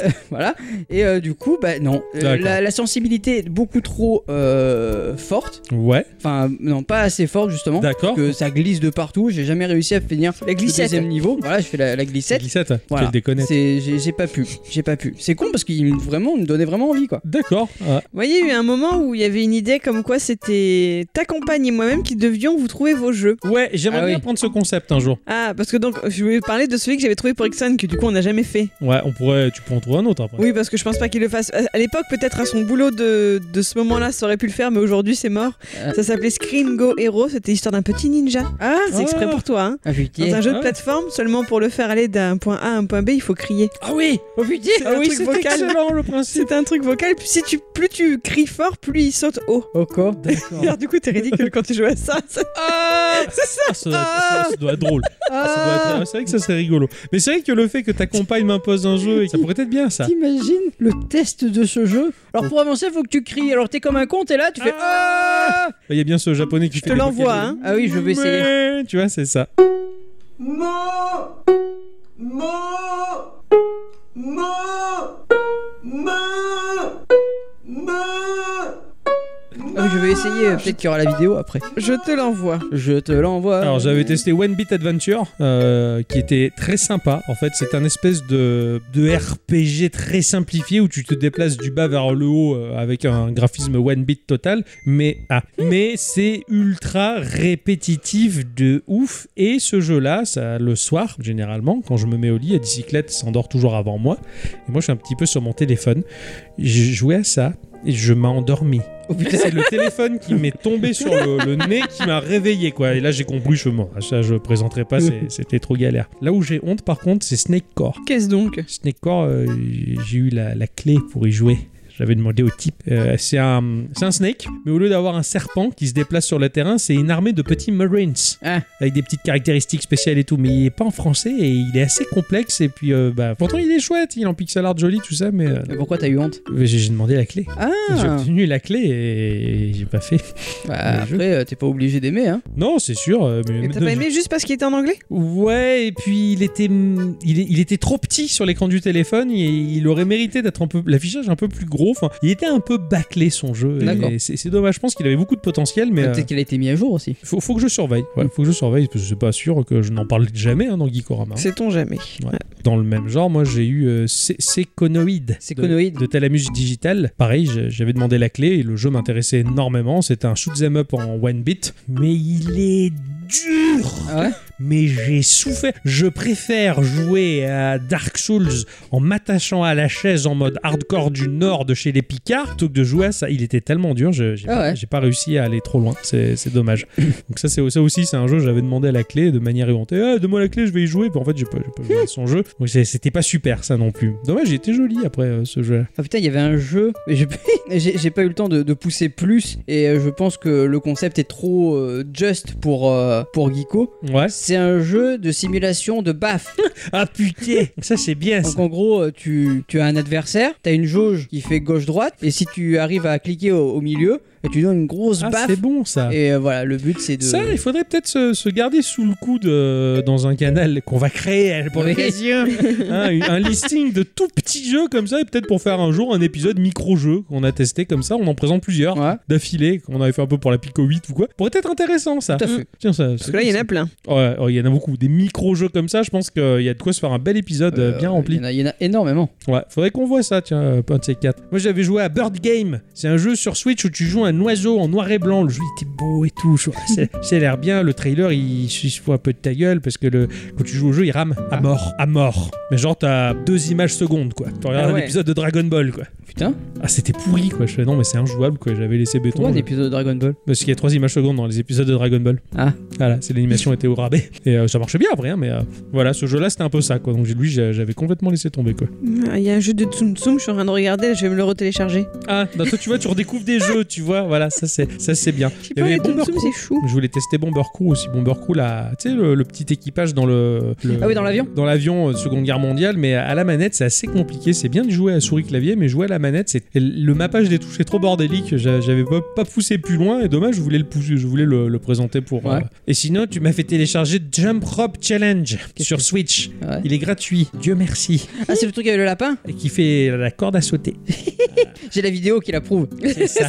Speaker 3: Euh, voilà. Et euh, du coup, bah non. Euh,
Speaker 2: D'accord.
Speaker 3: la, la sensibilité est beaucoup trop euh, forte.
Speaker 2: Ouais,
Speaker 3: Enfin, non, pas assez forte justement.
Speaker 2: d'accord.
Speaker 3: que ça glisse de partout. J'ai jamais réussi à finir
Speaker 1: La glissette.
Speaker 3: le deuxième niveau. Voilà, je fais la, la glissette.
Speaker 2: Glissette,
Speaker 3: Voilà.
Speaker 2: hein, quelle déconnette.
Speaker 3: C'est- j'ai j'ai pas pu, j'ai pas pu. C'est con parce qu'il me- vraiment il me donnait vraiment envie quoi.
Speaker 2: D'accord. Ah,
Speaker 1: Vous voyez, il y a eu un moment où il y avait une idée comme quoi c'était ta compagne et moi-même qui devions vous trouver vos jeux.
Speaker 2: Ouais, j'aimerais
Speaker 3: Ah
Speaker 2: bien
Speaker 3: oui.
Speaker 2: prendre ce concept un jour.
Speaker 1: Ah, parce que donc, je voulais parler de celui que j'avais trouvé pour Ixon, que du coup on n'a jamais fait.
Speaker 2: Ouais, on pourrait, tu pourrais en trouver un autre après.
Speaker 1: Oui, parce que je pense pas qu'il le fasse. À à l'époque, peut-être à son boulot de, de ce moment-là, ça aurait pu le faire, mais aujourd'hui c'est mort.
Speaker 3: Euh.
Speaker 1: Ça s'appelait Scream Go Hero, c'était l'histoire d'un petit ninja. Ah, c'est
Speaker 2: Ah.
Speaker 1: exprès pour toi, hein.
Speaker 3: Ah
Speaker 1: Dans
Speaker 3: putain.
Speaker 1: un jeu
Speaker 2: Ah.
Speaker 1: de plateforme, seulement pour le faire aller d'un point A à un point B, il faut crier.
Speaker 3: Ah oui, oh putain.
Speaker 1: un truc
Speaker 2: Ah c'est
Speaker 1: vocal.
Speaker 2: excellent le principe.
Speaker 1: C'est un truc vocal, puis si tu, plus tu cries fort, plus il saute haut.
Speaker 3: Oh quoi
Speaker 1: Alors du coup, t'es ridicule quand tu joues à ça. ça- C'est ça
Speaker 2: Ah, ça, doit être- ça- ça doit être drôle. Ça doit
Speaker 3: Ah.
Speaker 2: être- C'est vrai que ça serait rigolo. Mais c'est vrai que le fait que ta compagne m'impose un jeu, et- ça pourrait être bien ça.
Speaker 3: T'imagines le test de ce jeu Alors pour avancer, faut que tu cries. Alors t'es comme un con, t'es là, tu fais. Ah,
Speaker 2: Il y a bien ce japonais qui
Speaker 1: Je
Speaker 2: fait
Speaker 1: te
Speaker 2: des
Speaker 1: l'envoie,
Speaker 2: vocables.
Speaker 1: hein.
Speaker 3: Ah oui, je vais essayer.
Speaker 2: Mais, Tu vois, c'est ça.
Speaker 3: Ah oui, je vais essayer. Peut-être qu'il y aura la vidéo après.
Speaker 1: Je te l'envoie.
Speaker 3: Je te l'envoie.
Speaker 2: Alors j'avais testé One Beat Adventure, euh, qui était très sympa. En fait, c'est un espèce de, de RPG très simplifié où tu te déplaces du bas vers le haut euh, avec un graphisme One Beat total. Mais ah, mais c'est ultra répétitif de ouf. Et ce jeu-là, ça le soir généralement, quand je me mets au lit, la bicyclette s'endort toujours avant moi. Et moi, je suis un petit peu sur mon téléphone. Je jouais à ça et je m'ai endormi.
Speaker 3: Oh putain.
Speaker 2: C'est le téléphone qui m'est tombé sur le, le nez qui m'a réveillé quoi. Et là j'ai compris je mens. Ah, Ça je présenterai pas, c'est- c'était trop galère. Là où j'ai honte par contre c'est Snake Core.
Speaker 1: Qu'est-ce donc
Speaker 2: Snake Core, euh, j'ai eu la, la clé pour y jouer. J'avais demandé au type. Euh, c'est un, c'est un snake, mais au lieu d'avoir un serpent qui se déplace sur le terrain, c'est une armée de petits marines
Speaker 3: Ah.
Speaker 2: avec des petites caractéristiques spéciales et tout. Mais il est pas en français et il est assez complexe. Et puis, euh, bah, pourtant, il est chouette, il est en pixel art joli, tout ça. Mais, euh,
Speaker 3: Mais pourquoi t'as eu honte
Speaker 2: mais j'ai j'ai demandé la clé.
Speaker 3: Ah
Speaker 2: J'ai obtenu la clé et j'ai pas fait.
Speaker 3: Bah,
Speaker 2: le jeu.
Speaker 3: Après, euh, t'es pas obligé d'aimer, hein.
Speaker 2: Non, c'est sûr. euh, Mais
Speaker 1: Et t'as pas aimé juste parce qu'il était en anglais
Speaker 2: Ouais, et puis il était, il, est- il était trop petit sur l'écran du téléphone. Il, il aurait mérité d'être un peu l'affichage un peu plus gros. Enfin, il était un peu bâclé son jeu. et
Speaker 3: D'accord.
Speaker 2: C'est c'est dommage. Je pense qu'il avait beaucoup de potentiel, mais
Speaker 3: Peut-être
Speaker 2: euh,
Speaker 3: qu'elle a été mise à jour aussi.
Speaker 2: faut, faut que je surveille. Ouais, faut que je surveille parce que c'est pas sûr que je n'en parle jamais hein, dans Geekorama.
Speaker 1: Sait-on jamais.
Speaker 2: Dans le même genre, moi j'ai eu euh, C- Seconoid
Speaker 3: Seconoid.
Speaker 2: de, de Talamus Digital. Pareil, je- j'avais demandé la clé et le jeu m'intéressait énormément. C'était un shoot'em up en one bit, mais il est dur
Speaker 3: Ah ouais
Speaker 2: mais j'ai souffert. Je préfère jouer à Dark Souls en m'attachant à la chaise en mode hardcore du nord de chez les Picards plutôt que de jouer à ça. Il était tellement dur, je- j'ai
Speaker 3: Ah
Speaker 2: pas,
Speaker 3: ouais.
Speaker 2: j'ai pas réussi à aller trop loin. C'est c'est dommage. Donc ça, c'est ça aussi, c'est un jeu. J'avais demandé à la clé de manière éhontée. Ah, donne-moi la clé, je vais y jouer. Puis en fait, j'ai pas, j'ai pas joué à son jeu. Donc c'est- c'était pas super ça non plus. Dommage, il était joli après euh, ce jeu.
Speaker 3: Ah putain, il y avait un jeu, mais j'ai j'ai- j'ai pas eu le temps de, de pousser plus, et euh, je pense que le concept est trop euh, just pour, euh, pour Geeko.
Speaker 2: Ouais.
Speaker 3: C'est un jeu de simulation de baff.
Speaker 2: Ah putain, ça c'est bien. ça.
Speaker 3: Donc en gros, euh, tu, tu as un adversaire, t'as une jauge qui fait gauche-droite, et si tu arrives à cliquer au, au milieu, et tu donnes une grosse
Speaker 2: Ah,
Speaker 3: baffe.
Speaker 2: c'est bon ça.
Speaker 3: Et euh, voilà, le but c'est de.
Speaker 2: Ça, il faudrait peut-être se, se garder sous le coude euh, dans un canal qu'on va créer pour
Speaker 3: Oui.
Speaker 2: l'occasion. Hein, une- un listing de tout petits jeux comme ça, et peut-être pour faire un jour un épisode micro-jeu qu'on a testé comme ça. On en présente plusieurs
Speaker 3: Ouais.
Speaker 2: d'affilée, qu'on avait fait un peu pour la Pico 8 ou quoi. Pourrait être intéressant ça.
Speaker 3: Tout à fait.
Speaker 2: Tiens, ça
Speaker 1: Parce que là, il y en a plein.
Speaker 2: Ouais, ouais, il y en a beaucoup. Des micro-jeux comme ça, je pense qu'il y a de quoi se faire un bel épisode euh, bien
Speaker 3: Euh,
Speaker 2: rempli.
Speaker 3: Il y en a- il y, en a énormément.
Speaker 2: Ouais, faudrait qu'on voit ça, tiens, euh, un de ces quatre. Moi, j'avais joué à Bird Game. C'est un jeu sur Switch où tu joues un oiseau en noir et blanc. Le jeu était beau et tout. Je- c'est- Ça a l'air bien. Le trailer, il, il se fout un peu de ta gueule parce que le, quand tu joues au jeu, il rame
Speaker 3: Ah.
Speaker 2: à mort, à mort. Mais genre, t'as deux images secondes, quoi. Tu regardes
Speaker 3: Ah ouais.
Speaker 2: un épisode de Dragon Ball, quoi.
Speaker 3: Putain,
Speaker 2: Ah, c'était pourri, quoi. Je fais non, mais c'est injouable, quoi. J'avais laissé béton.
Speaker 3: pourquoi un
Speaker 2: Je-
Speaker 3: épisode de Dragon Ball
Speaker 2: parce qu'il y a trois images secondes dans les épisodes de Dragon Ball.
Speaker 3: Ah.
Speaker 2: Voilà, c'est l'animation était au rabais. Et euh, ça marchait bien après, hein, mais euh, voilà, ce jeu-là, c'était un peu ça, quoi. Donc lui, j'a- j'avais complètement laissé tomber, quoi.
Speaker 1: Ah, Il y a un jeu de Tsum Tsum, je suis en train de regarder, je vais me le retélécharger.
Speaker 2: Ah, non, toi, tu vois, tu redécouvres des jeux, tu vois, voilà, ça c'est ça c'est bien.
Speaker 1: Je sais
Speaker 2: Il y
Speaker 1: pas,
Speaker 2: avait
Speaker 1: les Tsum
Speaker 2: Bomber
Speaker 1: Tsum,
Speaker 2: Crew.
Speaker 1: c'est chou.
Speaker 2: Je voulais tester Bomber Crew aussi. Bomber Crew, là, tu sais, le, le petit équipage dans le. le-
Speaker 3: Ah oui, dans l'avion
Speaker 2: Dans l'avion, euh, Seconde Guerre mondiale, mais à la manette, c'est assez compliqué. C'est bien de jouer à souris-clavier, mais jouer à la manette, c'est. Le mappage des touches est trop bordélique. J'a- J'avais pas, pas poussé plus loin, et dommage, je voulais le, pousser, je voulais le, le présenter pour. euh,
Speaker 3: Ouais.
Speaker 2: Et sinon, tu m'as fait télécharger Jump Rope Challenge
Speaker 3: Qu'est-ce
Speaker 2: sur
Speaker 3: que-
Speaker 2: Switch.
Speaker 3: Ouais.
Speaker 2: Il est gratuit, Dieu merci.
Speaker 3: Ah, c'est le truc avec le lapin
Speaker 2: Et qui fait la corde à sauter.
Speaker 3: J'ai la vidéo qui la prouve.
Speaker 2: ça.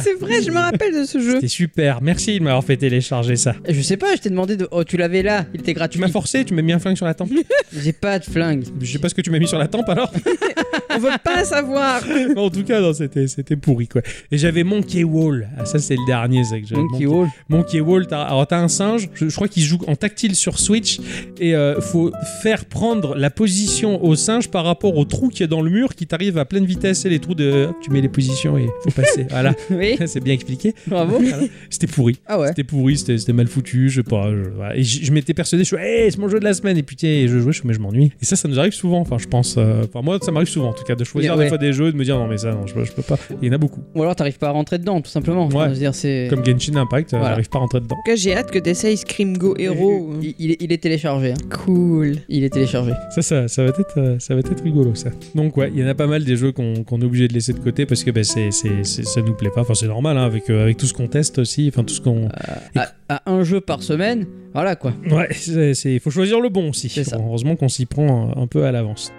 Speaker 1: C'est vrai, je me rappelle de ce jeu.
Speaker 2: C'était super, merci de m'avoir fait télécharger ça.
Speaker 3: Je sais pas, je t'ai demandé de. Oh, tu l'avais là, il était
Speaker 2: Tu
Speaker 3: gratuit.
Speaker 2: m'as forcé, tu m'as mis un flingue sur la tempe.
Speaker 3: J'ai pas de flingue.
Speaker 2: Je sais pas ce que tu m'as mis sur la tempe alors.
Speaker 1: On veut pas savoir.
Speaker 2: Mais en tout cas, non, c'était, c'était pourri quoi. Et j'avais Monkey Wall. Ah, ça c'est le dernier, c'est que j'avais.
Speaker 3: Monkey Hall.
Speaker 2: Monkey Wall, t'as, alors t'as un singe, je, je crois qu'il joue en tactile sur Switch, et euh, faut faire prendre la position au singe par rapport au trou qui est dans le mur qui t'arrive à pleine vitesse et les trous de. hop, tu mets les positions et faut passer. voilà,
Speaker 3: Oui,
Speaker 2: c'est bien expliqué.
Speaker 3: bravo.
Speaker 2: Voilà. C'était pourri.
Speaker 3: Ah ouais.
Speaker 2: C'était pourri, c'était c'était mal foutu, je sais pas. je- voilà. Et je je m'étais persuadé, je suis, hey, c'est mon jeu de la semaine. Et puis, tiens, et je jouais, je fais, mais je m'ennuie. Et ça, ça nous arrive souvent. Enfin, je pense. euh, Enfin, moi, ça m'arrive souvent, en tout cas, de choisir
Speaker 3: Mais ouais.
Speaker 2: des fois des jeux, et de me dire, non, mais ça, non, je, peux- je peux pas. Il y en a beaucoup.
Speaker 3: Ou alors t'arrives pas à rentrer dedans, tout simplement. Enfin,
Speaker 2: Ouais.
Speaker 3: je veux dire, c'est.
Speaker 2: Comme Genshin Impact, euh,
Speaker 3: Voilà.
Speaker 2: j'arrive pas à rentrer dedans.
Speaker 1: En tout cas, j'ai hâte que t'essayes Scream Go Hero.
Speaker 3: Il, il est- il est téléchargé. hein.
Speaker 1: Cool.
Speaker 3: Il est téléchargé.
Speaker 2: Ça, ça, ça va être, euh, ça va être rigolo, ça. Donc, ouais, il y en a pas mal des jeux qu'on qu'on est obligé de laisser de côté parce que ben, c'est c'est- c'est- ça nous plaît pas. Enfin, c'est normal, hein, avec, euh, avec tout ce qu'on teste aussi. Enfin, tout ce qu'on.
Speaker 3: À, à un jeu par semaine, voilà quoi.
Speaker 2: Ouais, c'est- c'est- il faut choisir le bon aussi.
Speaker 3: Euh. C'est ça.
Speaker 2: Bon, heureusement qu'on s'y prend euh, un, un peu à l'avance.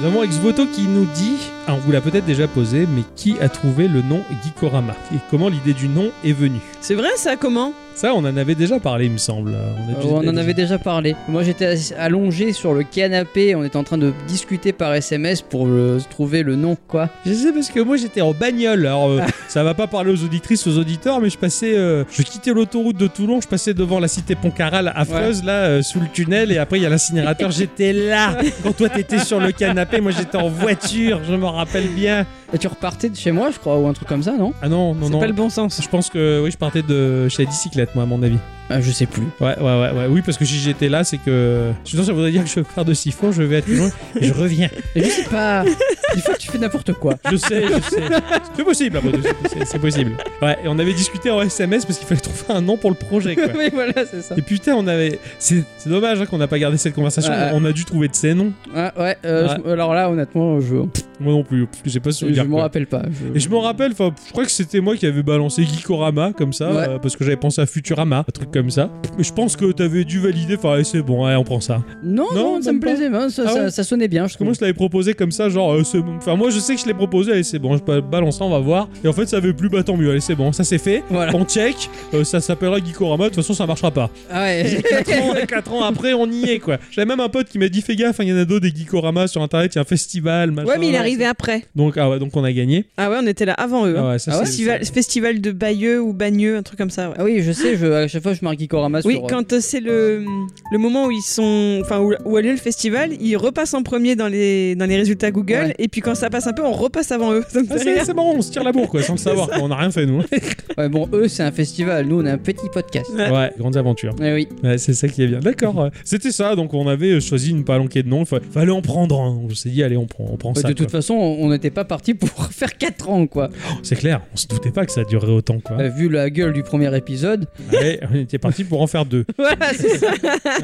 Speaker 2: Nous avons Exvoto qui nous dit, ah, on vous l'a peut-être déjà posé, mais qui a trouvé le nom Gikorama Et comment l'idée du nom est venue
Speaker 1: C'est vrai ça comment
Speaker 2: Ça, on en avait déjà parlé, il me semble. On, a
Speaker 3: Euh,
Speaker 2: dû-
Speaker 3: on en avait déjà parlé. Moi j'étais ass- allongé sur le canapé, on était en train de discuter par SMS pour euh, trouver le nom quoi.
Speaker 2: Je sais parce que moi j'étais en bagnole. Alors euh, ça va pas parler aux auditrices, aux auditeurs, mais je passais, euh, je quittais l'autoroute de Toulon, je passais devant la cité Poncaral affreuse là, euh, sous le tunnel, et après il y a l'incinérateur. j'étais là quand toi t'étais sur le canapé, moi j'étais en voiture, je m'en rappelle bien.
Speaker 3: Et Bah, tu repartais de chez moi je crois ou un truc comme ça non
Speaker 2: Ah non, non,
Speaker 1: C'est
Speaker 2: non.
Speaker 1: pas le bon sens.
Speaker 2: Je pense que oui, je partais de chez la bicyclette, moi à mon avis.
Speaker 3: Ah, Je sais plus.
Speaker 2: Ouais, ouais, ouais, ouais. Oui, parce que si j'étais là, c'est que. Sinon, ça voudrait dire que je pars de Siphon, je vais à Toulon et je reviens.
Speaker 3: Et je sais pas. Des fois tu fais n'importe quoi.
Speaker 2: Je sais, je sais. C'est possible, après tout, c'est- c'est- c'est possible. Ouais, et on avait discuté en SMS parce qu'il fallait trouver un nom pour le projet, quoi.
Speaker 3: Oui voilà c'est ça.
Speaker 2: Et putain, on avait. C'est c'est dommage hein, qu'on n'a pas gardé cette conversation.
Speaker 3: Ouais.
Speaker 2: On a dû trouver de ces noms.
Speaker 3: Ouais, ouais, euh,
Speaker 2: Ouais.
Speaker 3: je- alors là honnêtement je
Speaker 2: Moi non plus. pff, J'ai pas
Speaker 3: je,
Speaker 2: souvenir.
Speaker 3: m'en
Speaker 2: quoi.
Speaker 3: rappelle pas.
Speaker 2: Et je m'en rappelle, enfin, je crois que c'était moi qui avais balancé Gikorama comme ça,
Speaker 3: Ouais.
Speaker 2: euh, parce que j'avais pensé à Futurama, un truc comme ça. Mais je pense que t'avais dû valider. Enfin, allez, c'est bon, allez, on prend ça.
Speaker 3: Non,
Speaker 2: Non,
Speaker 3: non, ça
Speaker 2: même
Speaker 3: me
Speaker 2: pas.
Speaker 3: plaisait, hein, ça,
Speaker 2: Ah
Speaker 3: ça-
Speaker 2: ouais.
Speaker 3: ça sonnait bien. Je
Speaker 2: Parce que moi
Speaker 3: trouve.
Speaker 2: je l'avais proposé comme ça, genre euh, c'est bon. Enfin moi je sais que je l'ai proposé, allez c'est bon, je ba- balance ça, on va voir. Et en fait ça avait plus, bah tant mieux, allez c'est bon, ça c'est fait.
Speaker 3: Voilà.
Speaker 2: On check, euh, ça s'appellera Gikorama, de toute façon ça marchera pas.
Speaker 3: Ah ouais.
Speaker 2: 4 ans, quatre ans après on y est quoi. J'avais même un pote qui m'a dit fais gaffe, hein, il y en a d'autres des Gikorama sur internet, il y a un festival, machin.
Speaker 1: Ouais mais il est arrivé après.
Speaker 2: Donc ah ouais, donc on a gagné.
Speaker 1: Ah ouais on était là avant eux. hein.
Speaker 2: Ah ouais, ça,
Speaker 3: Ah ouais,
Speaker 2: c'est-
Speaker 1: festival, festival de Bayeux ou Bagneux, un truc comme ça. ouais.
Speaker 3: Ah oui, je sais, je, à chaque fois je marque Gikorama
Speaker 1: Oui,
Speaker 3: sur. euh,
Speaker 1: quand euh, c'est le, le moment où ils sont, enfin où, où a lieu le festival, ils repassent en premier dans les dans les résultats Google,
Speaker 3: Ouais.
Speaker 1: et puis quand ça passe un peu, on repasse avant eux. Ça me
Speaker 2: Ah,
Speaker 1: fait
Speaker 2: c'est
Speaker 1: rire.
Speaker 2: c'est marrant, on se tire la bourre quoi, sans le savoir, quoi. on a rien fait nous. hein.
Speaker 3: Ouais, bon, eux c'est un festival, nous on a un petit podcast.
Speaker 1: Ouais.
Speaker 2: ouais, grandes aventures.
Speaker 3: Eh oui.
Speaker 2: Ouais, c'est ça qui est bien. D'accord. ouais. C'était ça, donc on avait euh, choisi une palanquée de noms. Fa- Fallait en prendre un. On s'est dit, allez, on prend, on prend
Speaker 3: Ouais,
Speaker 2: ça.
Speaker 3: Bah, de
Speaker 2: quoi.
Speaker 3: toute façon, on on n'était pas parti pour faire 4 ans, quoi.
Speaker 2: C'est clair, on se doutait pas que ça durerait autant, quoi.
Speaker 3: Euh, vu la gueule du premier épisode.
Speaker 2: Allez, on était parti pour en faire deux.
Speaker 3: Voilà, c'est ça.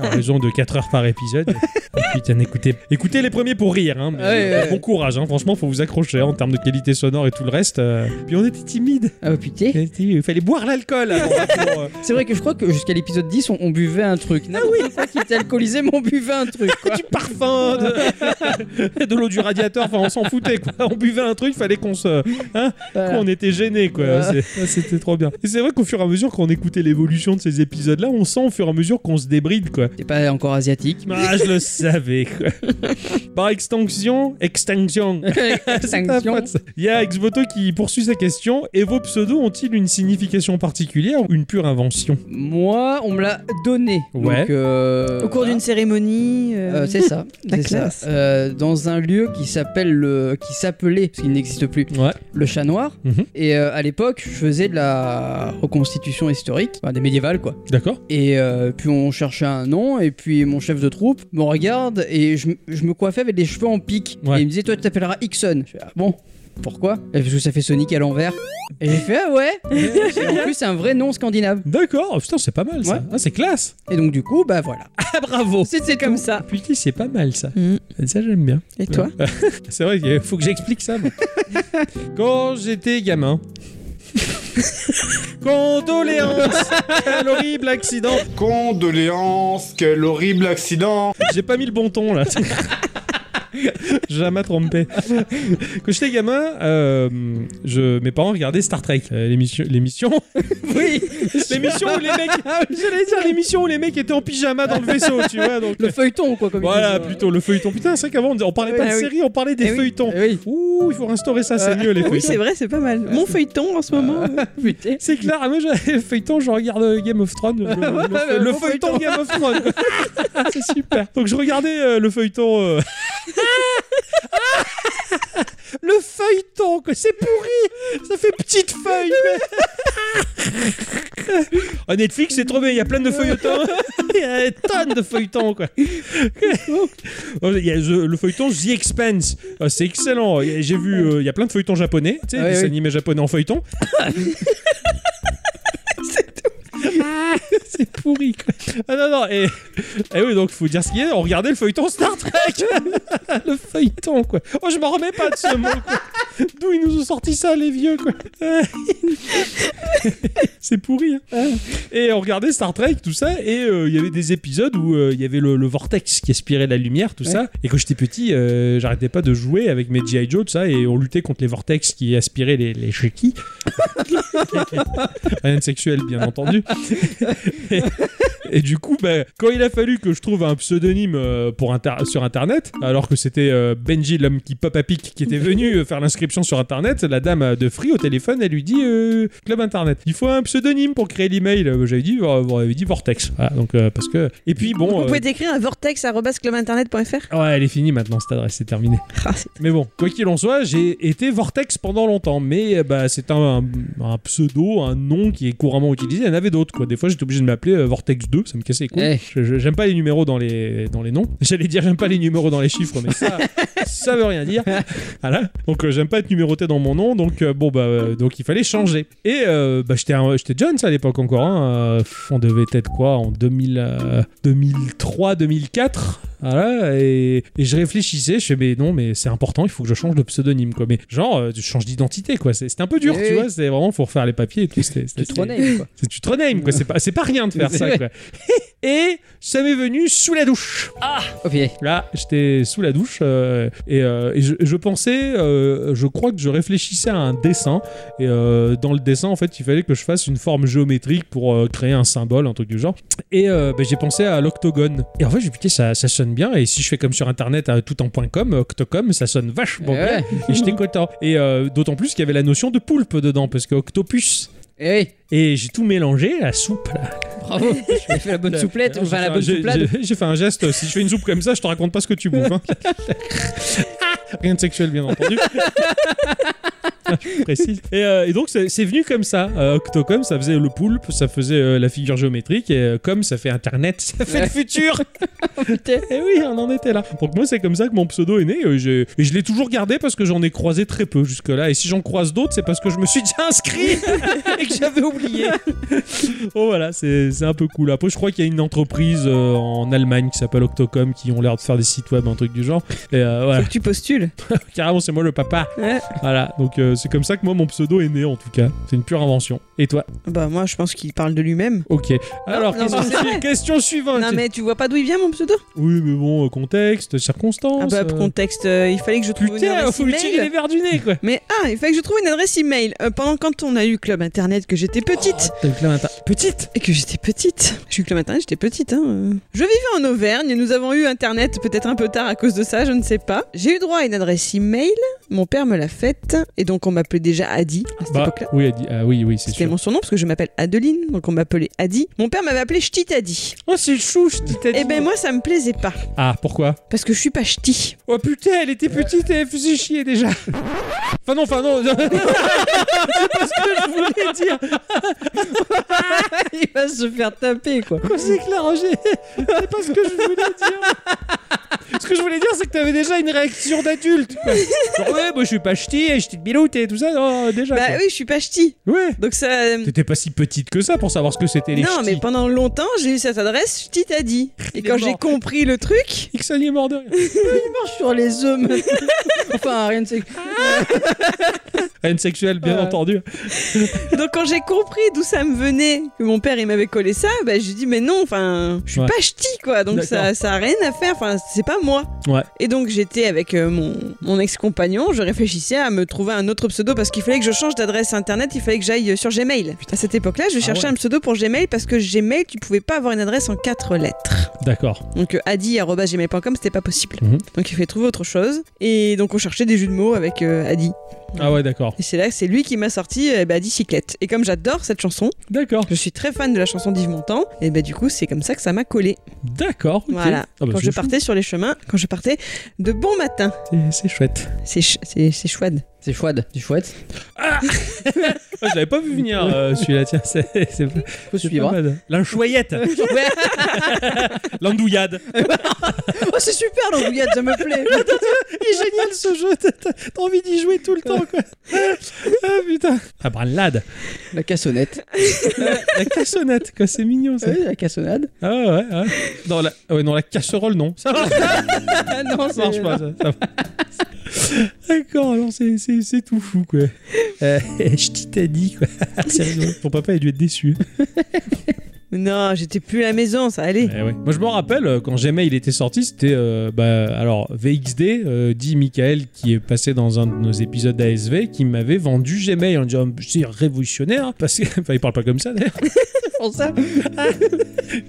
Speaker 2: En raison de 4 heures par épisode. Et putain, écoutez, écoutez les premiers pour rire. Hein, mais,
Speaker 3: Ouais,
Speaker 2: euh,
Speaker 3: ouais.
Speaker 2: Bon courage, hein, franchement, faut vous accrocher hein, en termes de qualité sonore et tout le reste. euh. Puis on était timide.
Speaker 3: Ah, oh, putain.
Speaker 2: Il fallait boire l'alcool. avant, pour, euh,
Speaker 3: C'est vrai que je crois que jusqu'à l'épisode 10, on, on buvait un truc. Ah oui. qui était alcoolisé, mais on buvait un truc, quoi.
Speaker 2: du parfum, de, de l'eau du radiateur. Enfin, on s'en foutait. Quoi. On buvait un truc, fallait qu'on se.
Speaker 3: Voilà.
Speaker 2: on était gênés quoi.
Speaker 3: Ouais.
Speaker 2: C'est- C'était trop bien. Et c'est vrai qu'au fur et à mesure qu'on écoutait l'évolution de ces épisodes-là, on sent au fur et à mesure qu'on se débride quoi.
Speaker 3: T'es pas encore asiatique.
Speaker 2: Ah, je le savais quoi. Par extinction, extinction. C'est ta
Speaker 3: Extinction.
Speaker 2: pote, ça. Il y a Exvoto qui poursuit sa question. Et vos pseudos ont-ils une signification particulière ou une pure invention
Speaker 3: Moi, on me l'a donné.
Speaker 2: Ouais.
Speaker 3: Donc, euh,
Speaker 1: Au cours d'une cérémonie. euh,
Speaker 3: Euh, c'est ça,
Speaker 1: La
Speaker 3: c'est ça.
Speaker 1: classe.
Speaker 3: Euh, dans un lieu qui s'appelle le, qui s'appelait, parce qu'il n'existe plus,
Speaker 2: Ouais.
Speaker 3: le Chat Noir.
Speaker 2: Mhm.
Speaker 3: Et euh, à l'époque, je faisais de la reconstitution historique, enfin, des médiévales quoi.
Speaker 2: D'accord.
Speaker 3: Et euh, puis on cherchait un nom, et puis mon chef de troupe me regarde et je, m- je me coiffais avec des cheveux en pique.
Speaker 2: Ouais.
Speaker 3: Et il me disait, toi, tu t'appelleras Ixon. Je fais, ah bon. Pourquoi Et Parce que ça fait Sonic à l'envers. Et j'ai fait ah ouais. Et en plus c'est un vrai nom scandinave.
Speaker 2: D'accord. Putain, c'est pas mal ça.
Speaker 3: Ouais.
Speaker 2: Ah, c'est classe.
Speaker 3: Et donc du coup bah voilà.
Speaker 2: Ah, bravo.
Speaker 1: C'était comme ça.
Speaker 2: Putain, c'est pas mal ça.
Speaker 1: Mm.
Speaker 2: Ça, j'aime bien.
Speaker 1: Et toi
Speaker 2: C'est vrai, il faut que j'explique ça. moi. Quand j'étais gamin. Condoléances Quel horrible accident
Speaker 10: Condoléances, quel horrible accident
Speaker 2: J'ai pas mis le bon ton là. Jamais trompé. Quand j'étais gamin, euh, je, mes parents regardaient Star Trek, Euh, l'émission, l'émission,
Speaker 3: Oui.
Speaker 2: l'émission où les mecs, j'allais dire l'émission où les mecs étaient en pyjama dans le vaisseau, tu vois. Donc
Speaker 3: Le feuilleton quoi comme ils
Speaker 2: voilà,
Speaker 3: disent.
Speaker 2: plutôt le feuilleton. Putain, c'est vrai qu'avant on disait- on parlait pas
Speaker 1: Ah
Speaker 2: de
Speaker 1: oui.
Speaker 2: série, on parlait des
Speaker 3: Eh oui.
Speaker 2: feuilletons.
Speaker 3: Eh oui.
Speaker 2: Ouh, il faut restaurer ça, c'est mieux les
Speaker 1: Oui,
Speaker 2: feuilletons.
Speaker 1: c'est vrai, c'est pas mal.
Speaker 2: Euh,
Speaker 1: Mon feuilleton en ce
Speaker 2: bah,
Speaker 1: moment. euh,
Speaker 3: Putain.
Speaker 2: C'est clair, ah, moi j'ai feuilleton, je regarde euh, Game of Thrones. Le, le- le- le- le
Speaker 3: le
Speaker 2: feuilleton Game of Thrones. c'est super. Donc je regardais euh, le feuilleton. euh. Ah, le feuilleton, que c'est pourri. Ça fait petite feuille. quoi. Ah, Netflix, c'est trop bien, il y a plein de feuilletons. Il y a des tonnes de feuilletons, quoi. Oh, il y a The- le feuilleton The Expanse. Ah, c'est excellent. Il y a- J'ai vu, euh, il y a plein de feuilletons japonais, tu sais,
Speaker 3: Ah, oui,
Speaker 2: des
Speaker 3: oui.
Speaker 2: animés japonais en feuilleton. C'est pourri, quoi. Ah non, non, et, et oui, donc faut dire ce qu'il y a. On regardait le feuilleton Star Trek. le feuilleton, quoi. Oh, je m'en remets pas de ce mot, quoi. D'où ils nous ont sorti ça, les vieux, quoi. C'est pourri, hein. Et on regardait Star Trek, tout ça, et euh, il y avait des épisodes où euh, il y avait le, le vortex qui aspirait la lumière, tout ça. Et quand j'étais petit, euh, j'arrêtais pas de jouer avec mes G.I. Joe, tout ça, et on luttait contre les vortex qui aspiraient les, les Shiki. Rien de sexuel, bien entendu. et, et du coup, bah, quand il a fallu que je trouve un pseudonyme euh, pour inter- sur Internet, alors que c'était euh, Benji, l'homme qui pop à pic, qui était venu euh, faire l'inscription sur Internet, la dame euh, de Free au téléphone, elle lui dit euh, Club Internet, il faut un pseudonyme pour créer l'email. Euh, J'avais dit, euh, vous avez dit Vortex. Voilà, donc, euh, parce que... Et puis, bon...
Speaker 1: Vous
Speaker 2: euh,
Speaker 1: pouvez décrire à vortex.clubinternet.fr
Speaker 2: Ouais, elle est finie maintenant, cette adresse, c'est terminé.
Speaker 1: Ah, c'est-
Speaker 2: Mais bon, quoi qu'il en soit, j'ai été Vortex pendant longtemps, mais euh, bah, c'est un, un pseudo, un nom qui est couramment utilisé. Il y en avait d'autres, quoi. Des fois, j'étais obligé de m'appeler euh, Vortex 2, ça me cassait les couilles.
Speaker 3: Eh.
Speaker 2: Je- je- J'aime pas les numéros dans les, dans les noms. J'allais dire, j'aime pas les numéros dans les chiffres, mais ça, ça veut rien dire. Voilà. Donc, euh, j'aime pas être numéroté dans mon nom, donc euh, bon, bah, euh, donc il fallait changer. Et euh, bah, j'étais un- j'étais jeune, ça, à l'époque encore. hein. Euh, pff, on devait être quoi En 2000, euh, 2003, 2004 voilà, et, et je réfléchissais, je fais mais non, mais c'est important, il faut que je change de pseudonyme, quoi. Mais genre, euh, je change d'identité, quoi. C'est- C'était un peu dur,
Speaker 3: Eh
Speaker 2: tu
Speaker 3: oui.
Speaker 2: vois. C'était vraiment, faut refaire les papiers et tout. C'était
Speaker 3: Tu
Speaker 2: c'était-
Speaker 3: te renais, quoi.
Speaker 2: c'est tu te renames, quoi. C'est pas, c'est pas rien de faire
Speaker 3: C'est
Speaker 2: ça,
Speaker 3: vrai.
Speaker 2: quoi. Et ça m'est venu sous la douche.
Speaker 3: Ok.
Speaker 2: Là, j'étais sous la douche euh, et, euh, et je, je pensais, euh, je crois que je réfléchissais à un dessin. Et euh, dans le dessin, en fait, il fallait que je fasse une forme géométrique pour euh, créer un symbole, un truc du genre. Et euh, bah, j'ai pensé à l'octogone. Et en fait, j'ai dit, putain, ça, ça sonne bien. Et si je fais comme sur internet, euh, tout en point .com, octocom, ça sonne vachement
Speaker 3: Eh
Speaker 2: bien.
Speaker 3: ouais.
Speaker 2: Et j'étais content. Et euh, d'autant plus qu'il y avait la notion de poulpe dedans, parce que octopus.
Speaker 3: Eh oui,
Speaker 2: Et j'ai tout mélangé, la soupe là.
Speaker 3: bravo. J'ai fait la bonne souplette,
Speaker 2: J'ai
Speaker 3: enfin
Speaker 2: fait
Speaker 3: la
Speaker 2: un-
Speaker 3: bonne
Speaker 2: j'ai-
Speaker 3: souplade.
Speaker 2: j'ai- J'ai fait un geste, si je fais une soupe comme ça, je te raconte pas ce que tu bouffes. hein. Rien de sexuel, bien entendu. Je précise. Et, euh, et donc, c'est c'est venu comme ça. Euh, Octocom, ça faisait le poulpe, ça faisait euh, la figure géométrique, et euh, comme ça fait Internet, ça fait
Speaker 3: Ouais.
Speaker 2: le futur. et oui, on en était là. Donc, moi, c'est comme ça que mon pseudo est né. euh, j'ai- et je l'ai toujours gardé parce que j'en ai croisé très peu jusque-là. Et si j'en croise d'autres, c'est parce que je me suis déjà inscrit et que j'avais oublié. Oh voilà, c'est c'est un peu cool. Après, je crois qu'il y a une entreprise euh, en Allemagne qui s'appelle Octocom qui ont l'air de faire des sites web, un truc du genre. Et euh,
Speaker 1: Faut
Speaker 2: voilà,
Speaker 1: que tu postules.
Speaker 2: carrément, c'est moi le papa.
Speaker 1: Ouais.
Speaker 2: Voilà, donc euh, c'est comme ça que moi, mon pseudo est né en tout cas. C'est une pure invention. Et toi
Speaker 1: Bah moi je pense qu'il parle de lui-même.
Speaker 2: Ok. Alors,
Speaker 1: non,
Speaker 2: question,
Speaker 1: mais c'est
Speaker 2: su-
Speaker 1: vrai.
Speaker 2: question suivante.
Speaker 1: Non mais tu vois pas d'où il vient mon pseudo
Speaker 2: Oui, mais bon, euh, contexte, circonstance.
Speaker 1: Ah bah
Speaker 2: euh,
Speaker 1: contexte, euh, il fallait que je trouve une
Speaker 2: Putain,
Speaker 1: adresse
Speaker 2: faut utiliser les
Speaker 1: email.
Speaker 2: verres du nez, quoi.
Speaker 1: Mais ah, il fallait que je trouve une adresse email. Euh, pendant quand on a eu Club Internet que j'étais petite.
Speaker 2: Oh, t'as eu plein d'inter- Petite
Speaker 1: Et que j'étais petite. J'ai eu Club Internet, j'étais petite. Hein. euh. Je vivais en Auvergne, nous avons eu Internet peut-être un peu tard à cause de ça, je ne sais pas. J'ai eu droit à une adresse email, mon père me l'a faite, et donc on m'appelait déjà Adi à cette
Speaker 2: Bah,
Speaker 1: époque-là.
Speaker 2: oui, elle dit- ah oui, oui, c'est
Speaker 1: C'était
Speaker 2: sûr.
Speaker 1: mon surnom parce que je m'appelle Adeline, donc on m'appelait Adi. Mon père m'avait appelé Ch'ti Adi.
Speaker 2: Oh, c'est chou, je t'ai
Speaker 1: Et
Speaker 2: dit.
Speaker 1: ben moi ça me plaisait pas,
Speaker 2: Ah, pourquoi
Speaker 1: parce que je suis pas ch'ti.
Speaker 2: Oh putain, elle était petite et elle faisait chier déjà. Enfin non, enfin non. C'est pas ce que je voulais dire.
Speaker 3: Il va se faire taper, quoi.
Speaker 2: Quoi, C'est clair, Roger. C'est pas ce que je voulais dire. Ce que je voulais dire, c'est que t'avais déjà une réaction d'adulte. quoi. Genre, ouais, moi je suis pas ch'ti et ch'ti de biloute et tout ça. Non, déjà.
Speaker 1: Bah
Speaker 2: quoi.
Speaker 1: oui, je suis pas ch'ti.
Speaker 2: Ouais.
Speaker 1: Donc ça. euh,
Speaker 2: T'étais pas si petite que ça pour savoir ce que c'était les
Speaker 1: Non, mais
Speaker 2: ch'tis.
Speaker 1: pendant longtemps, j'ai eu cette adresse, ch'ti t'a dit. Et
Speaker 2: Il
Speaker 1: quand
Speaker 2: est
Speaker 1: j'ai
Speaker 2: mort.
Speaker 1: compris le truc,
Speaker 2: Ixon est mort de rire.
Speaker 3: Il marche sur les œufs, maintenant. Enfin, rien de sec.
Speaker 2: Rien de sexuel, bien
Speaker 3: Ouais.
Speaker 2: entendu.
Speaker 1: donc quand j'ai compris d'où ça me venait, que mon père il m'avait collé ça, bah j'ai dit mais non, enfin, je suis
Speaker 2: Ouais.
Speaker 1: pas ch'ti quoi, donc ça,
Speaker 2: D'accord.
Speaker 1: ça a rien à faire, enfin c'est pas moi.
Speaker 2: Ouais.
Speaker 1: Et donc j'étais avec euh, mon, mon ex-compagnon, je réfléchissais à me trouver un autre pseudo parce qu'il fallait que je change d'adresse internet, il fallait que j'aille euh, sur Gmail. À cette époque-là, je cherchais
Speaker 2: Ah ouais.
Speaker 1: un pseudo pour Gmail parce que Gmail, tu pouvais pas avoir une adresse en quatre lettres.
Speaker 2: D'accord.
Speaker 1: Donc euh, adi.gmail.com, c'était pas possible.
Speaker 2: Mhm.
Speaker 1: Donc il fallait trouver autre chose. Et donc on cherchait des jeux de mots avec euh, Adi.
Speaker 2: Ah ouais, d'accord.
Speaker 1: Et c'est là que c'est lui qui m'a sorti euh, bah, Dicyclette. Et comme j'adore cette chanson,
Speaker 2: D'accord.
Speaker 1: je suis très fan de la chanson d'Yves Montand, et bah, du coup c'est comme ça que ça m'a collé.
Speaker 2: D'accord. ok.
Speaker 1: Voilà.
Speaker 2: Ah bah,
Speaker 1: quand
Speaker 2: c'est
Speaker 1: je
Speaker 2: chou-
Speaker 1: partais sur les chemins, quand je partais de bon matin.
Speaker 2: c'est- C'est chouette.
Speaker 1: C'est ch- c'est- c'est chouade.
Speaker 3: C'est chouette. C'est chouette.
Speaker 2: Ah, je l'avais pas vu venir euh, celui-là, tiens, c'est c'est pas-
Speaker 3: Faut
Speaker 2: c'est
Speaker 3: suivre.
Speaker 2: pas mal. hein. L'enchouillette,
Speaker 3: Ouais.
Speaker 2: l'andouillade.
Speaker 3: Oh, c'est super l'andouillade, ça me plaît.
Speaker 2: Il est génial ce jeu, t'as- t'as t'as envie d'y jouer tout le temps quoi. Ah putain. Ah branlade,
Speaker 3: La cassonnette.
Speaker 2: la cassonnette, quoi, c'est mignon ça.
Speaker 3: Ouais, la cassonade.
Speaker 2: Ah ouais, ouais. Non, la, ouais, non, la casserole, non. Ça marche pas. non, ça marche pas. ça, ça va. D'accord, alors c'est, c'est, c'est tout fou, quoi. Euh, je t'y t'ai dit, quoi. C'est rigolo. Ton papa a dû être déçu.
Speaker 1: Non, j'étais plus à la maison, ça allait.
Speaker 2: Eh ouais. Moi, je me rappelle, euh, quand jamais il était sorti, c'était... euh, bah, alors, VXD, euh, dit Michael, qui est passé dans un de nos épisodes d'ASV, qui m'avait vendu Gmail en disant, c'est révolutionnaire, parce que... Enfin, il parle pas comme ça, d'ailleurs.
Speaker 3: Pour ça.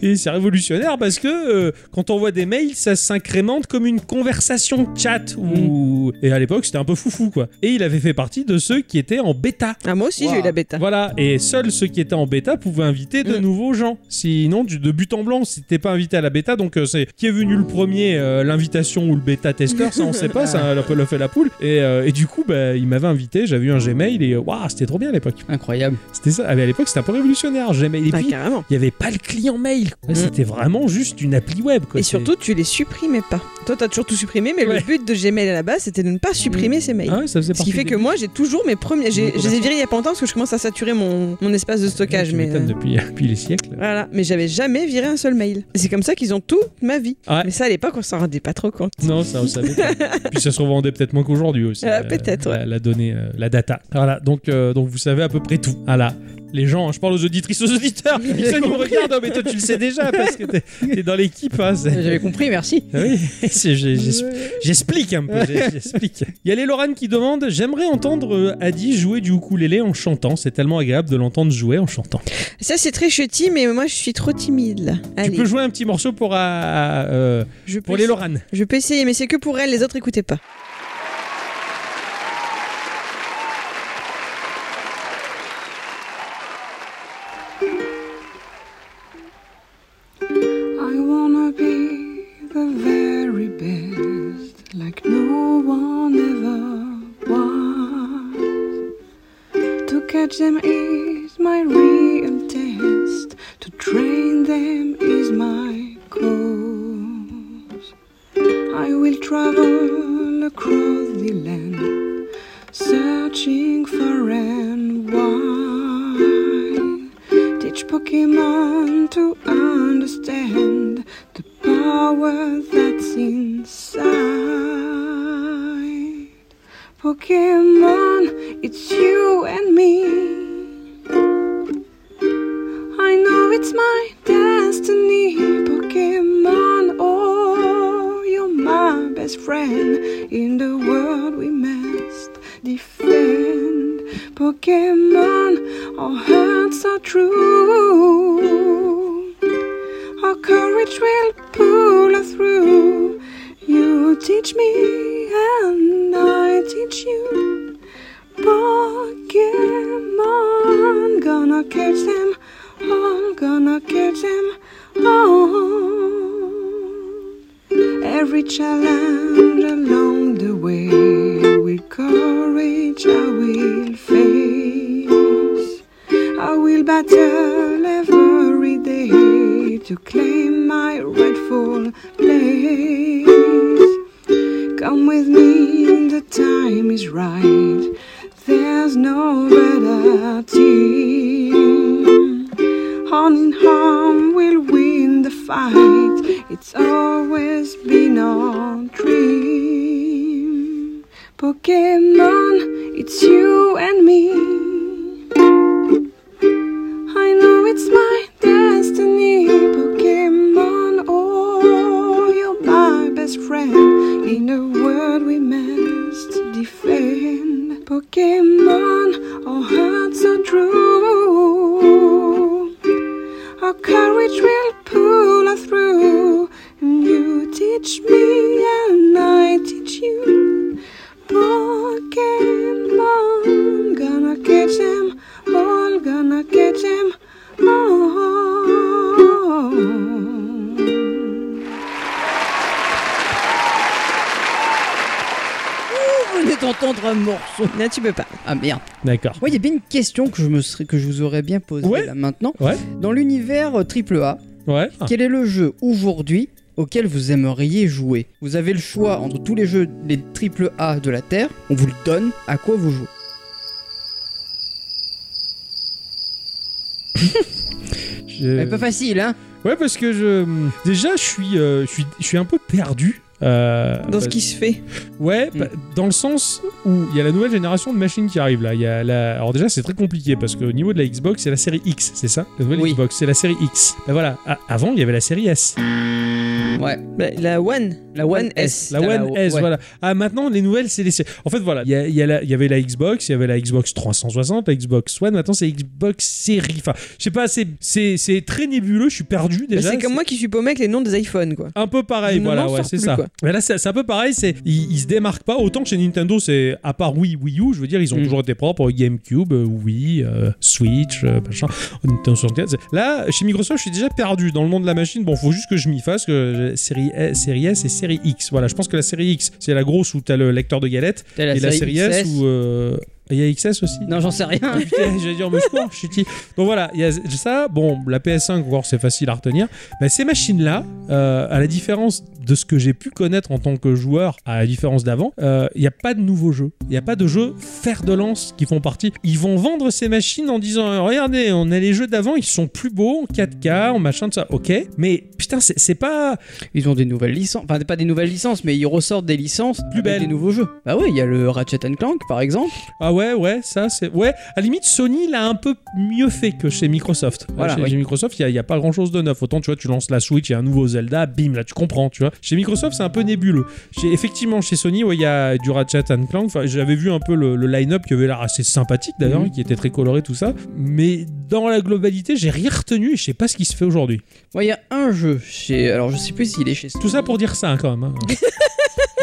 Speaker 2: Et c'est révolutionnaire parce que euh, quand on voit des mails, ça s'incrémente comme une conversation chat. Ou... Et à l'époque, c'était un peu foufou, quoi. Et il avait fait partie de ceux qui étaient en bêta.
Speaker 1: Ah, moi aussi, j'ai eu la bêta.
Speaker 2: Voilà, et seuls ceux qui étaient en bêta pouvaient inviter de
Speaker 1: Mm.
Speaker 2: nouveaux gens. Sinon, du, de but en blanc, si t'es pas invité à la bêta, donc euh, c'est qui est venu le premier, euh, l'invitation ou le bêta testeur, ça on sait pas, ça l'a l'a fait la poule. Et, euh, et du coup, bah, il m'avait invité, j'avais eu un Gmail et euh, waouh, c'était trop bien à l'époque.
Speaker 3: Incroyable.
Speaker 2: C'était ça, Ah, mais à l'époque, c'était un peu révolutionnaire, Gmail. Et
Speaker 1: Ah,
Speaker 2: puis,
Speaker 1: carrément.
Speaker 2: il n'y avait pas le client mail. quoi.
Speaker 1: Mm.
Speaker 2: C'était vraiment juste une appli web. Quoi.
Speaker 1: Et
Speaker 2: C'est-
Speaker 1: surtout, tu les supprimais pas. Toi, t'as toujours tout supprimé, mais
Speaker 2: Ouais.
Speaker 1: le but de Gmail à la base, c'était de ne pas supprimer ces mails.
Speaker 2: Ah ouais, ça faisait
Speaker 1: Ce qui
Speaker 2: partie
Speaker 1: fait
Speaker 2: des-
Speaker 1: que moi, j'ai toujours mes premiers. j'ai-
Speaker 2: Des
Speaker 1: Je les ai virés il y a pas longtemps parce que je commence à saturer mon, mon espace de stockage.
Speaker 2: Tu
Speaker 1: mais
Speaker 2: m'étonnes
Speaker 1: euh,
Speaker 2: depuis, depuis les siècles.
Speaker 1: Voilà, mais j'avais jamais viré un seul mail. Et C'est comme ça qu'ils ont toute ma vie.
Speaker 2: Ouais.
Speaker 1: Mais ça, à l'époque, on s'en rendait pas trop compte.
Speaker 2: Non, ça, on savait. Puis ça se revendait peut-être moins qu'aujourd'hui aussi.
Speaker 1: Ah,
Speaker 2: euh,
Speaker 1: peut-être, ouais.
Speaker 2: La, la donnée, euh, la data. Voilà, donc, euh, donc vous savez à peu près tout. Voilà. Les gens, hein, je parle aux auditrices, aux auditeurs. Ça nous regarde, mais toi tu le sais déjà parce que t'es t'es dans l'équipe. hein, c'est-
Speaker 3: J'avais compris, merci.
Speaker 2: Oui, c'est- j'ai- j'ai- j'explique un peu, j'ai- j'explique. Il y a les Lorraine qui demande J'aimerais entendre euh, Adi jouer du ukulélé en chantant. C'est tellement agréable de l'entendre jouer en chantant.
Speaker 1: Ça, c'est très chutis, mais moi, je suis trop timide. là.
Speaker 2: Tu
Speaker 1: Allez,
Speaker 2: peux jouer un petit morceau pour, euh, euh,
Speaker 1: je peux
Speaker 2: pour les
Speaker 1: essayer.
Speaker 2: Lorraine.
Speaker 1: Je peux essayer, mais c'est que pour elles, les autres, écoutez pas.
Speaker 11: I wanna be the very best, like no one ever was. To catch them is my real test, to train them is my cause. I will travel across the land, searching for and wide. Teach Pokemon to understand the power that's inside. Pokemon, it's you and me. I know it's my destiny. Pokemon, oh, you're my best friend. In the world we must defend. Pokemon, our hearts are true. Our courage will pull us through. You teach me, and I teach you. Pokemon, gonna catch them all, gonna catch them all. Every challenge along the way, with courage I will face. I will battle every day to claim my rightful place. Come with me, the time is right. There's no better team. Horn in harm will win the fight. It's always been our dream. Pokemon, it's you and me. I know it's my destiny. Pokemon, oh, you're my best friend. In a world we must defend. Pokemon, our hearts are true. Our courage will pull us through. And you teach me, and I teach you. Pokemon, gonna catch them all, gonna catch them all.
Speaker 3: t'entendre un morceau.
Speaker 1: Là, tu peux pas.
Speaker 3: Ah merde.
Speaker 2: D'accord.
Speaker 3: Moi, il y a bien une question que je, me serais, que je vous aurais bien posée
Speaker 2: Ouais.
Speaker 3: là maintenant.
Speaker 2: Ouais. Ah.
Speaker 3: Dans l'univers euh, AAA,
Speaker 2: Ouais.
Speaker 3: quel est le jeu aujourd'hui auquel vous aimeriez jouer Vous avez le choix entre tous les jeux, les AAA de la Terre. On vous le donne. À quoi vous jouez
Speaker 2: Je-
Speaker 3: Mais Pas facile, hein
Speaker 2: Ah, Ouais, parce que je. Déjà, je suis, euh, je suis, je suis un peu perdu. euh,
Speaker 1: Dans ce
Speaker 2: parce-
Speaker 1: qui se fait.
Speaker 2: Ouais,
Speaker 3: Mm.
Speaker 2: bah, dans le sens où il y a la nouvelle génération de machines qui arrive là. Il y a la... Alors déjà, c'est très compliqué parce qu'au niveau de la Xbox, c'est la série X, c'est ça La nouvelle
Speaker 3: Oui.
Speaker 2: Xbox, c'est la série X. Bah voilà, A- avant, il y avait la série S.
Speaker 3: Ouais.
Speaker 1: Bah, la One.
Speaker 3: La One S.
Speaker 2: La
Speaker 3: T'as la-
Speaker 2: One S,
Speaker 3: ouais.
Speaker 2: voilà. Ah, maintenant, les nouvelles, c'est les séries. En fait, voilà, il y, a- il y a la- il y avait la Xbox, il y avait la Xbox 360, la Xbox One, maintenant c'est Xbox série. Enfin, je sais pas, c'est- c'est c'est très nébuleux, je suis perdu
Speaker 1: Bah,
Speaker 2: déjà.
Speaker 1: c'est comme moi qui suis paumé avec les noms des iPhones, quoi.
Speaker 2: Un peu pareil,
Speaker 1: Je ne
Speaker 2: voilà,
Speaker 1: m'en
Speaker 2: ouais,
Speaker 1: sors
Speaker 2: c'est
Speaker 1: plus,
Speaker 2: ça.
Speaker 1: quoi.
Speaker 2: Mais là, c'est c'est un peu pareil, c'est ils, ils se démarquent pas. Autant que chez Nintendo, c'est à part Wii, Wii U, je veux dire, ils ont
Speaker 3: Mm.
Speaker 2: toujours été propres. GameCube, euh, Wii, euh, Switch, euh, machin, Nintendo 64. c'est- Là, chez Microsoft, je suis déjà perdu dans le monde de la machine. Bon, faut juste que je m'y fasse. Que j'ai série, S- série S et série X. Voilà, je pense que la série X, c'est la grosse où t'as le lecteur de galette.
Speaker 3: T'as la
Speaker 2: et la série S,
Speaker 3: XS.
Speaker 2: où. euh, Il y a XS aussi
Speaker 3: Non, j'en sais rien.
Speaker 2: ah, putain, j'allais dire, mais je cours, je suis petit. Donc voilà, il y a ça. Bon, la PS5, encore, c'est facile à retenir. Mais ces machines-là, euh, à la différence de ce que j'ai pu connaître en tant que joueur, à la différence d'avant, euh, il n'y a pas de nouveaux jeux. Il n'y a pas de jeux fer de lance qui font partie. Ils vont vendre ces machines en disant, euh, regardez, on a les jeux d'avant, ils sont plus beaux, en 4K, en machin, de ça. Ok, mais putain, c'est c'est pas...
Speaker 3: Ils ont des nouvelles licences, enfin pas des nouvelles licences, mais ils ressortent des licences
Speaker 2: Plus
Speaker 3: avec
Speaker 2: belles.
Speaker 3: des nouveaux jeux. Bah ouais, il y a le Ratchet and Clank par exemple.
Speaker 2: Ah ouais, ouais, ça c'est. Ouais, à la limite, Sony l'a un peu mieux fait que chez Microsoft.
Speaker 3: Voilà,
Speaker 2: chez,
Speaker 3: oui.
Speaker 2: chez Microsoft, il n'y a, pas grand chose de neuf. Autant, tu vois, tu lances la Switch, il y a un nouveau Zelda, bim, là tu comprends, tu vois. Chez Microsoft, c'est un peu nébuleux. Chez, effectivement, chez Sony, ouais, il y a du Ratchet and Clank. Enfin, j'avais vu un peu le, le line-up qui avait l'air assez sympathique d'ailleurs,
Speaker 3: Mhm.
Speaker 2: qui était très coloré, tout ça. Mais dans la globalité, j'ai rien retenu et je sais pas ce qui se fait aujourd'hui.
Speaker 3: Moi, il y a un jeu chez, alors je sais plus s'il est chez.
Speaker 2: Tout ça pour dire ça, hein, quand même. hein.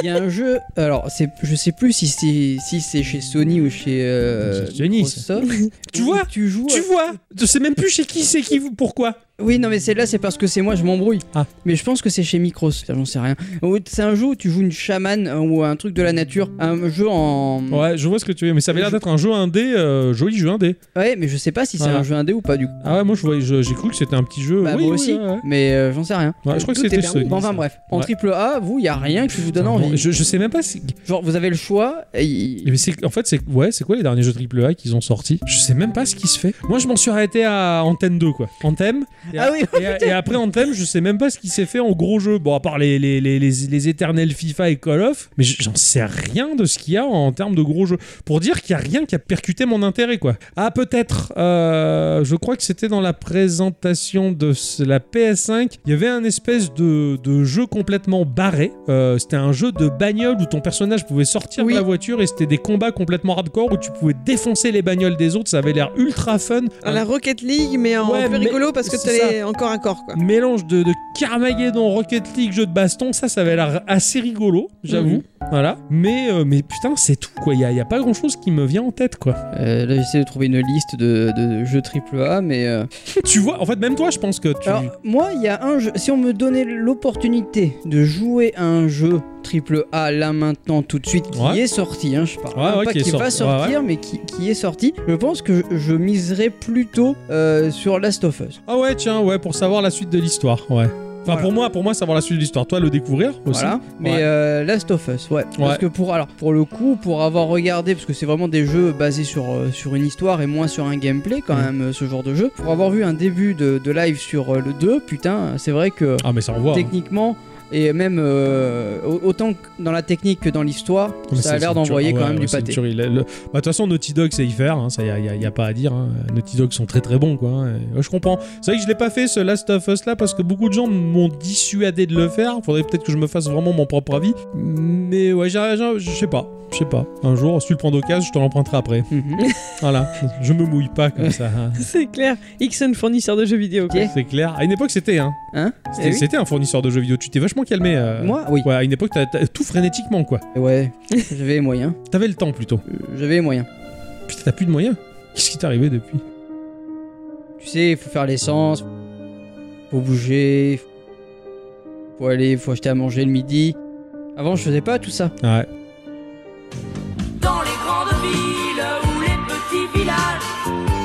Speaker 3: Il y a un jeu, alors c'est, je sais plus si c'est si c'est chez Sony ou chez euh,
Speaker 2: C'est Sony, ça.
Speaker 3: Microsoft.
Speaker 2: Tu vois
Speaker 3: tu joues.
Speaker 2: tu vois, je sais même plus chez qui c'est qui, pourquoi.
Speaker 3: Oui, non mais celle-là c'est parce que c'est moi, je m'embrouille.
Speaker 2: Ah.
Speaker 3: Mais je pense que c'est chez Microsoft, j'en sais rien. Ou C'est un jeu où tu joues une chamane euh, ou un truc de la nature, un jeu en.
Speaker 2: Ouais, je vois ce que tu veux, mais ça avait l'air d'être un jeu indé, euh, joli jeu indé.
Speaker 3: Ouais, mais je sais pas si c'est
Speaker 2: Voilà.
Speaker 3: un jeu indé ou pas du coup.
Speaker 2: Ah ouais, moi je voyais, je- j'ai cru que c'était un petit jeu.
Speaker 3: Bah,
Speaker 2: Oui,
Speaker 3: moi
Speaker 2: oui,
Speaker 3: aussi,
Speaker 2: ouais, ouais.
Speaker 3: mais euh, j'en sais rien.
Speaker 2: Ouais, je crois que
Speaker 3: Tout est
Speaker 2: c'était
Speaker 3: permis.
Speaker 2: Sony,
Speaker 3: Bon, enfin
Speaker 2: ça.
Speaker 3: bref, en
Speaker 2: Ouais.
Speaker 3: triple A, vous, il y a rien qui vous donne
Speaker 2: Putain,
Speaker 3: envie.
Speaker 2: bon, je, je sais même pas si.
Speaker 3: Genre, vous avez le choix. et-
Speaker 2: Mais c'est, en fait, c'est ouais, c'est quoi les derniers jeux AAA qu'ils ont sortis Je sais même pas ce qui se fait. Moi, je m'en suis arrêté à Anthem 2, quoi. Anthem. Et,
Speaker 3: Ah oui,
Speaker 2: et, et après Anthem, je sais même pas ce qui s'est fait en gros jeu. Bon, à part les, les, les, les, les éternels FIFA et Call of, mais j'en sais rien de ce qu'il y a en termes de gros jeux. Pour dire qu'il y a rien qui a percuté mon intérêt, quoi. Ah, peut-être. euh, je crois que c'était dans la présentation de s- la PS5. Il y avait un espèce de, de jeu complètement barré. Euh, c'était un jeu de bagnole où ton personnage pouvait sortir
Speaker 3: Oui.
Speaker 2: de la voiture et c'était des combats complètement hardcore où tu pouvais défoncer les bagnoles des autres. Ça avait l'air ultra fun.
Speaker 1: À la Rocket League, mais en
Speaker 2: Ouais,
Speaker 1: plus
Speaker 2: mais
Speaker 1: rigolo parce que
Speaker 2: c'est
Speaker 1: t'as les encore un corps, quoi.
Speaker 2: mélange de, de Carmageddon, Rocket League, jeu de baston, ça, ça avait l'air assez rigolo,
Speaker 3: Mhm.
Speaker 2: j'avoue. Voilà. Mais, euh, mais putain, c'est tout, quoi. Il n'y a, y a pas grand chose qui me vient en tête, quoi.
Speaker 3: Euh, là, j'essaie de trouver une liste de, de jeux triple A, mais. euh,
Speaker 2: tu vois, en fait, même toi, je pense que tu.
Speaker 3: Alors, moi, il y a un jeu. Si on me donnait l'opportunité de jouer à un jeu triple A là maintenant, tout de suite, qui
Speaker 2: Ouais.
Speaker 3: est sorti, hein, je parle.
Speaker 2: Ouais,
Speaker 3: hein,
Speaker 2: ouais,
Speaker 3: pas
Speaker 2: qui est
Speaker 3: qui va
Speaker 2: sorti, ouais,
Speaker 3: sortir, mais qui, qui est sorti. Je pense que je, je miserais plutôt euh, sur Last of Us.
Speaker 2: Ah ouais, tiens, ouais, pour savoir la suite de l'histoire, ouais. Enfin,
Speaker 3: Voilà.
Speaker 2: pour moi, pour moi, savoir la suite de l'histoire. Toi, le découvrir aussi.
Speaker 3: Voilà. Mais
Speaker 2: Ouais.
Speaker 3: euh, Last of Us, ouais.
Speaker 2: Ouais.
Speaker 3: Parce que pour alors pour le coup, pour avoir regardé, parce que c'est vraiment des jeux basés sur euh, sur une histoire et moins sur un gameplay quand
Speaker 2: Mhm.
Speaker 3: même euh, ce genre de jeu. Pour avoir vu un début de, de live sur euh, le 2, putain, c'est vrai que
Speaker 2: Ah, mais ça envoie. hein.
Speaker 3: techniquement. Et même euh, au- autant que dans la technique que dans l'histoire,
Speaker 2: Ah, mais
Speaker 3: ça a
Speaker 2: c'est-
Speaker 3: l'air
Speaker 2: c'est une
Speaker 3: d'envoyer
Speaker 2: tuerie.
Speaker 3: quand
Speaker 2: Ouais,
Speaker 3: même
Speaker 2: ouais,
Speaker 3: du
Speaker 2: c'est une
Speaker 3: pâté.
Speaker 2: tuerie. Le- le- bah, De toute façon, Naughty Dog, c'est y faire. hein. Ça, il n'y a, pas à dire. hein. Naughty Dog sont très très bons. Quoi, hein. Et, euh, je comprends. C'est vrai que je l'ai pas fait ce Last of Us là parce que beaucoup de gens m'ont dissuadé de le faire. Faudrait peut-être que je me fasse vraiment mon propre avis. Mais ouais, j'ai- j'ai- je sais pas. Je sais pas. Un jour, si tu le prends d'occasion, je te l'emprunterai après.
Speaker 3: Mhm.
Speaker 2: Voilà. je me mouille pas comme ça. hein.
Speaker 1: C'est clair. Ixon, fournisseur de jeux vidéo, quoi.
Speaker 3: Ok.
Speaker 2: C'est clair. À une époque, c'était. Hein.
Speaker 3: Hein
Speaker 2: C'était
Speaker 3: Eh oui.
Speaker 2: c'était un fournisseur de jeux vidéo. Tu t'es vachement calmé. euh,
Speaker 3: Moi, oui.
Speaker 2: Ouais, à une époque, t'as- t'as- tout frénétiquement quoi.
Speaker 3: Ouais, j'avais les moyens.
Speaker 2: T'avais le temps plutôt.
Speaker 3: Euh, J'avais les moyens.
Speaker 2: Putain, t'as plus de moyens. Qu'est-ce qui t'est arrivé depuis
Speaker 3: Tu sais, il faut faire l'essence, faut bouger, faut aller, faut acheter à manger le midi. Avant, je faisais pas tout ça.
Speaker 2: Ouais.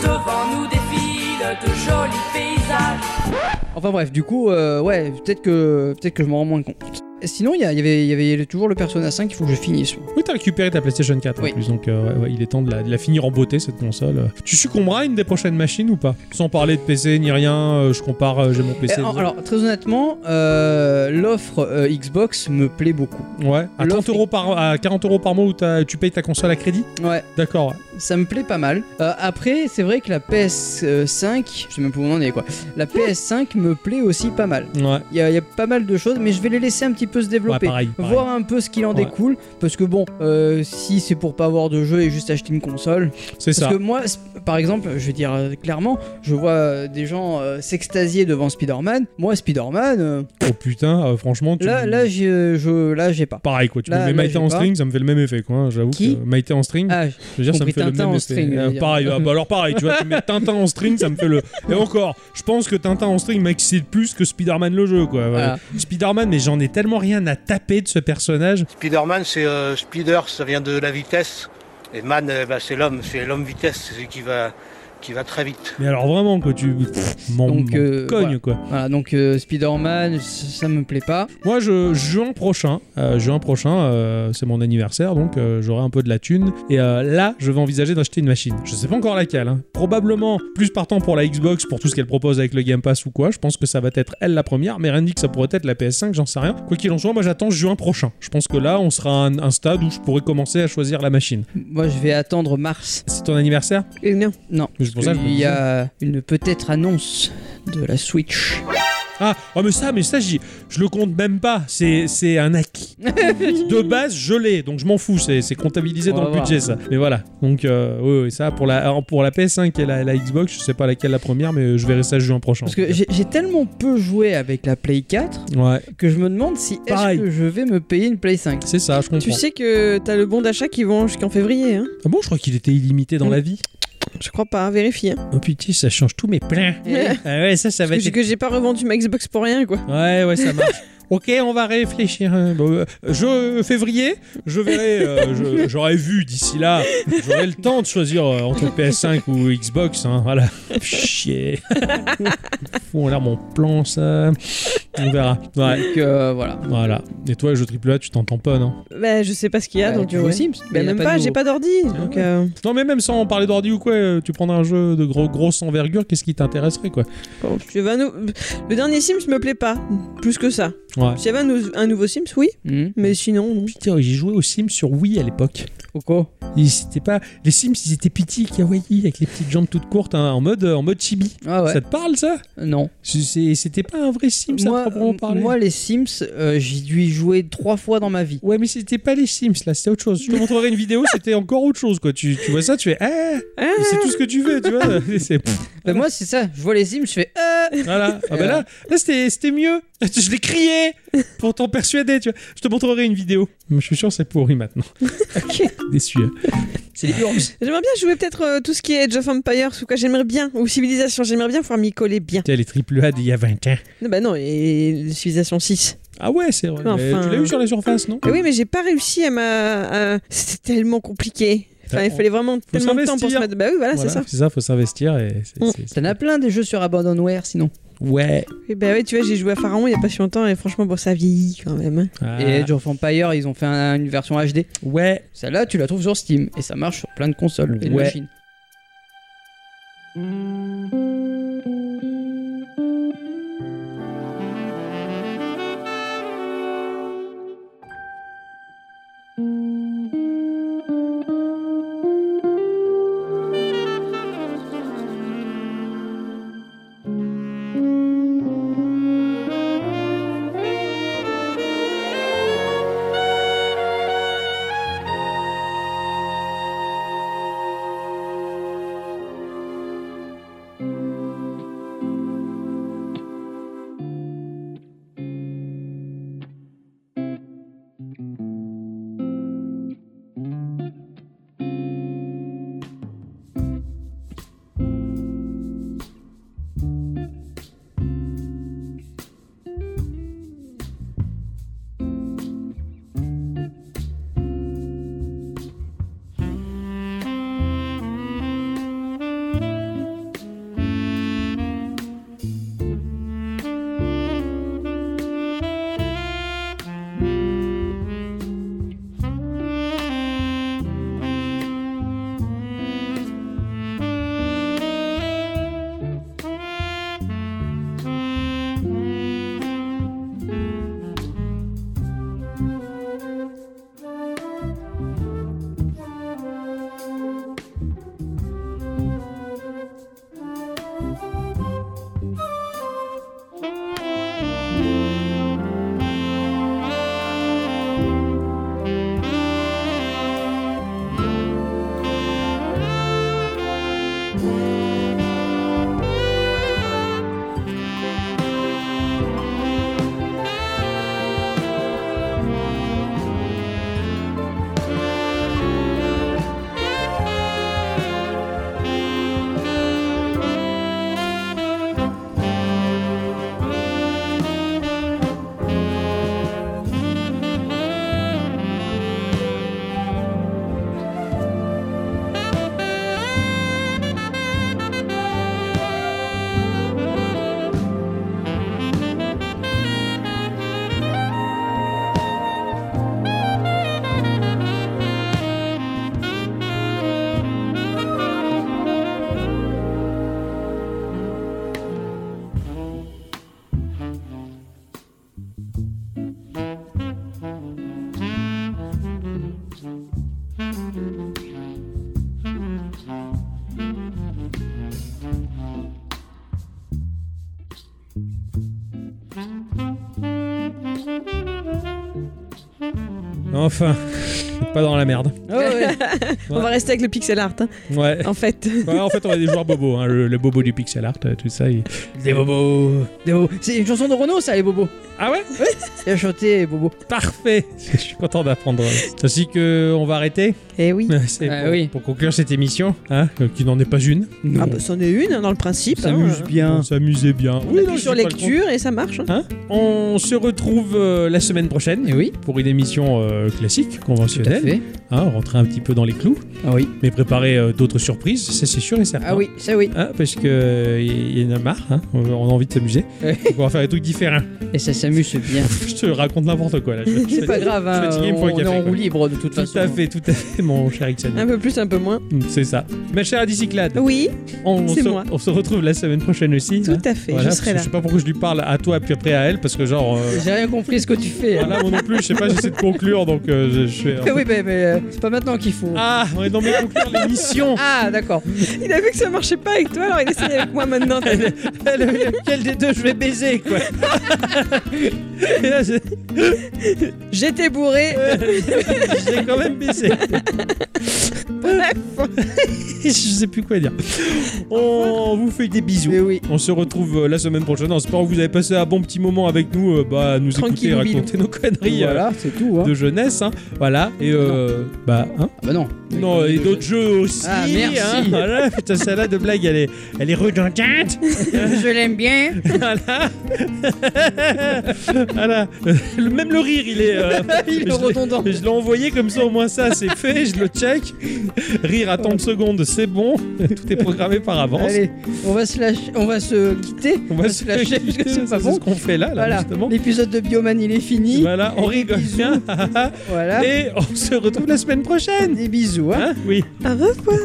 Speaker 12: Devant nous défilent de jolis paysages.
Speaker 3: Enfin bref, du coup, euh, ouais, peut-être que, peut-être que je m'en rends moins compte. Et Sinon, il y, a- il y avait- il y avait toujours le Persona 5 qu'il faut que je finisse.
Speaker 2: Oui, t'as récupéré ta PlayStation 4 en
Speaker 3: Oui.
Speaker 2: plus, donc euh, ouais, ouais, il est temps de la, de la finir en beauté cette console. Euh, Tu succomberas à une des prochaines machines ou pas Sans parler de PC ni rien, euh, je compare, euh, j'ai mon
Speaker 3: Eh,
Speaker 2: PC.
Speaker 3: alors, alors, très honnêtement, euh, l'offre euh, Xbox me plaît beaucoup.
Speaker 2: ouais, à, 30 euros par, à 40 euros par mois où t'as- tu payes ta console à crédit
Speaker 3: Ouais.
Speaker 2: D'accord, ouais.
Speaker 3: Ça me plaît pas mal. Euh, après, c'est vrai que la PS5, je sais même plus où on en est quoi. La PS5 me plaît aussi pas mal.
Speaker 2: Ouais.
Speaker 3: Il y, a- il y a pas mal de choses, mais je vais les laisser un petit peu se développer.
Speaker 2: Ouais, pareil, pareil.
Speaker 3: Voir un peu ce qu'il en découle. Parce que bon, euh, si c'est pour pas avoir de jeu et juste acheter une console.
Speaker 2: C'est ça.
Speaker 3: Parce que moi, s- par exemple, je vais dire euh, clairement, je vois euh, des gens euh, s'extasier devant Spider-Man. Moi, Spider-Man, euh,
Speaker 2: Oh putain, euh, franchement, tu...
Speaker 3: là, là, j'ai, euh, je, là, j'ai pas.
Speaker 2: Pareil quoi, tu
Speaker 3: Là-
Speaker 2: me mets
Speaker 3: là,
Speaker 2: Maïté
Speaker 3: j'ai
Speaker 2: en
Speaker 3: pas.
Speaker 2: string, ça me fait le même effet quoi, hein, j'avoue.
Speaker 3: Qui
Speaker 2: que Maïté en string,
Speaker 3: Ah,
Speaker 2: je veux dire, ça me
Speaker 3: compris,
Speaker 2: fait le
Speaker 3: Tintin
Speaker 2: même
Speaker 3: en
Speaker 2: effet.
Speaker 3: string, je
Speaker 2: Euh,
Speaker 3: veux dire.
Speaker 2: pareil, ah, bah, alors pareil, tu vois, tu mets Tintin en string, ça me fait le. Et encore, je pense que Tintin en string m'excite plus que Spider-Man le jeu quoi. Voilà.
Speaker 3: Ah.
Speaker 2: Spider-Man, mais j'en ai tellement rien à taper de ce personnage.
Speaker 13: Spider-Man, c'est euh, Spider, ça vient de la vitesse. Et Man, euh, bah, c'est l'homme, c'est l'homme vitesse, c'est celui qui va, qui va très vite.
Speaker 2: Mais alors vraiment quoi, tu. Pff, M'en m'en
Speaker 3: Donc, euh,
Speaker 2: cogne
Speaker 3: voilà.
Speaker 2: quoi.
Speaker 3: Voilà, donc euh, Spider-Man, ça, ça me plaît pas.
Speaker 2: Moi, je, juin prochain, euh, juin prochain, euh, c'est mon anniversaire, donc euh, j'aurai un peu de la thune. Et euh, là, je vais envisager d'acheter une machine. Je sais pas encore laquelle. hein. Probablement plus partant pour la Xbox, pour tout ce qu'elle propose avec le Game Pass ou quoi. Je pense que ça va être elle la première, mais rien ne dit que ça pourrait être la PS5, j'en sais rien. Quoi qu'il en soit, moi, j'attends juin prochain. Je pense que là, on sera à un, un stade où je pourrais commencer à choisir la machine.
Speaker 3: Moi, je vais attendre mars.
Speaker 2: C'est ton anniversaire
Speaker 1: Et non.
Speaker 3: Non.
Speaker 2: Mais c'est pour ça que je me
Speaker 3: Il y
Speaker 2: disais.
Speaker 3: a une peut-être annonce de la Switch.
Speaker 2: Ah, oh, mais ça, mais ça, j'y- je le compte même pas. C'est c'est un acquis. de base, je l'ai, donc je m'en fous. C'est c'est comptabilisé
Speaker 3: On
Speaker 2: dans
Speaker 3: va
Speaker 2: le
Speaker 3: voir.
Speaker 2: budget, ça. Mais voilà. Donc, euh, oui, oui, ça, pour la, alors, pour la PS5 et la, la Xbox, je sais pas laquelle la première, mais euh, je verrai ça juin prochain.
Speaker 3: Parce que j'ai j'ai tellement peu joué avec la Play 4
Speaker 2: Ouais,
Speaker 3: que je me demande si est-ce
Speaker 2: Pareil.
Speaker 3: que je vais me payer une Play 5.
Speaker 2: c'est ça, je comprends.
Speaker 1: Tu sais que t'as le bon d'achat qui vend jusqu'en février. Hein
Speaker 2: Ah bon, je crois qu'il était illimité dans la vie.
Speaker 1: je crois pas, hein, vérifie. Hein.
Speaker 2: Oh putain, ça change tous mes plans. Ah ouais, ça, ça va
Speaker 1: Parce
Speaker 2: être.
Speaker 1: que j'ai pas revendu ma Xbox pour rien, quoi.
Speaker 2: Ouais, ouais, ça marche. Ok, on va réfléchir. hein. Bon, euh, je février, je verrai. euh, je- J'aurai vu d'ici là. J'aurai le temps de choisir euh, entre PS5 ou Xbox. hein, voilà. Chier. Fou, on a l'air mon plan ça. On verra. Ouais.
Speaker 3: Donc euh, voilà.
Speaker 2: Voilà. Et toi, le jeu AAA, tu t'entends pas, non
Speaker 1: Bah, je sais pas ce qu'il y a,
Speaker 3: Bah,
Speaker 1: donc
Speaker 3: tu joues aux
Speaker 1: ouais.
Speaker 3: Sims,
Speaker 1: Bah,
Speaker 3: mais y a
Speaker 1: même
Speaker 3: pas de
Speaker 1: pas,
Speaker 3: nouveau.
Speaker 1: j'ai pas d'ordi. Donc, euh,
Speaker 2: Non, mais même sans parler d'ordi ou quoi, euh, tu prendrais un jeu de gros, grosse envergure, qu'est-ce qui t'intéresserait, quoi
Speaker 1: je veux un nou- Le dernier Sims me plaît pas, plus que ça.
Speaker 2: Ouais.
Speaker 1: Si j'avais un, nou- un nouveau Sims, oui,
Speaker 3: Hmm.
Speaker 1: mais sinon, non.
Speaker 2: Putain, j'ai joué aux Sims sur Wii à l'époque.
Speaker 3: Pourquoi
Speaker 2: Ils- c'était pas les Sims ils étaient petits kawaii avec les petites jambes toutes courtes hein, en mode en mode chibi
Speaker 3: Ah ouais.
Speaker 2: ça te parle ça
Speaker 3: Non.
Speaker 2: C'est- c'est- c'était pas un vrai Sims à
Speaker 3: Moi,
Speaker 2: proprement parler
Speaker 3: moi, les Sims, euh, j'y dû y jouer trois fois dans ma vie.
Speaker 2: ouais mais c'était pas les Sims là c'était autre chose je te montrerai une vidéo c'était encore autre chose quoi tu, tu vois ça tu fais eh
Speaker 1: Ah.
Speaker 3: Hein
Speaker 2: c'est tout ce que tu veux tu vois c'est
Speaker 3: Bah, moi, c'est ça. Je vois les Sims, je fais. euh,
Speaker 2: Voilà. Ah bah là, là c'était, c'était mieux. Je l'ai crié pour t'en persuader, tu vois. Je te montrerai une vidéo. Mais je suis sûr que c'est pourri maintenant. Déçu. hein.
Speaker 3: C'est les Urms.
Speaker 1: J'aimerais bien jouer peut-être euh, tout ce qui est Age of Empires ou quoi, j'aimerais bien, ou Civilisation, j'aimerais bien pouvoir m'y coller bien.
Speaker 2: Putain, les triple A d'il y a 20 ans.
Speaker 1: Non, bah non, et Civilisation 6.
Speaker 2: Ah ouais, c'est vrai.
Speaker 1: Enfin.
Speaker 2: Mais Tu l'as eu sur la surface, non
Speaker 1: Ah oui, mais j'ai pas réussi à ma. à- C'était tellement compliqué. Enfin, il
Speaker 2: Bah,
Speaker 1: fallait vraiment tellement de temps pour se
Speaker 2: s'investir.
Speaker 1: mettre. Bah oui, voilà, c'est ça.
Speaker 2: C'est ça, faut s'investir et c'est-
Speaker 1: Mm.
Speaker 2: c'est- c'est-
Speaker 3: T'en as plein des jeux sur Abandonware sinon.
Speaker 2: Ouais.
Speaker 1: Et bah ouais, tu vois, j'ai joué à Pharaon il y a pas si longtemps et franchement, bon, ça vieillit quand même. hein.
Speaker 2: Ah,
Speaker 3: Et Age of Empire, ils ont fait un- une version HD.
Speaker 2: Ouais.
Speaker 3: Celle-là, tu la trouves sur Steam et ça marche sur plein de consoles et de
Speaker 2: Ouais.
Speaker 3: machines.
Speaker 12: Thank
Speaker 2: Enfin, pas dans la merde.
Speaker 1: Ah ouais. On va rester avec le pixel art. hein.
Speaker 2: Ouais.
Speaker 1: En fait.
Speaker 2: Ouais, en fait, on est des joueurs bobos, hein, le, le bobo du pixel art, euh, tout ça. il-
Speaker 3: Des bobos. Des bobos. C'est une chanson de Renault, ça, les bobos.
Speaker 2: Ah ouais
Speaker 3: Oui. Il a chanté Bobo.
Speaker 2: Parfait. Je suis content d'apprendre. C'est Ainsi que on va arrêter.
Speaker 1: Eh oui.
Speaker 2: C'est
Speaker 3: Ah
Speaker 2: pour,
Speaker 3: oui.
Speaker 2: pour conclure cette émission, hein, euh, qui n'en est pas une.
Speaker 1: Ah bah c'en est une hein, dans le principe.
Speaker 3: On s'amuse
Speaker 1: hein.
Speaker 3: bien.
Speaker 2: On s'amusait bien.
Speaker 1: On
Speaker 2: Oui,
Speaker 1: appuie
Speaker 2: non, je
Speaker 1: sur
Speaker 2: dis pas le
Speaker 1: lecture et ça marche. hein.
Speaker 2: Hein on se retrouve euh, la semaine prochaine
Speaker 3: Eh oui.
Speaker 2: pour une émission euh, classique,
Speaker 3: Tout à
Speaker 2: conventionnelle.
Speaker 3: fait.
Speaker 2: Hein, rentrer un petit peu dans les clous,
Speaker 3: Ah oui.
Speaker 2: mais préparer euh, d'autres surprises, ça c'est sûr et certain.
Speaker 3: Ah oui, ça oui.
Speaker 2: Hein, parce que euh, il y en a marre, hein, on on a envie de s'amuser.
Speaker 3: Ouais.
Speaker 2: Donc on va faire des trucs différents.
Speaker 3: Et ça s'amuse bien.
Speaker 2: Je te raconte n'importe quoi là. Je- je
Speaker 3: C'est
Speaker 2: suis
Speaker 3: pas
Speaker 2: fatigué.
Speaker 3: grave, hein.
Speaker 2: Je suis fatigué, il me faut un
Speaker 3: on est
Speaker 2: café,
Speaker 3: en
Speaker 2: quoi.
Speaker 3: roue libre de toute
Speaker 2: Tout
Speaker 3: façon.
Speaker 2: à fait, tout à fait, mon cher Ixon. Mm,
Speaker 1: Un peu plus, un peu moins.
Speaker 2: C'est ça. Ma chère Adicyclade,
Speaker 1: Ah. Oui,
Speaker 2: on,
Speaker 1: c'est
Speaker 2: se-
Speaker 1: moi.
Speaker 2: on se retrouve la semaine prochaine aussi.
Speaker 1: tout
Speaker 2: hein.
Speaker 1: à fait.
Speaker 2: Voilà,
Speaker 1: je serai
Speaker 2: parce que
Speaker 1: là.
Speaker 2: Je sais pas pourquoi je lui parle à toi puis après à elle parce que genre. euh,
Speaker 3: J'ai rien compris ce que tu fais. hein.
Speaker 2: voilà, moi non plus, je sais pas, j'essaie de conclure donc euh, je, je fais.
Speaker 3: Eh oui, mais, mais, euh, c'est pas maintenant qu'il faut.
Speaker 2: Ah, on est dans mes conclure l'émission.
Speaker 3: Ah, d'accord.
Speaker 1: Il a vu que ça marchait pas avec toi, alors il essaye avec moi maintenant. t'as vu.
Speaker 2: Elle- Quel des deux je vais baiser quoi Et là, je-
Speaker 1: J'étais bourré.
Speaker 2: J'ai quand même baissé.
Speaker 1: Bref.
Speaker 2: Je sais plus quoi dire. On vous fait des bisous.
Speaker 3: Mais Eh oui.
Speaker 2: On se retrouve euh, la semaine prochaine. En espérant que vous avez passé un bon petit moment avec nous, euh, bah, à nous écouter,
Speaker 1: Tranquille,
Speaker 2: et
Speaker 1: Bilou.
Speaker 2: raconter nos conneries euh,
Speaker 3: Voilà, c'est tout. Hein.
Speaker 2: de jeunesse. hein. Voilà. Et euh, bah, hein.
Speaker 3: Ah bah non.
Speaker 2: non, et d'autres jeux aussi.
Speaker 3: Ah, merci.
Speaker 2: hein. Voilà, putain, celle-là de blague, elle est, elle est redondante.
Speaker 3: Je l'aime bien.
Speaker 2: Voilà. voilà. Le- Même le rire, il est. euh,
Speaker 3: Il est
Speaker 2: je l'ai-
Speaker 3: redondant.
Speaker 2: Je l'ai envoyé comme ça, au moins ça, c'est fait. Je le check. Rire à tant de secondes, c'est bon. Tout est programmé par avance.
Speaker 3: Allez, on va se lâcher, on va se quitter.
Speaker 2: On va se
Speaker 3: lâcher parce que c'est pas bon.
Speaker 2: ce qu'on fait là, là,
Speaker 3: Voilà,
Speaker 2: justement.
Speaker 3: l'épisode de Bioman il est fini.
Speaker 2: Voilà, on
Speaker 3: Et des
Speaker 2: rigole
Speaker 3: bisous.
Speaker 2: bien.
Speaker 3: Voilà.
Speaker 2: Et on se retrouve la semaine prochaine.
Speaker 3: Des bisous. Hein.
Speaker 2: Hein Oui.
Speaker 1: Au revoir.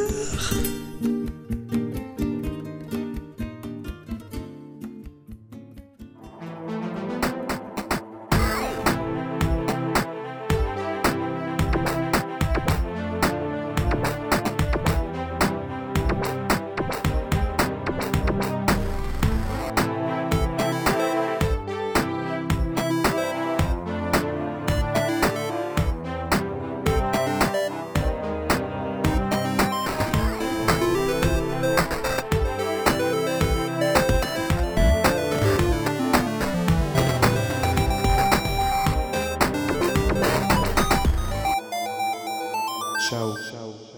Speaker 10: Ciao. Ciao.